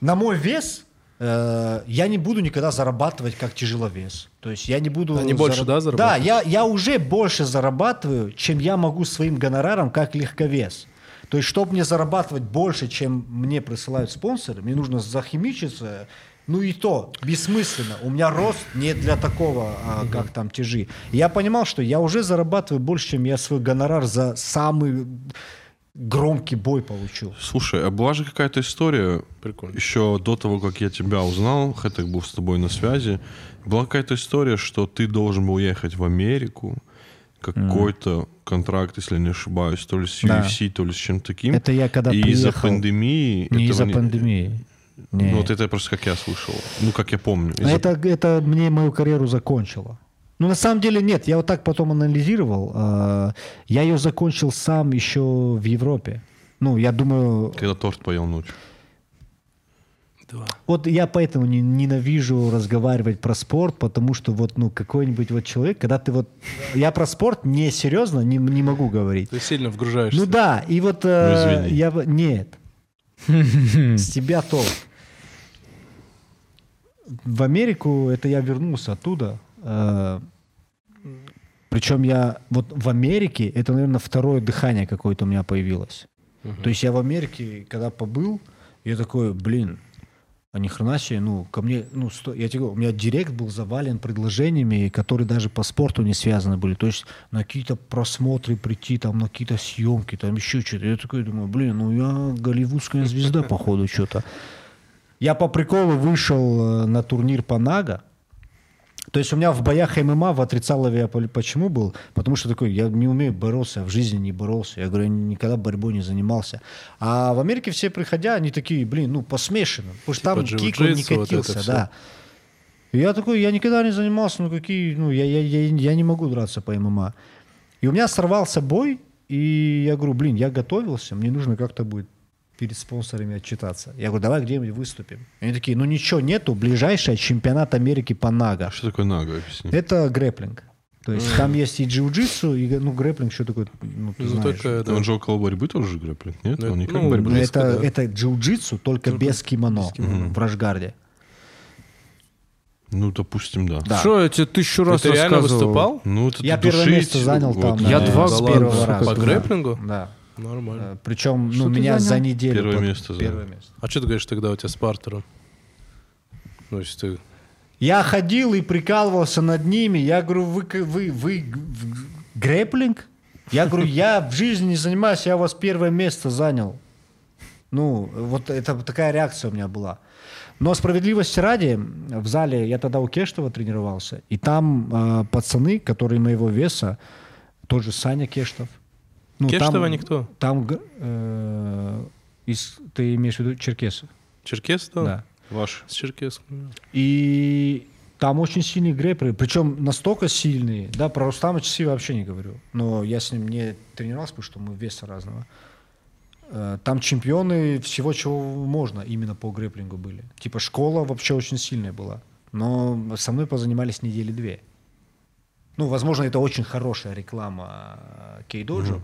Speaker 2: на мой вес э, я не буду никогда зарабатывать как тяжеловес. То есть я не буду...
Speaker 3: Они больше, да, зарабатывают?
Speaker 2: Да, я, я уже больше зарабатываю, чем я могу своим гонораром как легковес. То есть, чтобы мне зарабатывать больше, чем мне присылают спонсоры, мне нужно захимичиться, ну и то, бессмысленно. У меня рост не для такого, а, как там тяжи. И Я понимал, что я уже зарабатываю больше, чем я свой гонорар за самый громкий бой получил.
Speaker 1: Слушай, а была же какая-то история
Speaker 3: Прикольно.
Speaker 1: еще до того, как я тебя узнал, Хэтек был с тобой на связи. Была какая-то история, что ты должен был ехать в Америку, какой-то контракт, если не ошибаюсь, то ли с
Speaker 2: Да.
Speaker 1: UFC, то ли с чем-то таким.
Speaker 2: Это я когда
Speaker 1: И из-за
Speaker 2: приехал.
Speaker 1: пандемии...
Speaker 2: Не
Speaker 1: этого
Speaker 2: из-за пандемии. Не.
Speaker 1: Ну, вот это просто как я слышал. Ну, как я помню.
Speaker 2: А
Speaker 1: Из-за-
Speaker 2: это, это мне мою карьеру закончило. Ну, на самом деле, нет, я вот так потом анализировал. а, Я ее закончил сам еще в Европе. Ну, я думаю,
Speaker 1: Когда торт поел ночью.
Speaker 2: вот я поэтому не- ненавижу разговаривать про спорт, потому что вот, ну, какой-нибудь вот человек, когда ты вот... Я про спорт не серьезно не, не могу говорить.
Speaker 3: Ты сильно вгружаешься.
Speaker 2: Ну да, и вот э,
Speaker 1: Ну, извини.
Speaker 2: я... бы- Нет. С тебя толк. В Америку это я вернулся оттуда. э, Причем я вот в Америке, это, наверное, второе дыхание какое-то у меня появилось. То есть я в Америке, когда побыл, я такой, блин, а ни хрена себе, ну, ко мне, ну, сто- я тебе говорю, у меня директ был завален предложениями, которые даже по спорту не связаны были. То есть на какие-то просмотры прийти, там, на какие-то съемки, там, еще что-то. Я такой думаю, блин, ну, я голливудская звезда, походу, что-то. Я по приколу вышел э, на турнир по Нага. То есть у меня в боях ММА в отрицалове я пол- почему был? Потому что такой, я не умею бороться, я в жизни не боролся. Я говорю, я никогда борьбой не занимался. А в Америке все приходя, они такие, блин, ну посмешиваем. Потому что там
Speaker 3: Типа
Speaker 2: киком не
Speaker 3: джиу-джитсу, вот это
Speaker 2: катился,
Speaker 3: всё.
Speaker 2: да. И я такой, я никогда не занимался, ну какие, ну я, я, я, я не могу драться по ММА. И у меня сорвался бой, и я говорю, блин, я готовился, мне нужно как-то будет перед спонсорами отчитаться. Я говорю, давай где-нибудь выступим. Они такие, ну ничего нету, ближайший чемпионат Америки по нага.
Speaker 1: А что такое наго, объясни.
Speaker 2: Это грэплинг. То есть там есть и джиу-джитсу, и г- ну грэплинг, что такое, ну ты
Speaker 3: Ну,
Speaker 2: знаешь.
Speaker 3: только, да.
Speaker 1: Он же около борьбы тоже грэплинг, нет?
Speaker 3: Ну,
Speaker 1: Он не как
Speaker 3: ну,
Speaker 1: борьба.
Speaker 2: Но
Speaker 3: близко,
Speaker 2: это,
Speaker 3: да.
Speaker 2: это джиу-джитсу, только без кимоно, в Рашгарде.
Speaker 1: Ну, допустим, да.
Speaker 4: Что, я тебе тысячу раз
Speaker 3: Ты реально
Speaker 4: рассказывал.
Speaker 3: выступал?
Speaker 1: Ну, это
Speaker 2: Я
Speaker 1: ты
Speaker 2: первое
Speaker 1: душить,
Speaker 2: место занял
Speaker 1: вот,
Speaker 2: там.
Speaker 1: да.
Speaker 4: Я
Speaker 2: э,
Speaker 4: два
Speaker 2: с
Speaker 4: с
Speaker 2: первого
Speaker 4: ладно,
Speaker 2: раза.
Speaker 3: По
Speaker 2: да.
Speaker 3: грэплингу?
Speaker 2: Да.
Speaker 3: Нормально.
Speaker 2: Э, Причем,
Speaker 9: Что
Speaker 2: ну,
Speaker 9: ты
Speaker 2: меня
Speaker 9: занял?
Speaker 2: за неделю...
Speaker 1: Первое
Speaker 2: под-
Speaker 1: место занял.
Speaker 2: Первое место.
Speaker 3: А что ты говоришь тогда у тебя с партером? Ну, если ты...
Speaker 2: Я ходил и прикалывался над ними. Я говорю, вы, к- вы, вы г- в- грэплинг? Я говорю, я в жизни не занимаюсь, я у вас первое место занял. Ну, вот это такая реакция у меня была. Но справедливости ради, в зале я тогда у Кештова тренировался, и там э, пацаны, которые моего веса, тот же Саня Кештов. Ну, там-
Speaker 3: Кештова никто?
Speaker 2: Там, г- э, из, ты имеешь в виду Черкесов?
Speaker 3: Черкес там?
Speaker 2: Да.
Speaker 1: Ваш.
Speaker 3: С Черкесом.
Speaker 2: И там очень сильные грэперы, причем настолько сильные, да, про Рустама Часи вообще не говорю, но я с ним не тренировался, потому что мы веса разного. Э, Там чемпионы всего, чего можно именно по грэплингу были. Типа школа вообще очень сильная была, но со мной позанимались недели две. Ну, возможно, это очень хорошая реклама э, Кейдоджо.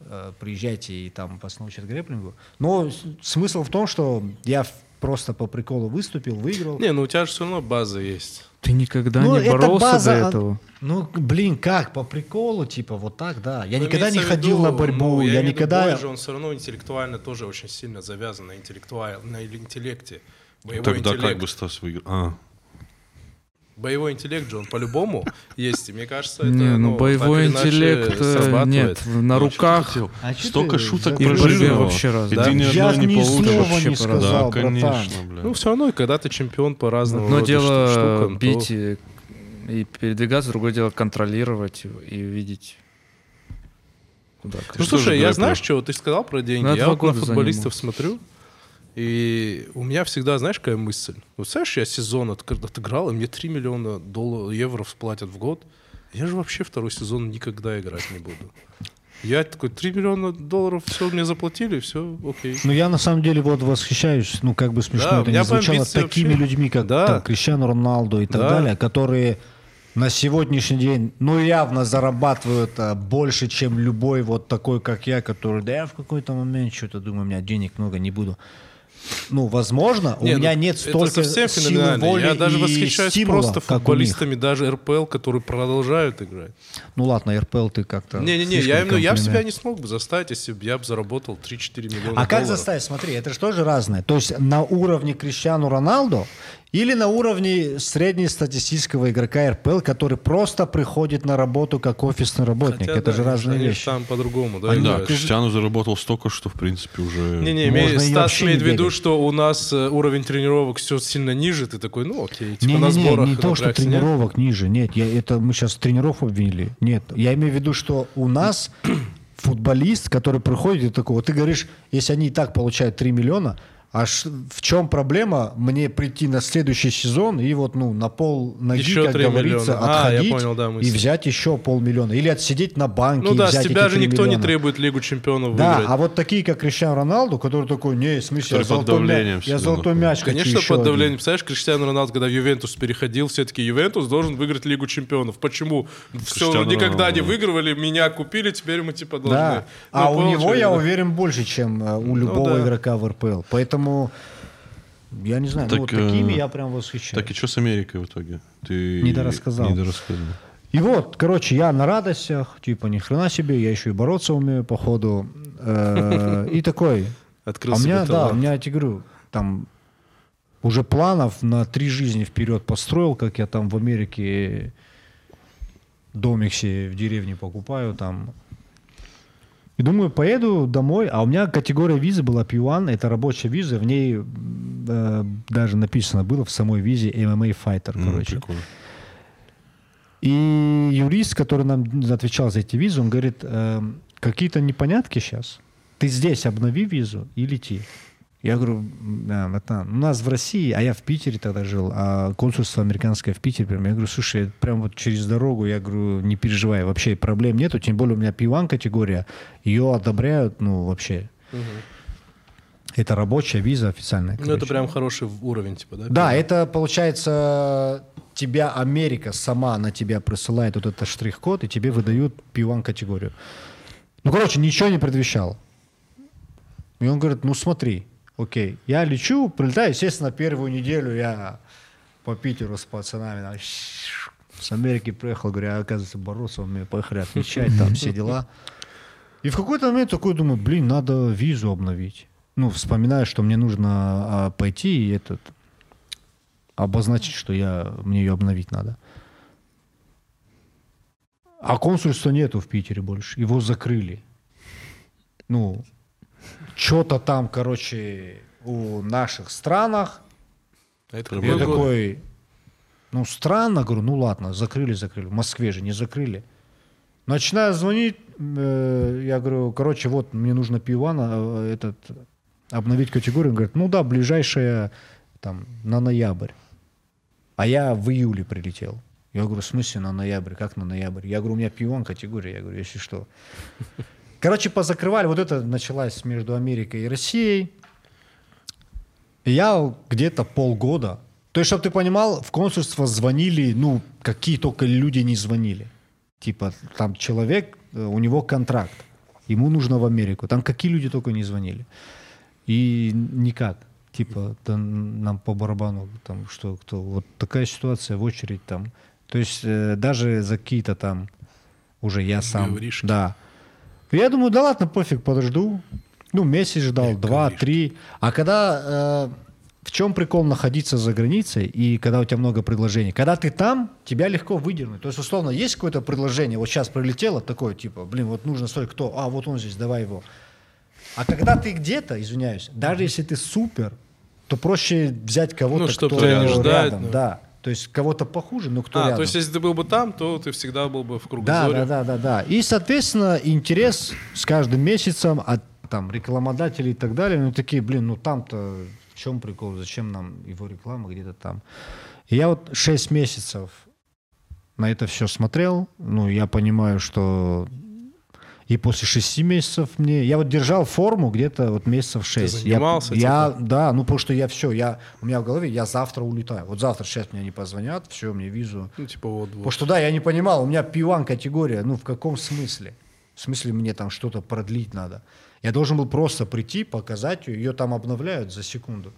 Speaker 2: Э, Приезжайте и там вас научат грэплингу. Но с- смысл в том, что я в- просто по приколу выступил, выиграл.
Speaker 3: Не, ну у тебя же все равно база есть.
Speaker 4: Ты никогда
Speaker 2: Ну,
Speaker 4: не
Speaker 2: это
Speaker 4: боролся
Speaker 2: база,
Speaker 4: до
Speaker 2: а-
Speaker 4: этого.
Speaker 2: Ну, к- блин, как? По приколу, типа, вот так, да. Я
Speaker 3: Ну,
Speaker 2: никогда не
Speaker 3: имеется в
Speaker 2: ходил
Speaker 3: виду,
Speaker 2: на борьбу,
Speaker 3: ну,
Speaker 2: я,
Speaker 3: имею в виду,
Speaker 2: никогда...
Speaker 3: бой же он все равно интеллектуально тоже очень сильно завязан на, интеллектуаль... на интеллекте. Боевой
Speaker 1: Тогда
Speaker 3: интеллект.
Speaker 1: как бы Стас выиграл? А,
Speaker 3: Боевой интеллект же он по-любому есть, и мне кажется, это...
Speaker 4: Не, ну боевой
Speaker 3: так или иначе
Speaker 4: интеллект э,
Speaker 3: срабатывает.
Speaker 4: нет. На руках
Speaker 10: А чё
Speaker 1: Столько
Speaker 10: ты
Speaker 1: шуток
Speaker 4: и в борьбе
Speaker 1: прожил.
Speaker 4: вообще раз.
Speaker 1: И
Speaker 3: Да.
Speaker 1: ты ни
Speaker 2: Я
Speaker 1: одной
Speaker 2: ни
Speaker 1: не получишь.
Speaker 2: слова
Speaker 1: вообще,
Speaker 2: не
Speaker 1: правда.
Speaker 2: сказал,
Speaker 1: Да,
Speaker 2: братан.
Speaker 1: конечно, бля.
Speaker 3: Ну, все равно, и когда ты чемпион по разным
Speaker 4: Одно
Speaker 3: роду
Speaker 4: дело
Speaker 3: шту- штукам, то-
Speaker 4: бить и, и передвигаться, другое дело контролировать и, и видеть куда.
Speaker 3: Ну,
Speaker 1: что же
Speaker 3: слушай, я
Speaker 1: рэпер?
Speaker 3: знаешь, чего ты сказал про деньги?
Speaker 4: Ну, я
Speaker 3: Я
Speaker 4: два
Speaker 3: вот на
Speaker 4: года за
Speaker 3: футболистов смотрю, и у меня всегда, знаешь, какая мысль? Вот знаешь, я сезон отк- отыграл, и мне 3 миллиона долларов, евро платят в год. Я же вообще второй сезон никогда играть не буду. Я такой, 3 миллиона долларов, все, мне заплатили, все, окей.
Speaker 2: Ну, я на самом деле вот восхищаюсь, ну, как бы смешно
Speaker 3: Да, у
Speaker 2: это
Speaker 3: меня
Speaker 2: не
Speaker 3: по
Speaker 2: звучало,
Speaker 3: амбиции
Speaker 2: такими
Speaker 3: вообще-
Speaker 2: людьми, как
Speaker 3: Да.
Speaker 2: там, Криштиану Роналду и так
Speaker 3: Да.
Speaker 2: далее, которые на сегодняшний день, ну, явно зарабатывают а, больше, чем любой вот такой, как я, который, да я в какой-то момент что-то думаю, у меня денег много, не буду. Ну, возможно, у
Speaker 3: Не, ну,
Speaker 2: меня нет
Speaker 3: это
Speaker 2: столько
Speaker 3: совсем
Speaker 2: силы
Speaker 3: феноменально.
Speaker 2: воли
Speaker 3: Я даже
Speaker 2: и
Speaker 3: восхищаюсь
Speaker 2: стимула,
Speaker 3: просто
Speaker 2: как у них.
Speaker 3: футболистами, даже РПЛ, которые продолжают играть.
Speaker 2: Ну ладно, РПЛ ты как-то...
Speaker 3: Не-не-не,
Speaker 2: слишком
Speaker 3: я, именно- я в себя
Speaker 2: комплимент.
Speaker 3: не смог бы заставить, если бы я бы заработал 3-4 миллиона
Speaker 2: А как
Speaker 3: долларов.
Speaker 2: заставить? Смотри, это же тоже разное. То есть на уровне Криштиану Роналду или на уровне среднестатистического игрока РПЛ, который просто приходит на работу как офисный работник.
Speaker 3: Хотя,
Speaker 2: это
Speaker 3: да,
Speaker 2: же разные
Speaker 3: они ж
Speaker 2: вещи.
Speaker 3: Там по-другому, да,
Speaker 1: А Да,
Speaker 3: играют.
Speaker 1: Криштиану заработал столько, что, в принципе, уже...
Speaker 3: Не-не,
Speaker 2: Можно
Speaker 3: имеет-
Speaker 2: и
Speaker 3: Стас
Speaker 2: вообще не
Speaker 3: имеет в виду,
Speaker 2: бегать.
Speaker 3: что у нас э, уровень тренировок все сильно ниже, ты такой, ну окей, типа
Speaker 2: Не,
Speaker 3: на
Speaker 2: не, не,
Speaker 3: сборах
Speaker 2: не то, что
Speaker 3: напрягся, нет?
Speaker 2: тренировок ниже. Нет, я, это мы сейчас тренеров обвинили. Нет, я имею в виду, что у нас футболист, который приходит и такой, вот ты говоришь, если они и так получают 3 миллиона, а ш- в чем проблема мне прийти на следующий сезон и вот ну на пол ноги,
Speaker 3: Еще
Speaker 2: как
Speaker 3: 3
Speaker 2: говорится,
Speaker 3: миллиона. А, я
Speaker 2: отходить
Speaker 3: понял, да, мысль.
Speaker 2: и взять еще полмиллиона. Или отсидеть на банке
Speaker 3: Ну
Speaker 2: и
Speaker 3: да, с
Speaker 2: взять
Speaker 3: тебя
Speaker 2: эти
Speaker 3: же
Speaker 2: 3
Speaker 3: никто не
Speaker 2: миллиона.
Speaker 3: требует Лигу Чемпионов
Speaker 2: Да,
Speaker 3: выиграть.
Speaker 2: а вот такие, как Криштиану Роналду, который такой, не, в смысле, я
Speaker 1: Который под
Speaker 2: золотой,
Speaker 1: давлением
Speaker 2: мяч, я
Speaker 1: всегда
Speaker 2: золотой
Speaker 1: находится.
Speaker 2: мяч хочу
Speaker 3: Конечно,
Speaker 2: еще
Speaker 3: под
Speaker 2: один».
Speaker 3: давлением. Представляешь, Криштиану Роналду, когда в Ювентус переходил, все-таки Ювентус должен выиграть Лигу Чемпионов. Почему? Все,
Speaker 1: Криштиану
Speaker 3: никогда не
Speaker 1: Роналду.
Speaker 3: выигрывали, меня купили, теперь мы типа должны...
Speaker 2: Да.
Speaker 3: Ну,
Speaker 2: а у
Speaker 3: понял,
Speaker 2: него,
Speaker 3: что
Speaker 2: я
Speaker 3: говорю?
Speaker 2: уверен, больше, чем э, у любого
Speaker 3: да.
Speaker 2: игрока в РПЛ. Поэтому, я не знаю, ну,
Speaker 1: Так,
Speaker 2: вот такими
Speaker 1: э,
Speaker 2: я прям восхищаюсь.
Speaker 1: Так и что с Америкой в итоге? Ты...
Speaker 2: Недорассказал.
Speaker 1: Недорассказал.
Speaker 2: И вот, короче, я на радостях, типа, ни хрена себе, я еще и бороться умею, походу. Э, И такой,
Speaker 3: Открыл
Speaker 2: а у
Speaker 3: себе
Speaker 2: меня, да,
Speaker 3: талант.
Speaker 2: у меня, я тебе говорю, там уже планов на три жизни вперед построил, как я там в Америке домик себе в деревне покупаю там. И думаю, поеду домой, а у меня категория визы была P1, это рабочая виза, в ней м, э, даже написано было в самой визе MMA Fighter,
Speaker 1: М,
Speaker 2: короче.
Speaker 1: Ну, прикольно.
Speaker 2: И юрист, который нам отвечал за эти визы, он говорит, «Эм, какие-то непонятки сейчас. Ты здесь обнови визу и лети. Я говорю, да, братан, у нас в России, а я в Питере тогда жил, а консульство американское в Питере, прям, я говорю, слушай, прям вот через дорогу, я говорю, не переживай, вообще проблем нету, тем более у меня P1 категория, ее одобряют, ну, вообще. Это рабочая виза официальная.
Speaker 3: Ну это
Speaker 2: короче.
Speaker 3: прям хороший в- уровень, типа, да?
Speaker 2: Да, это получается тебя Америка сама на тебя присылает вот этот штрих-код, и тебе выдают P1 категорию. Ну, короче, ничего не предвещал. И он говорит, ну смотри, окей, я лечу, прилетаю, естественно, первую неделю я по Питеру с пацанами, там, с Америки приехал, говорю, а оказывается, бороться умею, поехали отвечать, там все дела. И в какой-то момент такой думаю, блин, надо визу обновить. Ну, вспоминаю, что мне нужно а, пойти и этот обозначить, что я, мне ее обновить надо. А консульства нету в Питере больше. Его закрыли. Ну, что-то там, короче, у наших странах.
Speaker 3: А это
Speaker 1: Проблема.
Speaker 2: Я
Speaker 3: какой год?
Speaker 2: такой, ну, странно, говорю, ну ладно, закрыли, закрыли. В Москве же не закрыли. Начинаю звонить, э, я говорю, короче, вот, мне нужно пивана этот, обновить категорию. Он говорит, ну да, ближайшая там на ноябрь. А я в июле прилетел. Я говорю, в смысле на ноябрь? Как на ноябрь? Я говорю, у меня пивон категория. Я говорю, если что. Короче, позакрывали. Вот это началась между Америкой и Россией. И я где-то полгода. То есть, чтобы ты понимал, в консульство звонили, ну, какие только люди не звонили. Типа, там человек, э, у него контракт. Ему нужно в Америку. Там какие люди только не звонили. И никак. Типа, да н- нам по барабану, там, что, кто. Вот такая ситуация в очередь там. То есть, э, даже за какие-то там уже я сам.
Speaker 3: Ковришки.
Speaker 2: Да. Я думаю, да ладно, пофиг, подожду. Ну, месяц ждал, два, три. А когда э, в чем прикол находиться за границей и когда у тебя много предложений? Когда ты там, тебя легко выдернуть. То есть, условно, есть какое-то предложение, вот сейчас прилетело такое, типа, блин, вот нужно столько, кто, а вот он здесь, давай его. А когда ты где-то, извиняюсь, даже если ты супер, то проще взять кого-то,
Speaker 3: Ну, чтоб
Speaker 2: кто
Speaker 3: тебя не ждать,
Speaker 2: рядом.
Speaker 3: да.
Speaker 2: Да. То есть кого-то похуже, но кто
Speaker 3: А,
Speaker 2: рядом.
Speaker 3: то есть если ты был бы там, то ты всегда был бы в
Speaker 2: Да,
Speaker 3: кругозоре.
Speaker 2: да, да, да, да. И, соответственно, интерес с каждым месяцем от там рекламодателей и так далее, ну такие, блин, ну там-то в чем прикол, зачем нам его реклама где-то там. И я вот 6 месяцев на это все смотрел, ну я понимаю, что и после 6 месяцев мне... Я вот держал форму где-то вот месяцев 6.
Speaker 3: занимался типа? этим,
Speaker 2: я,
Speaker 3: да?
Speaker 2: я, да, ну потому что я все, я, у меня в голове, я завтра улетаю. Вот завтра сейчас мне не позвонят, все, мне визу.
Speaker 3: Ну, типа вот. вот.
Speaker 2: Потому что да, я не понимал, у меня пиван категория, ну в каком смысле? В смысле мне там что-то продлить надо? Я должен был просто прийти, показать ее, ее там обновляют за секунду.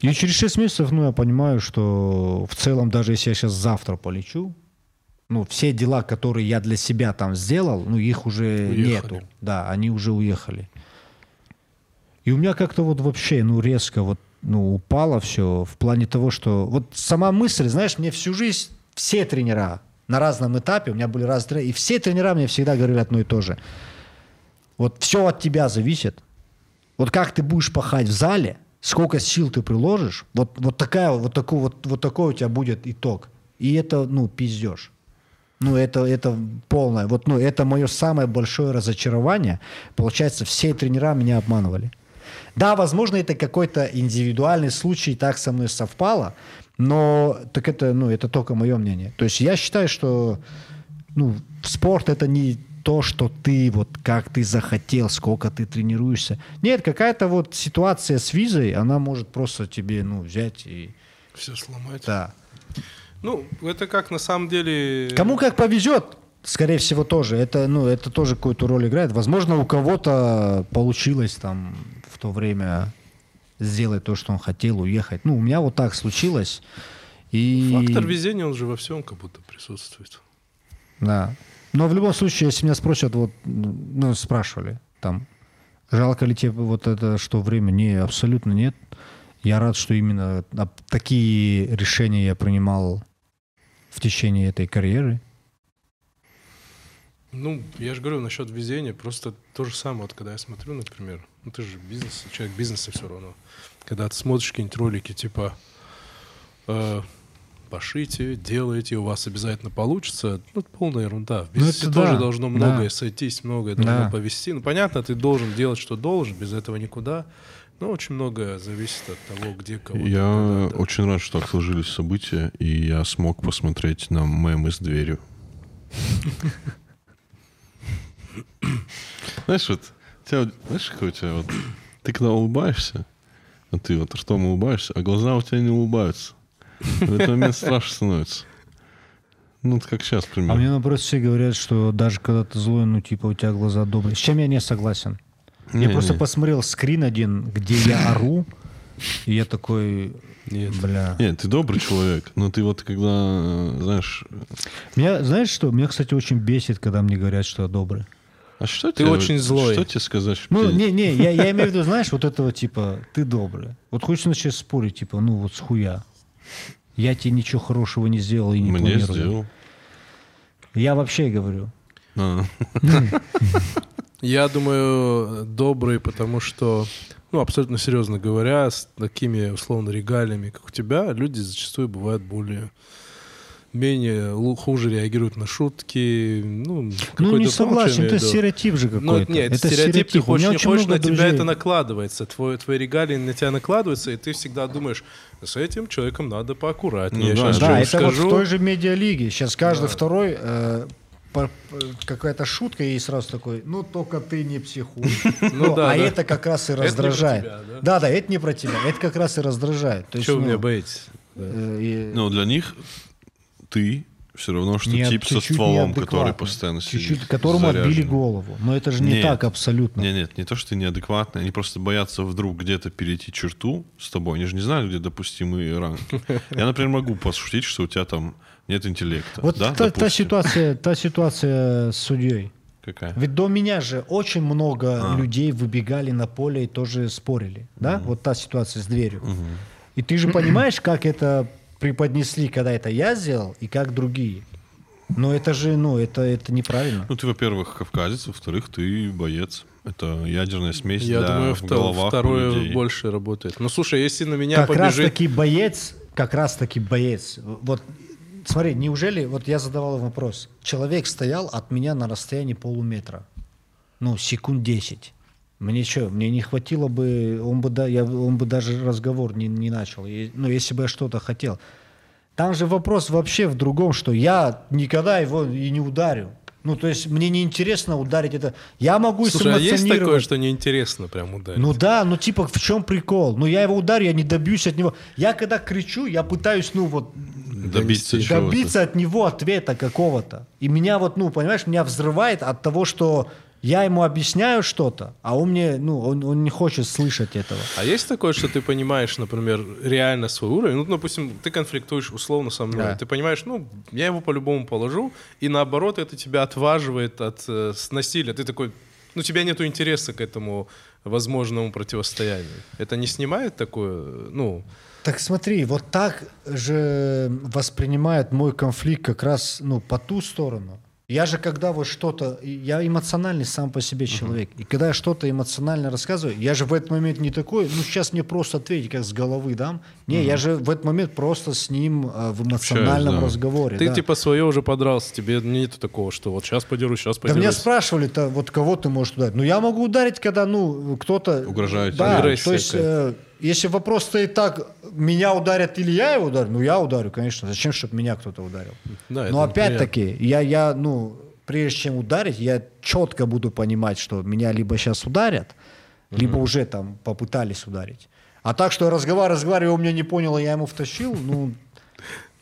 Speaker 2: И через 6 месяцев, ну, я понимаю, что в целом, даже если я сейчас завтра полечу, ну, все дела, которые я для себя там сделал, ну, их уже
Speaker 3: Уехали.
Speaker 2: нету. Да, они уже уехали. И у меня как-то вот вообще, ну, резко вот, ну, упало все в плане того, что вот сама мысль, знаешь, мне всю жизнь все тренера на разном этапе, у меня были разные, тренеры, и все тренера мне всегда говорили одно и то же. Вот все от тебя зависит. Вот как ты будешь пахать в зале, сколько сил ты приложишь, вот, вот, такая, вот, такой, вот, вот такой у тебя будет итог. И это, ну, пиздешь. Ну, это, это полное. Вот, ну, это мое самое большое разочарование. Получается, все тренера меня обманывали. Да, возможно, это какой-то индивидуальный случай, так со мной совпало, но так это, ну, это только мое мнение. То есть я считаю, что ну, спорт это не то, что ты вот как ты захотел, сколько ты тренируешься. Нет, какая-то вот ситуация с визой, она может просто тебе, ну, взять и...
Speaker 3: Все сломать.
Speaker 2: Да.
Speaker 3: Ну, это как на самом деле...
Speaker 2: Кому как повезет, скорее всего, тоже. Это, ну, это тоже какую-то роль играет. Возможно, у кого-то получилось там в то время сделать то, что он хотел, уехать. Ну, у меня вот так случилось. И...
Speaker 3: Фактор везения, он же во всем как будто присутствует.
Speaker 2: Да. Но в любом случае, если меня спросят, вот, ну, спрашивали, там, жалко ли тебе вот это, что время? Не, абсолютно нет. Я рад, что именно а, такие решения я принимал в течение этой карьеры.
Speaker 3: Ну, я же говорю насчет везения, просто то же самое, вот когда я смотрю, например, ну ты же бизнес, человек бизнеса все равно, когда ты смотришь какие-нибудь ролики, типа э, пошите, делайте, у вас обязательно получится, ну, это полная ерунда. В
Speaker 2: Ну,
Speaker 3: бизнесе
Speaker 2: это
Speaker 3: тоже
Speaker 2: да,
Speaker 3: должно
Speaker 2: да.
Speaker 3: многое сойтись, многое должно
Speaker 2: Да.
Speaker 3: повести. Ну, понятно, ты должен делать, что должен, без этого никуда, но очень многое зависит от того, где кого ты,
Speaker 1: Я
Speaker 3: когда, да.
Speaker 1: очень рад, что так сложились события, и я смог посмотреть на мемы с дверью. Знаешь, вот, тебя, вот- знаешь, какой у тебя вот... Ты когда улыбаешься, а ты вот ртом улыбаешься, а глаза у тебя не улыбаются. В этот момент страшно становится. Ну, вот как сейчас,
Speaker 2: А мне
Speaker 1: примерно.
Speaker 2: наоборот все говорят, что даже когда ты злой, ну типа у тебя глаза добрые. С чем я не согласен? я
Speaker 1: Не,
Speaker 2: просто
Speaker 1: не.
Speaker 2: посмотрел скрин один, где я ору, и я такой, бля.
Speaker 1: Нет, ты добрый человек, но ты вот когда, э, знаешь...
Speaker 2: Меня, знаешь что? Меня, кстати, очень бесит, когда мне говорят, что я добрый.
Speaker 1: А что
Speaker 3: Ты
Speaker 1: тебе-
Speaker 3: очень злой.
Speaker 1: Что тебе сказать? чтоб
Speaker 2: Ну,
Speaker 1: тебе-
Speaker 2: не, не, я, я имею в виду, знаешь, вот этого типа, ты добрый. Вот хочешь начать спорить, типа, ну вот с хуя. Я тебе ничего хорошего не сделал и не
Speaker 1: Мне
Speaker 2: планирую.
Speaker 1: сделал.
Speaker 2: Я вообще говорю.
Speaker 1: А.
Speaker 3: Я думаю, добрый, потому что, ну, абсолютно серьезно говоря, с такими, условно, регалиями, как у тебя, люди зачастую бывают более менее лу- хуже реагируют на шутки. Ну,
Speaker 2: Ну,
Speaker 3: какой-то
Speaker 2: не
Speaker 3: помощь
Speaker 2: согласен,
Speaker 3: я
Speaker 2: это
Speaker 3: имею в виду.
Speaker 2: стереотип же
Speaker 3: Ну,
Speaker 2: какой-то.
Speaker 3: нет, это
Speaker 2: это
Speaker 3: стереотип, ты
Speaker 2: У меня
Speaker 3: хочешь, не
Speaker 2: очень
Speaker 3: хочешь, на
Speaker 2: много
Speaker 3: тебя
Speaker 2: друзей.
Speaker 3: это накладывается, твои, твои регалии на тебя накладываются, и ты всегда думаешь, с этим человеком надо поаккуратнее.
Speaker 1: Ну
Speaker 3: Я
Speaker 1: да,
Speaker 3: щас
Speaker 1: да,
Speaker 3: же
Speaker 2: Да,
Speaker 3: ему
Speaker 2: А это
Speaker 3: скажу.
Speaker 2: вот в той же медиалиге. Сейчас каждый второй э, по- э, какая-то шутка и сразу такой, ну только ты не психуй. Ну,
Speaker 3: да,
Speaker 2: а
Speaker 3: да.
Speaker 2: это как раз и
Speaker 3: не про
Speaker 2: раздражает.
Speaker 3: тебя, да?
Speaker 2: Да, да, это не про тебя, это как раз и раздражает. То есть,
Speaker 3: Чего вы
Speaker 2: ну,
Speaker 3: меня боитесь?
Speaker 2: э, и-
Speaker 1: Ну, для них ты все равно, что
Speaker 2: Нет,
Speaker 1: тип со
Speaker 2: чуть-чуть
Speaker 1: стволом,
Speaker 2: неадекватно.
Speaker 1: который постоянно сидит.
Speaker 2: Чуть-чуть, которому отбили
Speaker 1: заряженный.
Speaker 2: голову. Но это же не
Speaker 1: Нет.
Speaker 2: так абсолютно.
Speaker 1: Не, нет, не то, что ты неадекватный, они просто боятся вдруг где-то перейти черту с тобой. Они же не знают, где допустимые рамки. Я, например, могу пошутить, что у тебя там нет интеллекта.
Speaker 2: Вот
Speaker 1: да,
Speaker 2: та, та
Speaker 1: допустим.
Speaker 2: ситуация, та ситуация с судьей.
Speaker 1: Какая?
Speaker 2: Ведь до меня же очень много
Speaker 1: А.
Speaker 2: людей выбегали на поле и тоже спорили. Да? Вот та ситуация с дверью.
Speaker 1: Мгм.
Speaker 2: И ты же понимаешь, как это преподнесли, когда это я сделал, и как другие. Но это же, ну, это, это неправильно.
Speaker 1: Ну, ты, во-первых, кавказец, во-вторых, ты боец. Это ядерная смесь
Speaker 3: Я
Speaker 1: для-
Speaker 3: думаю,
Speaker 1: в
Speaker 3: вто-
Speaker 1: головах у
Speaker 3: второе
Speaker 1: людей.
Speaker 3: больше работает. Ну, слушай, если на меня
Speaker 2: Как раз
Speaker 3: побежит...
Speaker 2: таки боец, как раз таки боец. Вот смотри, неужели, вот я задавал вопрос, человек стоял от меня на расстоянии полуметра, ну, секунд 10. Мне что, мне не хватило бы, он бы, да, я, он бы даже разговор не, не начал, И, ну, если бы я что-то хотел. Там же вопрос вообще в другом, что я никогда его и не ударю. Ну, то есть мне неинтересно ударить это. Я могу
Speaker 3: Слушай, а есть такое,
Speaker 2: сэмоционировать.
Speaker 3: что неинтересно прям ударить?
Speaker 2: Ну да, ну типа в чем прикол? Ну я его ударю, я не добьюсь от него. Я когда кричу, я пытаюсь, ну вот,
Speaker 1: Добиться чего-то.
Speaker 2: добиться от него ответа какого-то. И меня вот, ну понимаешь, меня взрывает от того, что я ему объясняю что-то, а он мне, ну, он, он не хочет слышать этого.
Speaker 3: А есть такое, что ты понимаешь, например, реально свой уровень? Ну, допустим, ты конфликтуешь условно со мной.
Speaker 2: Да.
Speaker 3: Ты понимаешь, ну, я его по-любому положу, и наоборот, это тебя отваживает от э, с- насилия. Ты такой, ну, у тебя нету интереса к этому возможному противостоянию. Это не снимает такое, ну...
Speaker 2: Так смотри, вот так же воспринимает мой конфликт как раз ну, по ту сторону. Я же когда вот что-то... и Я эмоциональный сам по себе человек. И когда я что-то эмоционально рассказываю, я же в этот момент не такой, ну сейчас мне просто ответить, как с головы дам. Не, я же в этот момент просто с ним э, в эмоциональном
Speaker 1: да.
Speaker 2: разговоре.
Speaker 3: Ты
Speaker 2: да.
Speaker 3: типа свое уже подрался, тебе нету такого, что вот сейчас подерусь, сейчас
Speaker 2: Да
Speaker 3: подерусь.
Speaker 2: меня спрашивали-то, вот кого ты можешь ударить. Ну, я могу ударить, когда, ну, кто-то...
Speaker 1: Угрожает
Speaker 2: Да,
Speaker 3: Агрессия
Speaker 2: то есть, э, если вопрос стоит так, меня ударят или я его ударю, ну, я ударю, конечно. Зачем, чтобы меня кто-то ударил?
Speaker 3: Да, это
Speaker 2: Но опять-таки, я, я, ну, прежде чем ударить, я четко буду понимать, что меня либо сейчас ударят, либо уже там попытались ударить. А так, что я разговариваю, разговариваю, он меня не понял, и я ему втащил, ну,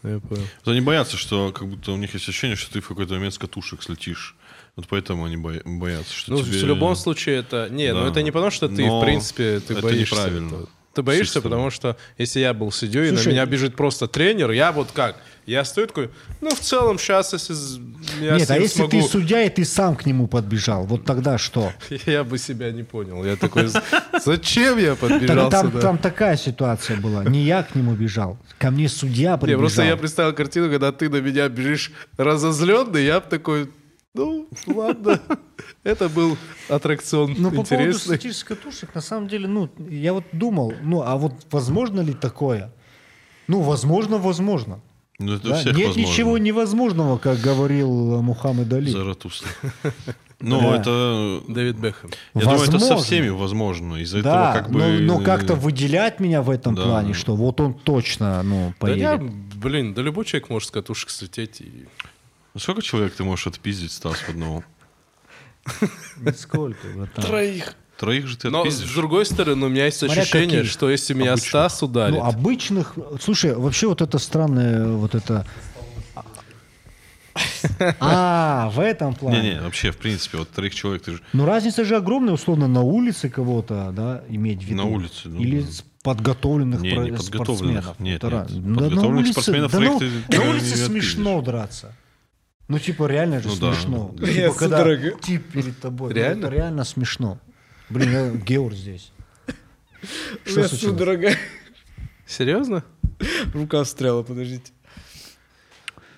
Speaker 3: Я понял.
Speaker 1: Вот Они боятся, что как будто у них есть ощущение, что ты в какой-то момент с катушек слетишь. Вот поэтому они бо- боятся, что
Speaker 3: Ну,
Speaker 1: Типа, тебе...
Speaker 3: в любом случае это... Не, ну
Speaker 1: Да.
Speaker 3: это не потому, что ты,
Speaker 1: Но
Speaker 3: в принципе, ты
Speaker 1: это
Speaker 3: боишься.
Speaker 1: неправильно.
Speaker 3: этого. Ты боишься,
Speaker 1: Чисто.
Speaker 3: потому что если я был судьей, и на
Speaker 2: Слушай,
Speaker 3: меня бежит просто тренер, я вот как? Я стою такой, ну, в целом, сейчас, если з- я
Speaker 2: нет,
Speaker 3: с
Speaker 2: а
Speaker 3: ним
Speaker 2: если ты
Speaker 3: смогу-
Speaker 2: судья, и ты сам к нему подбежал, вот тогда что?
Speaker 3: Я бы себя не понял. Я такой, «З- зачем я
Speaker 2: Там,
Speaker 3: подбежал
Speaker 2: там-
Speaker 3: сюда?
Speaker 2: там такая ситуация была. Не я к нему бежал, ко мне судья
Speaker 3: Не,
Speaker 2: прибежал.
Speaker 3: просто я представил картину, когда ты на меня бежишь разозленный, я бы такой, ну, ладно. Это был аттракцион
Speaker 2: Ну, по поводу
Speaker 3: интересный.
Speaker 2: статических катушек, на самом деле, ну, я вот думал, ну, а вот возможно ли такое? Ну, возможно, возможно.
Speaker 1: Ну, это у
Speaker 2: да?
Speaker 1: всех
Speaker 2: Нет
Speaker 1: возможно.
Speaker 2: ничего невозможного, как говорил э, Мухаммед Али.
Speaker 1: Заратустра. Ну,
Speaker 2: Да.
Speaker 1: это...
Speaker 3: Дэвид Бэхэм.
Speaker 1: Я думаю, это со
Speaker 2: Возможно.
Speaker 1: всеми возможно. Из-за
Speaker 2: Да,
Speaker 1: этого как бы... э,
Speaker 2: но- но, как-то выделять меня в этом
Speaker 1: Да.
Speaker 2: плане, что вот он точно, ну,
Speaker 3: Да я,
Speaker 2: поедет.
Speaker 3: блин, да любой человек может с катушек слететь. И...
Speaker 1: Ну, Сколько человек ты можешь отпиздить, Стас, в одного?
Speaker 2: Сколько, братан?
Speaker 1: Троих же ты
Speaker 3: Но
Speaker 1: отпиздишь.
Speaker 3: с другой стороны, у меня есть
Speaker 2: Смотря
Speaker 3: ощущение,
Speaker 2: какие.
Speaker 3: что если меня Стас ударит,
Speaker 2: Ну, обычных... Слушай, вообще вот это странное, вот это... А, в этом плане.
Speaker 1: Не-не, вообще, в принципе, вот троих человек, ты же...
Speaker 2: Но разница же огромная, условно, на улице кого-то, да, иметь в виду.
Speaker 1: На улице, ну,
Speaker 2: Или
Speaker 1: да.
Speaker 2: с подготовленных
Speaker 1: Не,
Speaker 2: про-
Speaker 1: не подготовленных.
Speaker 2: спортсменов.
Speaker 1: Нет,
Speaker 2: Это
Speaker 1: нет.
Speaker 2: раз. Да на
Speaker 1: Подготовленных
Speaker 2: улице-
Speaker 1: спортсменов
Speaker 2: да
Speaker 1: их
Speaker 2: на-
Speaker 1: ты
Speaker 2: на
Speaker 1: не
Speaker 2: улице
Speaker 1: отпиздишь.
Speaker 2: смешно драться. Ну, типа, реально же
Speaker 1: Ну да.
Speaker 2: смешно.
Speaker 1: Да.
Speaker 2: Типа,
Speaker 4: Я
Speaker 2: когда
Speaker 4: судорога.
Speaker 2: тип перед тобой. ну,
Speaker 3: Реально?
Speaker 2: это реально смешно. Блин, я- Георг здесь.
Speaker 4: У меня
Speaker 2: Что случилось?
Speaker 4: судорога.
Speaker 3: серьезно?
Speaker 4: Рука встряла, подождите.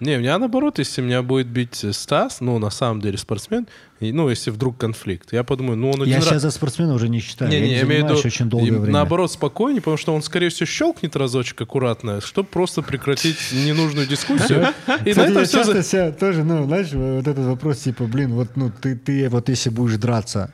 Speaker 3: Не, у меня наоборот, если меня будет бить э, Стас, ну, на самом деле спортсмен, и, ну, если вдруг конфликт, я подумаю, ну, он один
Speaker 2: Я
Speaker 3: раз...
Speaker 2: сейчас за спортсмена уже не считаю.
Speaker 3: Не,
Speaker 2: я
Speaker 3: не,
Speaker 2: не
Speaker 3: я имею в
Speaker 2: занимаюсь
Speaker 3: виду,
Speaker 2: очень долгое
Speaker 3: им
Speaker 2: время.
Speaker 3: наоборот, спокойнее, потому что он, скорее всего, щелкнет разочек аккуратно, чтобы просто прекратить ненужную дискуссию. И на
Speaker 2: Кстати,
Speaker 3: этом
Speaker 2: я
Speaker 3: все...
Speaker 2: часто себя тоже, ну, знаешь, вот этот вопрос, типа, блин, вот, ну, ты, ты вот если будешь драться,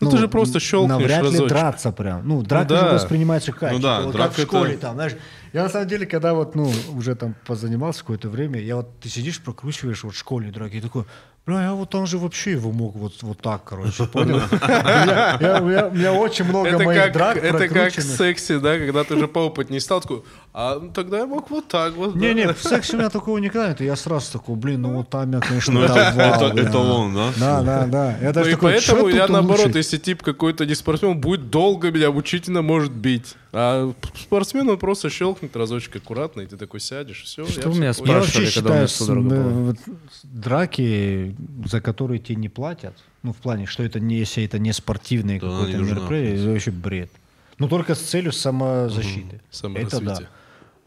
Speaker 3: Ну, ты же просто щелкнешь
Speaker 2: Навряд ли
Speaker 3: разочек.
Speaker 2: драться прям. Ну, драка
Speaker 3: да.
Speaker 2: же воспринимается как.
Speaker 1: Ну да,
Speaker 2: типа, вот
Speaker 1: драка
Speaker 2: как в школе
Speaker 1: это-
Speaker 2: там, знаешь. Я на самом деле, когда вот, ну, уже там позанимался какое-то время, я вот, ты сидишь, прокручиваешь вот школьные драки, и такой, бля, я вот там же вообще его мог вот, вот так, короче, понял? Я- я- У меня- у меня очень много
Speaker 3: Это
Speaker 2: моих
Speaker 3: как,
Speaker 2: драк
Speaker 3: это как в
Speaker 2: прокрученных.
Speaker 3: сексе, да, когда ты уже поопытнее стал, такой, а ну, тогда я мог вот так вот. да».
Speaker 2: Не-не, в сексе у меня такого никогда нет. Я сразу такой, блин, ну вот там я, конечно,
Speaker 1: Ну, это-
Speaker 2: давал,
Speaker 1: это-
Speaker 2: да.
Speaker 1: это он, да?
Speaker 2: Да, да, да. Я даже
Speaker 3: Ну и
Speaker 2: такой,
Speaker 3: поэтому
Speaker 2: «Чё
Speaker 3: я
Speaker 2: тут
Speaker 3: наоборот,
Speaker 2: улучшить?»
Speaker 3: если тип какой-то не спортсмен, будет долго меня мучительно может бить. А спортсмен, он просто щелкнет разочек аккуратно, и ты такой сядешь, все.
Speaker 4: Что вы меня
Speaker 2: Я
Speaker 4: Спрашивали,
Speaker 2: вообще
Speaker 4: когда у меня
Speaker 2: считаю, с-
Speaker 4: судорога была.
Speaker 2: м, вот драки, за которые тебе не платят, ну, в плане, что это не, если это не спортивные
Speaker 1: Да,
Speaker 2: какое-то
Speaker 1: не нужна,
Speaker 2: мероприятие, это вообще бред. Ну, только с целью самозащиты. Это да.
Speaker 3: Саморазвитие.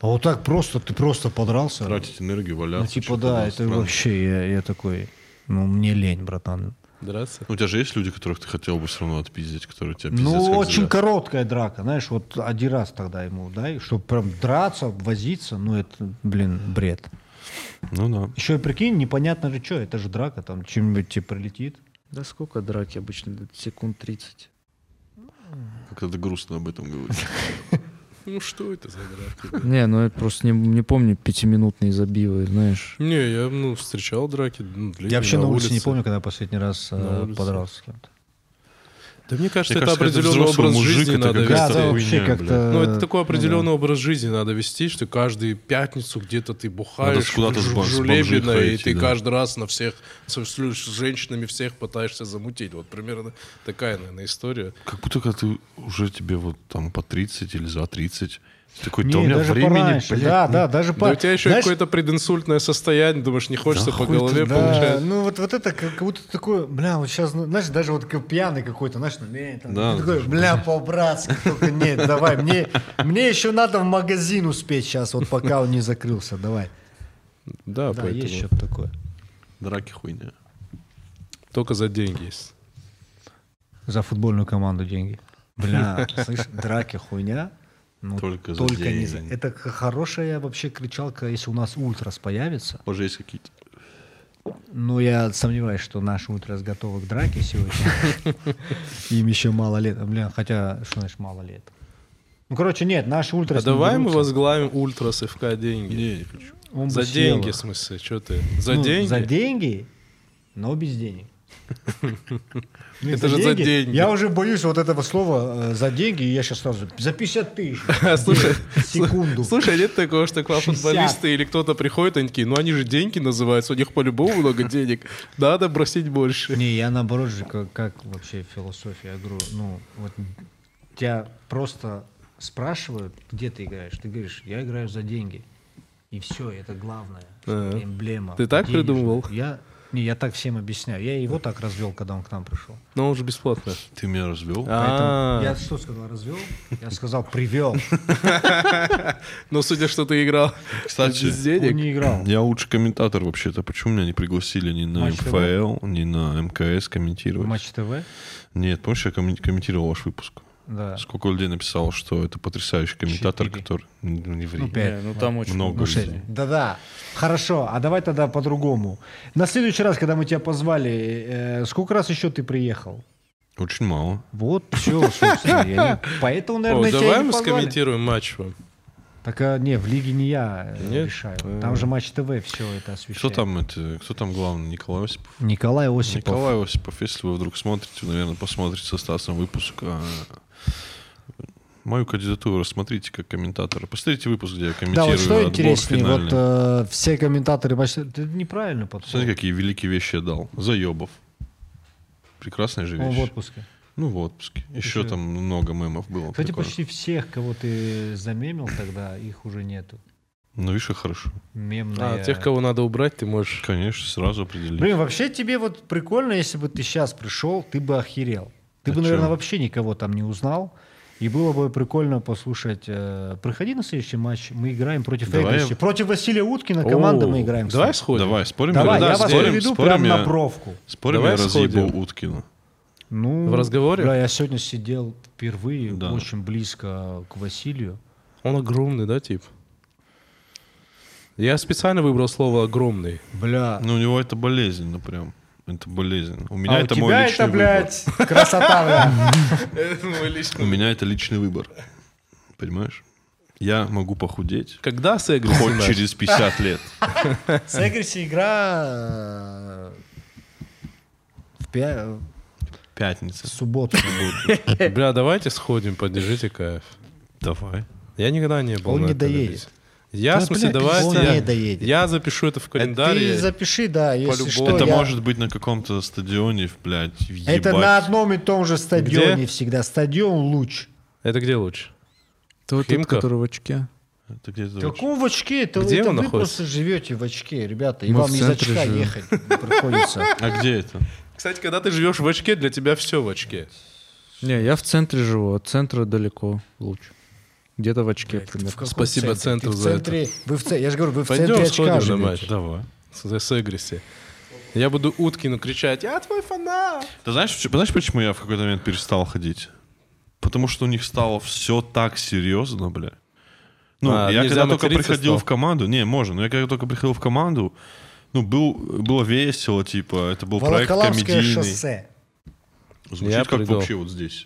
Speaker 2: А вот так просто, ты просто подрался.
Speaker 1: Тратить энергию,
Speaker 2: Ну,
Speaker 1: валяться.
Speaker 2: типа,
Speaker 1: что-то
Speaker 2: да,
Speaker 1: было
Speaker 2: это
Speaker 1: странно.
Speaker 2: вообще, я, я такой, ну, мне лень, братан.
Speaker 3: Драться.
Speaker 1: Ну, У тебя же есть люди, которых ты хотел бы все равно отпиздить, которые тебя типа, пиздец
Speaker 2: ну,
Speaker 1: как
Speaker 2: очень
Speaker 1: зря?
Speaker 2: короткая драка, знаешь, вот один раз тогда ему, да, чтобы прям драться, возиться, ну, это, блин, бред.
Speaker 1: Ну да.
Speaker 2: Еще и прикинь, непонятно же что, это же драка, там, чем-нибудь тебе прилетит.
Speaker 4: Да сколько драки обычно? Да Секунд 30.
Speaker 1: Как это грустно об этом говорить.
Speaker 3: Ну что это за драки?
Speaker 4: Не, ну я просто не, не помню пятиминутные забивы, знаешь.
Speaker 3: Не, я ну, встречал драки. ну, длинные,
Speaker 2: Я вообще на улице не
Speaker 3: улице.
Speaker 2: помню, когда я последний раз э,
Speaker 3: На улице.
Speaker 2: подрался с кем-то.
Speaker 3: Да мне кажется,
Speaker 1: Мне
Speaker 3: это
Speaker 1: кажется, это
Speaker 3: определенный
Speaker 1: взрослый
Speaker 3: образ
Speaker 1: мужик,
Speaker 3: жизни
Speaker 1: это
Speaker 3: надо
Speaker 1: какая-то это
Speaker 2: Да, да,
Speaker 3: вести.
Speaker 1: хуйня,
Speaker 2: вообще
Speaker 1: блин.
Speaker 2: как-то...
Speaker 3: Ну, это такой определенный
Speaker 2: ну
Speaker 3: образ жизни надо вести, что каждую пятницу где-то ты
Speaker 1: Надо
Speaker 3: бухаешь
Speaker 1: с- куда-то с
Speaker 3: жу-
Speaker 1: бомж- с
Speaker 3: жулебина,
Speaker 1: бомжей
Speaker 3: и ты
Speaker 1: ходить, да.
Speaker 3: каждый раз на всех со- с лю- с женщинами всех пытаешься замутить. Вот примерно такая, наверное, история.
Speaker 1: Как будто когда ты уже тебе вот там по 30 или за 30. ты Такой,
Speaker 2: Не,
Speaker 1: да у меня
Speaker 2: даже
Speaker 1: времени,
Speaker 2: пораньше.
Speaker 1: блядь. ну,
Speaker 2: да, да, даже
Speaker 3: Да у
Speaker 2: пар-
Speaker 3: тебя еще
Speaker 2: Знаешь,
Speaker 3: какое-то прединсультное состояние, думаешь, не хочется
Speaker 1: Да
Speaker 3: по
Speaker 1: хуй ты,
Speaker 3: голове
Speaker 2: да,
Speaker 3: получать.
Speaker 2: ну вот, вот это как, как будто ты такой, бля, вот сейчас, знаешь, даже вот как пьяный какой-то, знаешь, ну, э, там,
Speaker 1: Да,
Speaker 2: ты такой, бля, по-братски, только нет, давай, мне, мне еще надо в магазин успеть сейчас, вот пока он не закрылся, давай.
Speaker 3: Да,
Speaker 2: да,
Speaker 3: поэтому
Speaker 2: есть что-то такое.
Speaker 1: Драки хуйня.
Speaker 3: только за деньги есть.
Speaker 2: За футбольную команду деньги. Бля, слышь, драки хуйня. Ну,
Speaker 1: Только за
Speaker 2: не за-
Speaker 1: деньги.
Speaker 2: Это х- хорошая вообще кричалка, если у нас ультрас появится.
Speaker 1: Может, есть какие-то...
Speaker 2: Но Ну, я сомневаюсь, что наш ультрас готовы к драке сегодня. Им еще мало лет. Бля, хотя, что значит мало лет? Ну, короче, нет, наши
Speaker 3: А
Speaker 2: ультрас... не
Speaker 3: давай мы
Speaker 2: дерутся.
Speaker 3: возглавим Ультра с ФК деньги.
Speaker 1: ну,
Speaker 2: Он бы
Speaker 3: За
Speaker 2: съел
Speaker 3: деньги,
Speaker 2: их.
Speaker 3: в смысле, что ты? За
Speaker 2: Ну,
Speaker 3: деньги?
Speaker 2: За деньги, но без денег. Ну,
Speaker 3: Это же за деньги.
Speaker 2: Я уже боюсь вот этого слова э, за деньги, и я сейчас сразу за 50 тысяч.
Speaker 3: А, Слушай,
Speaker 2: секунду.
Speaker 3: Слушай, а нет такого, что к вам
Speaker 2: 60.
Speaker 3: футболисты или кто-то приходит, они такие, ну они же деньги называются, у них по-любому много денег, надо бросить больше.
Speaker 2: Не, я наоборот же, как, как вообще философия, я говорю, ну, вот тебя просто спрашивают, где ты играешь, ты говоришь, я играю за деньги. И все, это главное,
Speaker 3: Ага.
Speaker 2: эмблема.
Speaker 3: А. Ты так
Speaker 2: денежная.
Speaker 3: придумывал?
Speaker 2: Я, не, я так всем объясняю. Я его так развел, когда он к нам пришел.
Speaker 3: Но он же бесплатно.
Speaker 1: Ты меня развел?
Speaker 2: Поэтому
Speaker 3: А,
Speaker 2: я что сказал, развел? Я сказал, привел.
Speaker 3: ну судя, что ты играл
Speaker 1: Кстати,
Speaker 3: без
Speaker 2: Он
Speaker 3: денег.
Speaker 2: не играл.
Speaker 1: я лучший комментатор вообще-то. Почему меня не пригласили ни на
Speaker 2: Матч
Speaker 1: МФЛ, ни на МКС комментировать?
Speaker 2: Матч ТВ.
Speaker 1: Нет, помнишь, я коммен- комментировал ваш выпуск?
Speaker 2: Да.
Speaker 1: Сколько людей написал, что это потрясающий комментатор,
Speaker 2: Четыре.
Speaker 1: который... Ну, не ври.
Speaker 2: Ну, пять.
Speaker 4: ну там очень
Speaker 1: Много.
Speaker 2: Ну, шесть.
Speaker 1: людей.
Speaker 2: Да-да. Хорошо, а давай тогда по-другому. На следующий раз, когда мы тебя позвали, э, сколько раз еще ты приехал?
Speaker 1: Очень мало.
Speaker 2: Вот, все, собственно. я не- Поэтому,
Speaker 3: О,
Speaker 2: наверное, тебя
Speaker 3: давай
Speaker 2: и не
Speaker 3: мы
Speaker 2: позвали.
Speaker 3: скомментируем матч вам.
Speaker 2: Так, а, не, в лиге не я э,
Speaker 3: Нет?
Speaker 2: решаю.
Speaker 3: Э.
Speaker 2: Там же Матч ТВ все это освещает.
Speaker 1: Кто там это? Кто там главный? Николай Осипов?
Speaker 2: Николай Осипов.
Speaker 1: Николай Осипов. Если вы вдруг смотрите, наверное, посмотрите со Стасом выпуск. а, Мою кандидатуру рассмотрите как комментатора. Посмотрите выпуск, где я
Speaker 2: Да,
Speaker 1: комментирую
Speaker 2: вот что
Speaker 1: отбор
Speaker 2: интереснее, вот
Speaker 1: финальный.
Speaker 2: э, все комментаторы Матч ТВ... Ты неправильно подходишь.
Speaker 1: Смотри, какие великие вещи я дал. Заебов. Прекрасная же
Speaker 2: Он
Speaker 1: вещь.
Speaker 2: в отпуске.
Speaker 1: Ну, в отпуске. Еще,
Speaker 2: Еще.
Speaker 1: там много мемов было.
Speaker 2: Кстати,
Speaker 1: прикольно.
Speaker 2: почти всех, кого ты замемил тогда, их уже нету.
Speaker 1: Ну, видишь, и хорошо.
Speaker 3: А,
Speaker 2: Мемная...
Speaker 3: тех, кого надо убрать, ты можешь.
Speaker 1: Конечно, сразу определили.
Speaker 2: Блин, вообще тебе вот прикольно, если бы ты сейчас пришел, ты бы охерел. Ты
Speaker 1: А
Speaker 2: бы,
Speaker 1: чё?
Speaker 2: наверное, вообще никого там не узнал. И было бы прикольно послушать. э, приходи на следующий матч. Мы играем против
Speaker 1: Давай.
Speaker 2: Эглиси. Против Василия Уткина команда мы
Speaker 3: О,
Speaker 2: играем. с
Speaker 3: Давай
Speaker 2: тобой.
Speaker 3: сходим.
Speaker 1: Давай, спорим?
Speaker 2: Давай,
Speaker 1: да,
Speaker 2: я вас
Speaker 1: спорим,
Speaker 2: приведу
Speaker 1: спорим,
Speaker 2: прям на
Speaker 1: я-
Speaker 2: бровку.
Speaker 1: Спорим,
Speaker 3: Давай
Speaker 1: я разъебу
Speaker 3: сходим.
Speaker 1: Уткина.
Speaker 2: Ну,
Speaker 3: В разговоре?
Speaker 2: Бля, я сегодня сидел впервые
Speaker 1: Да.
Speaker 2: очень близко к Василию.
Speaker 3: Он огромный, да, тип? Я специально выбрал слово огромный.
Speaker 2: Бля.
Speaker 1: Ну, у него это болезненно прям. Это болезненно. У меня
Speaker 2: а
Speaker 1: это
Speaker 2: у
Speaker 1: мой
Speaker 2: тебя
Speaker 1: личный
Speaker 2: это,
Speaker 1: выбор.
Speaker 2: блядь, красота, бля.
Speaker 1: У меня это личный выбор. Понимаешь? Я могу похудеть
Speaker 3: Когда с Эгри
Speaker 1: хоть
Speaker 3: снимать?
Speaker 1: через 50 лет.
Speaker 2: С Эглиси игра э, в пя- в
Speaker 1: Пятница.
Speaker 2: субботу.
Speaker 3: Бля, давайте сходим, поддержите кайф.
Speaker 1: Давай.
Speaker 3: Я никогда не был.
Speaker 2: Он
Speaker 3: на
Speaker 2: не
Speaker 3: этой
Speaker 2: доедет.
Speaker 3: релизе. Я, в
Speaker 2: Да,
Speaker 3: смысле,
Speaker 2: бля,
Speaker 3: давайте.
Speaker 2: он
Speaker 3: я,
Speaker 2: не доедет.
Speaker 3: я запишу это в календарь.
Speaker 2: Ты
Speaker 3: я-
Speaker 2: запиши, да, если
Speaker 3: Э, По-любому.
Speaker 2: что.
Speaker 1: это
Speaker 2: я-
Speaker 1: может быть на каком-то стадионе, блядь,
Speaker 2: Это
Speaker 1: ебать.
Speaker 2: на одном и том же стадионе
Speaker 3: Где?
Speaker 2: всегда. Стадион луч.
Speaker 3: Это где лучше?
Speaker 4: Это вот этот,
Speaker 3: Химках?
Speaker 4: который в очке.
Speaker 1: Это где-то вообще-
Speaker 2: Какого в очке? Это,
Speaker 3: Где
Speaker 2: это
Speaker 3: он
Speaker 2: вы
Speaker 3: находится?
Speaker 2: просто живете в очке, ребята, и
Speaker 4: Мы
Speaker 2: вам
Speaker 4: в
Speaker 2: из
Speaker 4: центре
Speaker 2: очка
Speaker 4: живем.
Speaker 2: ехать приходится.
Speaker 1: А где это?
Speaker 3: Кстати, когда ты живешь в очке, для тебя все в очке.
Speaker 11: Не, я в центре живу, от центра далеко лучше. Где-то в очке,
Speaker 2: В
Speaker 11: примерно.
Speaker 2: каком
Speaker 3: Спасибо
Speaker 2: центре?
Speaker 3: центру
Speaker 2: Ты в
Speaker 3: за это.
Speaker 2: центре- Вы в ц- Я же говорю, вы в
Speaker 3: Пойдем
Speaker 2: центре
Speaker 3: сходим
Speaker 2: очка
Speaker 3: на
Speaker 2: живете.
Speaker 3: матч.
Speaker 1: Давай.
Speaker 3: С, с Эгриси. Я буду Уткину кричать, я твой фанат!
Speaker 1: Ты знаешь, ч- знаешь, почему я в какой-то момент перестал ходить? Потому что у них стало все так серьезно, бля. Ну,
Speaker 3: А,
Speaker 1: я
Speaker 3: нельзя
Speaker 1: когда только
Speaker 3: материться
Speaker 1: приходил
Speaker 3: стало?
Speaker 1: в команду, не, можно, но я когда только приходил в команду, ну, был, было весело, типа, это был проект
Speaker 2: Волоколамское
Speaker 1: комедийный.
Speaker 2: шоссе.
Speaker 1: Звучит
Speaker 3: Я
Speaker 1: как
Speaker 3: придал.
Speaker 1: вообще вот здесь.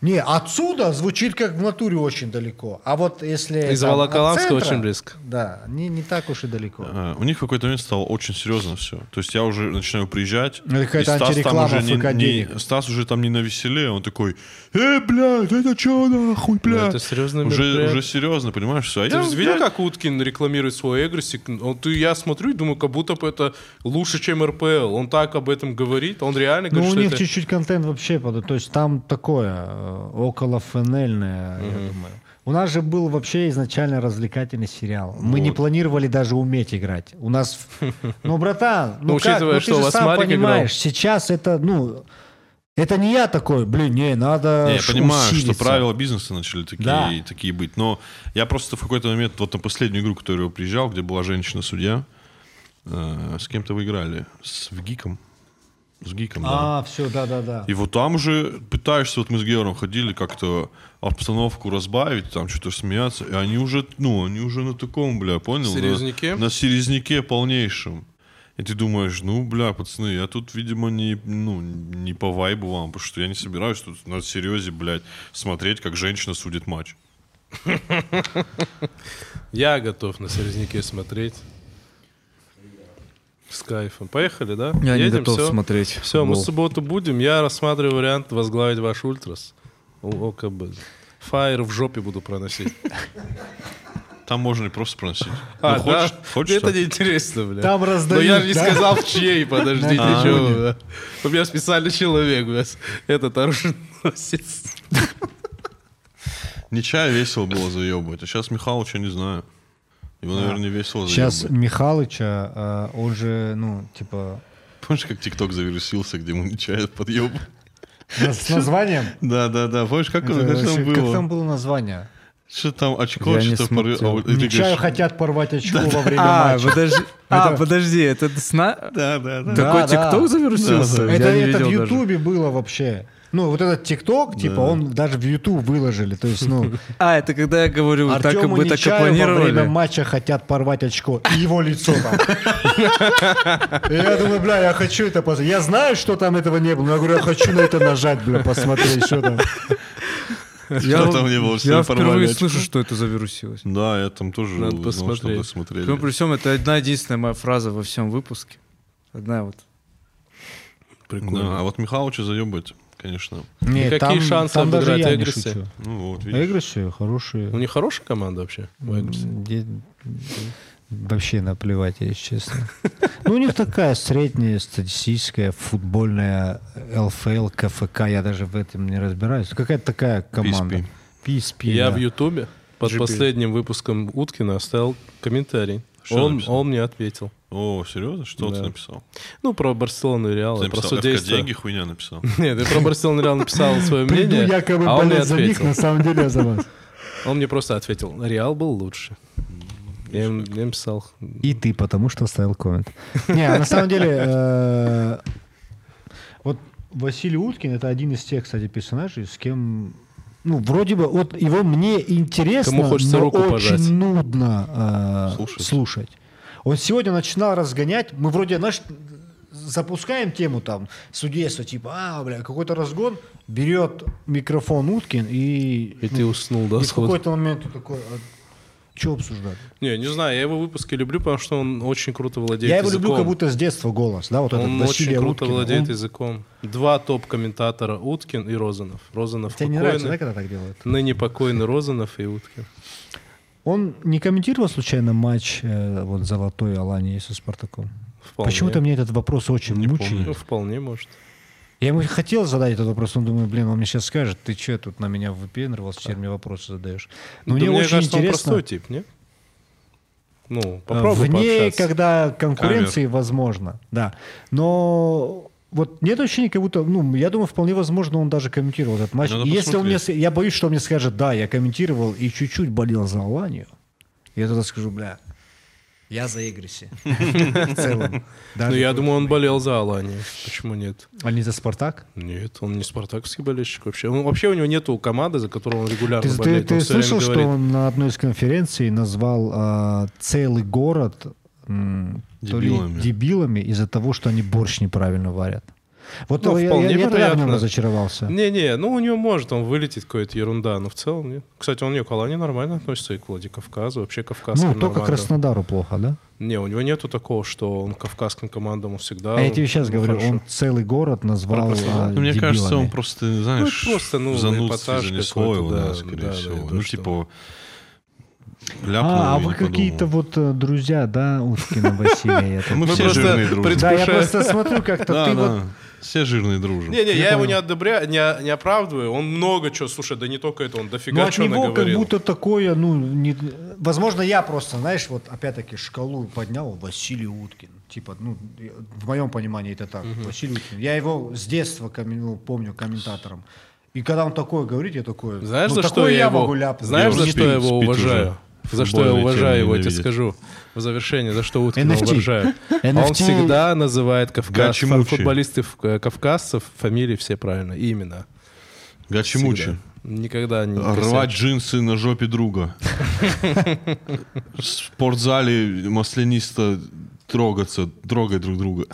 Speaker 2: Не, отсюда звучит как в натуре очень далеко. А вот если...
Speaker 3: Из
Speaker 2: там от
Speaker 3: Волоколамска
Speaker 2: центра,
Speaker 3: очень близко.
Speaker 2: Да, не, не так уж и далеко.
Speaker 1: А, у них в какой-то момент стало очень серьезно все. То есть я уже начинаю приезжать,
Speaker 2: Ну, это
Speaker 1: и
Speaker 2: какая-то антиреклама
Speaker 1: не,
Speaker 2: ФК
Speaker 1: не-
Speaker 2: денег.
Speaker 1: Стас уже там не на веселе, он такой, э, блядь, это что нахуй,
Speaker 3: Ну,
Speaker 1: блядь?
Speaker 3: это серьезно
Speaker 1: уже,
Speaker 3: мероприятие.
Speaker 1: уже серьезно, понимаешь, А все.
Speaker 3: Ты же видел, как Уткин рекламирует свой Эгрисик? Он, ты, я смотрю и думаю, как будто бы это лучше, чем РПЛ. Он так об этом говорит, он реально
Speaker 2: Ну,
Speaker 3: говорит,
Speaker 2: у
Speaker 3: что
Speaker 2: них
Speaker 3: это...
Speaker 2: чуть-чуть контент вообще под... То есть там такое, э, около фенельное, я думаю. У нас же был вообще изначально развлекательный сериал. Мы не
Speaker 1: Вот.
Speaker 2: планировали даже уметь играть. У нас... в- Ну, братан, ну,
Speaker 3: Ну,
Speaker 2: как?
Speaker 3: учитывая,
Speaker 2: Ну,
Speaker 3: что
Speaker 2: ты
Speaker 3: у
Speaker 2: же
Speaker 3: вас
Speaker 2: сам
Speaker 3: Марик играл.
Speaker 2: понимаешь, сейчас это, ну... Это не я такой, блин, не, надо
Speaker 1: Не, я
Speaker 2: ш-
Speaker 1: понимаю, что
Speaker 2: усилиться.
Speaker 1: правила бизнеса начали такие,
Speaker 2: Да.
Speaker 1: такие быть. Но я просто в какой-то момент, вот на последнюю игру, которую я приезжал, где была женщина-судья, э, с кем-то вы играли? С Гиком? С Гиком, да.
Speaker 2: А, все, да-да-да.
Speaker 1: И вот там же пытаешься, вот мы с Геором ходили как-то обстановку разбавить, там что-то смеяться, и они уже, ну, они уже на таком, бля, понял? На-
Speaker 3: Серьезняке?
Speaker 1: На, серьезняке полнейшем. И ты думаешь, ну, бля, пацаны, я тут, видимо, не, ну, не по вайбу вам, потому что я не собираюсь тут на серьезе, блядь, смотреть, как женщина судит матч.
Speaker 3: Я готов на Серезняке смотреть. С кайфом. Поехали, да?
Speaker 11: Я не готов
Speaker 3: всё?
Speaker 11: смотреть.
Speaker 3: Все,
Speaker 11: футбол.
Speaker 3: мы в субботу будем. Я рассматриваю вариант возглавить ваш ультрас. О- ОКБ. Фаер в жопе буду проносить.
Speaker 1: Там можно и просто проносить.
Speaker 3: А,
Speaker 1: Ну, хочешь,
Speaker 3: да?
Speaker 1: хочешь
Speaker 3: Это
Speaker 1: так?
Speaker 3: неинтересно, бля.
Speaker 2: Там
Speaker 3: Но
Speaker 2: раздают,
Speaker 3: я же не
Speaker 2: да?
Speaker 3: сказал, в чьей, подождите,
Speaker 1: А.
Speaker 3: чё вы, да? У меня специальный человек, бля, с- этот оруженосец.
Speaker 1: Не чая весело было заебывать, а сейчас Михалыча не знаю. Его,
Speaker 3: А.
Speaker 1: наверное, весело
Speaker 2: Сейчас
Speaker 1: заебывать.
Speaker 2: Михалыча, э, он же, ну, типа,
Speaker 1: Помнишь, как ТикТок завирусился, где мы чая подъеб?
Speaker 2: с названием.
Speaker 1: Да, да, да. Помнишь, как,
Speaker 2: Это
Speaker 1: он- как
Speaker 2: вообще-
Speaker 1: там
Speaker 2: Как
Speaker 1: было?
Speaker 2: там было название?
Speaker 1: Что там очко,
Speaker 11: Я не
Speaker 1: что-то поры-
Speaker 11: смотрел.
Speaker 1: а вот- и ты
Speaker 2: Нечаю
Speaker 1: говоришь,
Speaker 2: хотят порвать очко во время
Speaker 4: А,
Speaker 2: матча.
Speaker 4: подожди, а, подожди, это сна...
Speaker 1: Да, да, да.
Speaker 4: Такой
Speaker 2: Да, да.
Speaker 4: тикток завирусился?
Speaker 2: Это,
Speaker 4: Я не
Speaker 2: это в
Speaker 4: видел даже.
Speaker 2: Ютубе было вообще. Ну, вот этот ТикТок, типа, он даже в Ютуб выложили. То есть, ну,
Speaker 4: А, это когда я говорю, так как
Speaker 2: Артему
Speaker 4: бы так и
Speaker 2: Нечаеву во время
Speaker 4: планировали.
Speaker 2: матча хотят порвать очко. И его лицо там. И я думаю, бля, я хочу это посмотреть. Я знаю, что там этого не было, но я говорю, я хочу на это нажать, бля, посмотреть, что там.
Speaker 1: Что там не было, что
Speaker 4: я
Speaker 1: порвали
Speaker 4: впервые
Speaker 1: очко.
Speaker 4: слышу, что это завирусилось.
Speaker 1: Да, я там тоже
Speaker 3: Надо
Speaker 1: узнал, что
Speaker 3: посмотреть.
Speaker 1: вы смотрели.
Speaker 11: Ну, при всем, это одна единственная моя фраза во всем выпуске. Одна вот.
Speaker 3: Ну,
Speaker 1: Да, а вот Михалыча заебать, конечно.
Speaker 2: Не,
Speaker 3: Какие
Speaker 2: там-
Speaker 3: шансы
Speaker 2: там даже
Speaker 3: обыграть
Speaker 2: я не
Speaker 3: Эгриса?
Speaker 2: шучу.
Speaker 1: Ну вот,
Speaker 2: А
Speaker 1: видишь.
Speaker 2: Эгрисы хорошие.
Speaker 3: У них хорошая команда вообще? у Эггерса?
Speaker 2: Де- Вообще наплевать, если честно. Ну, у них такая средняя статистическая футбольная ЛФЛ, КФК, я даже в этом не разбираюсь. Какая-то такая команда. PSP.
Speaker 3: Я
Speaker 2: да.
Speaker 3: в Ютубе под последним выпуском Уткина оставил комментарий.
Speaker 1: Что
Speaker 3: Он,
Speaker 1: написал?
Speaker 3: он мне ответил.
Speaker 1: О, серьезно? Что ты
Speaker 3: Да.
Speaker 1: написал?
Speaker 3: Ну, про Барселону и Реал,
Speaker 1: Ты
Speaker 3: и про
Speaker 1: написал «ФК
Speaker 3: судейство.
Speaker 1: деньги хуйня написал.
Speaker 3: Нет, я про Барселону и Реал написал свое
Speaker 2: Приду
Speaker 3: мнение,
Speaker 2: якобы
Speaker 3: а он мне
Speaker 2: болеть за них,
Speaker 3: ответил.
Speaker 2: на самом деле я за вас.
Speaker 3: Он мне просто ответил, Реал был лучше. Я им, я им писал.
Speaker 2: И ты, потому что оставил коммент. Не, а на самом деле, э, вот Василий Уткин, это один из тех, кстати, персонажей, с кем... Ну, вроде бы, вот его мне интересно,
Speaker 3: Кому хочется
Speaker 2: но
Speaker 3: руку
Speaker 2: очень
Speaker 3: пожать.
Speaker 2: нудно э,
Speaker 1: Слушать.
Speaker 2: слушать. Он сегодня начинал разгонять, мы вроде, знаешь, запускаем тему там судейства, типа, а, бля, какой-то разгон, берет микрофон Уткин и...
Speaker 3: И ты уснул, да,
Speaker 2: и в
Speaker 3: сходу?
Speaker 2: какой-то момент ты такой, что обсуждать?
Speaker 3: Не, не знаю, я его выпуски люблю, потому что он очень круто владеет
Speaker 2: Я его
Speaker 3: языком.
Speaker 2: люблю как будто с детства голос, да, вот этот
Speaker 3: Он очень
Speaker 2: Василий
Speaker 3: круто
Speaker 2: Уткин.
Speaker 3: владеет
Speaker 2: Он-
Speaker 3: языком. Два топ-комментатора Уткин и Розанов. Розанов
Speaker 2: Тебе не
Speaker 3: покойный,
Speaker 2: нравится, да, когда так делают?
Speaker 3: ныне покойный Розанов и Уткин.
Speaker 2: Он не комментировал случайно матч э, вот золотой Алании со Спартаком?
Speaker 3: Вполне.
Speaker 2: Почему-то мне этот вопрос очень мучает.
Speaker 3: Ну, вполне может.
Speaker 2: Я ему хотел задать этот вопрос, но думаю, блин, он мне сейчас скажет, ты че тут на меня выпендривался, теперь мне вопросы задаешь. Но Ну,
Speaker 3: Да
Speaker 2: мне
Speaker 3: мне
Speaker 2: очень
Speaker 3: кажется, он
Speaker 2: интересно.
Speaker 3: простой тип, не? Ну,
Speaker 2: э,
Speaker 3: попробуй
Speaker 2: вне,
Speaker 3: пообщаться.
Speaker 2: когда конкуренции, возможно, да. Но вот нет ощущения, как будто, ну, я думаю, вполне возможно, он даже комментировал этот матч.
Speaker 3: Ну,
Speaker 1: Надо
Speaker 2: И Если он мне,
Speaker 1: посмотреть.
Speaker 2: с- я боюсь, что он мне скажет, да, я комментировал и чуть-чуть болел за Аланию. Я тогда скажу, бля, я за Игриси. В целом.
Speaker 3: Ну,
Speaker 2: Даже
Speaker 3: я
Speaker 2: против-
Speaker 3: думаю, он болел за Аланию. Почему нет?
Speaker 2: А не за Спартак?
Speaker 3: Нет, он не спартакский болельщик вообще. Ну, вообще у него нету команды, за которую он регулярно
Speaker 2: Ты, ты-
Speaker 3: болеет.
Speaker 2: ты
Speaker 3: Он всё время
Speaker 2: слышал, что
Speaker 3: говорит,
Speaker 2: он на одной из конференций назвал а, целый город м, то ли
Speaker 1: Дебилами.
Speaker 2: дебилами из-за того, что они борщ неправильно варят? Вот
Speaker 3: Ну,
Speaker 2: я- я,
Speaker 3: вполне
Speaker 2: я тогда в нем
Speaker 3: вероятно.
Speaker 2: разочаровался.
Speaker 3: Не-не, ну у него может, он вылетит какая-то ерунда, но в целом нет. Кстати, он не к Алане нормально относится и к Владикавказу, вообще кавказским
Speaker 2: ну, только
Speaker 3: нормально.
Speaker 2: Краснодару плохо, да?
Speaker 3: Не, у него нету такого, что он к кавказским командам он всегда...
Speaker 2: а я тебе сейчас
Speaker 3: ну,
Speaker 2: говорю,
Speaker 3: хорошо.
Speaker 2: он целый город назвал а,
Speaker 1: Ну, Мне кажется,
Speaker 2: дебилами.
Speaker 1: он просто, знаешь,
Speaker 3: Ну, просто, ну,
Speaker 1: в занудстве
Speaker 3: эпатаж
Speaker 1: занесло
Speaker 3: какой-то,
Speaker 1: его,
Speaker 3: да,
Speaker 1: да, скорее
Speaker 3: да, да,
Speaker 1: всего.
Speaker 3: я думаю,
Speaker 1: ну,
Speaker 3: что-
Speaker 1: типа,
Speaker 2: А,
Speaker 1: ляпнул
Speaker 2: а
Speaker 1: и не
Speaker 2: вы
Speaker 1: подумал.
Speaker 2: какие-то вот э, друзья, да, Уткина Василия? я так
Speaker 1: Ну, Мы
Speaker 3: Мы
Speaker 1: все
Speaker 3: просто
Speaker 1: жирные дружим.
Speaker 3: пред-
Speaker 2: Да, я
Speaker 3: Слушай,
Speaker 2: просто смотрю, как-то
Speaker 1: Да,
Speaker 2: ты вот
Speaker 1: да, все жирные дружим.
Speaker 3: Не-не, я, его не, одобря... не, о- не оправдываю, он много чего, слушай, да не только это, он
Speaker 2: Ну,
Speaker 3: дофига
Speaker 2: от
Speaker 3: чего
Speaker 2: него как
Speaker 3: наговорил.
Speaker 2: будто такое, ну, не... возможно, я просто, знаешь, вот опять-таки шкалу поднял Василий Уткин. Типа, ну, я- в моем понимании это так. Василий Уткин. Я его с детства коммен- ну, помню комментатором. И когда он такое говорит, я такой...
Speaker 3: Знаешь,
Speaker 2: ну,
Speaker 3: за
Speaker 2: такое
Speaker 3: что я его,
Speaker 2: могу ляпнуть.
Speaker 3: знаешь, за
Speaker 1: Спит-
Speaker 3: что я его
Speaker 1: спит
Speaker 3: уважаю?
Speaker 1: уже.
Speaker 3: За что я
Speaker 1: Футбольные
Speaker 3: уважаю
Speaker 1: темы
Speaker 3: его, я тебе
Speaker 1: ненавидит.
Speaker 3: скажу. В завершение, за что Уткина
Speaker 2: NFT.
Speaker 3: уважаю. А Он
Speaker 2: NFT.
Speaker 3: всегда называет кавказ,
Speaker 1: Гачи-мучи.
Speaker 3: футболистов э, кавказцев, фамилии все правильно, именно.
Speaker 1: Гачи-мучи.
Speaker 3: Всегда. Никогда не
Speaker 1: Рвать джинсы на жопе друга. В спортзале маслянисто трогаться, трогать друг друга.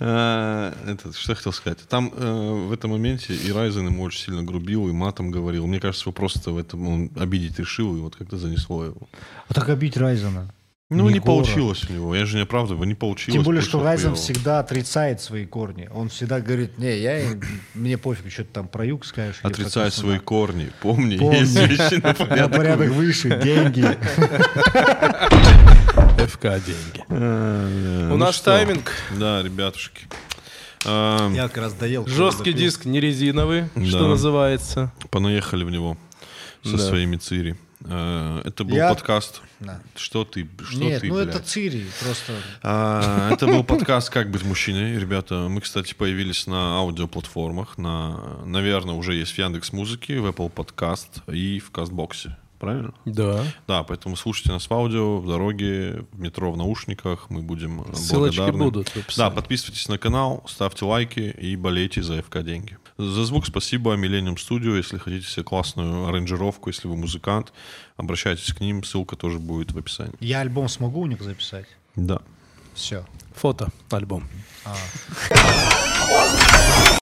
Speaker 1: Э, Этот, что я хотел сказать? Там э, в этом моменте и Райзен ему очень сильно грубил и матом говорил. Мне кажется, его просто в этом он обидеть решил, и вот как-то занесло его.
Speaker 2: А так обить Райзена.
Speaker 1: Ну, не
Speaker 2: Негора.
Speaker 1: получилось у него. Я же не оправдываю, не получилось.
Speaker 2: Тем более,
Speaker 1: просто
Speaker 2: что Райзен
Speaker 1: хуёво.
Speaker 2: всегда отрицает свои корни. Он всегда говорит, не, я, мне пофиг, что ты там про юг скажешь. или про
Speaker 1: Отрицай
Speaker 2: Краснодар».
Speaker 1: свои корни. Помни,
Speaker 2: Помни.
Speaker 1: есть вещи на
Speaker 2: На
Speaker 1: порядок
Speaker 2: порядок выше, деньги.
Speaker 3: ФК деньги.
Speaker 2: Э,
Speaker 1: Ну
Speaker 2: ну
Speaker 3: У нас Э, тайминг.
Speaker 1: Да, ребятушки. Эм,
Speaker 12: Я как раз доел.
Speaker 3: Жесткий
Speaker 12: диск.
Speaker 3: диск не резиновый,
Speaker 1: Да.
Speaker 3: что называется.
Speaker 1: Понаехали в него со
Speaker 3: Да.
Speaker 1: своими цири. Э, Это был
Speaker 2: Я-
Speaker 1: подкаст.
Speaker 2: Да.
Speaker 1: Что ты, что
Speaker 2: Нет,
Speaker 1: ты,
Speaker 2: ну
Speaker 1: блядь?
Speaker 2: это Цири, просто
Speaker 1: А, Это был подкаст «Как быть мужчиной». Ребята, мы, кстати, появились на аудиоплатформах. На, наверное, уже есть в Яндекс Музыке, в Apple Podcast и в Кастбоксе. Правильно?
Speaker 3: Да.
Speaker 1: Да, поэтому слушайте нас в аудио, в дороге, в метро, в наушниках. Мы будем э,
Speaker 3: Ссылочки
Speaker 1: благодарны.
Speaker 3: будут в описании.
Speaker 1: Да, подписывайтесь на канал, ставьте лайки и болейте за ФК деньги. За звук спасибо Millennium Studio. Если хотите себе классную аранжировку, если вы музыкант, обращайтесь к ним. Ссылка тоже будет в описании.
Speaker 2: я альбом смогу у них записать.
Speaker 1: Да.
Speaker 2: Все.
Speaker 3: Фото, альбом.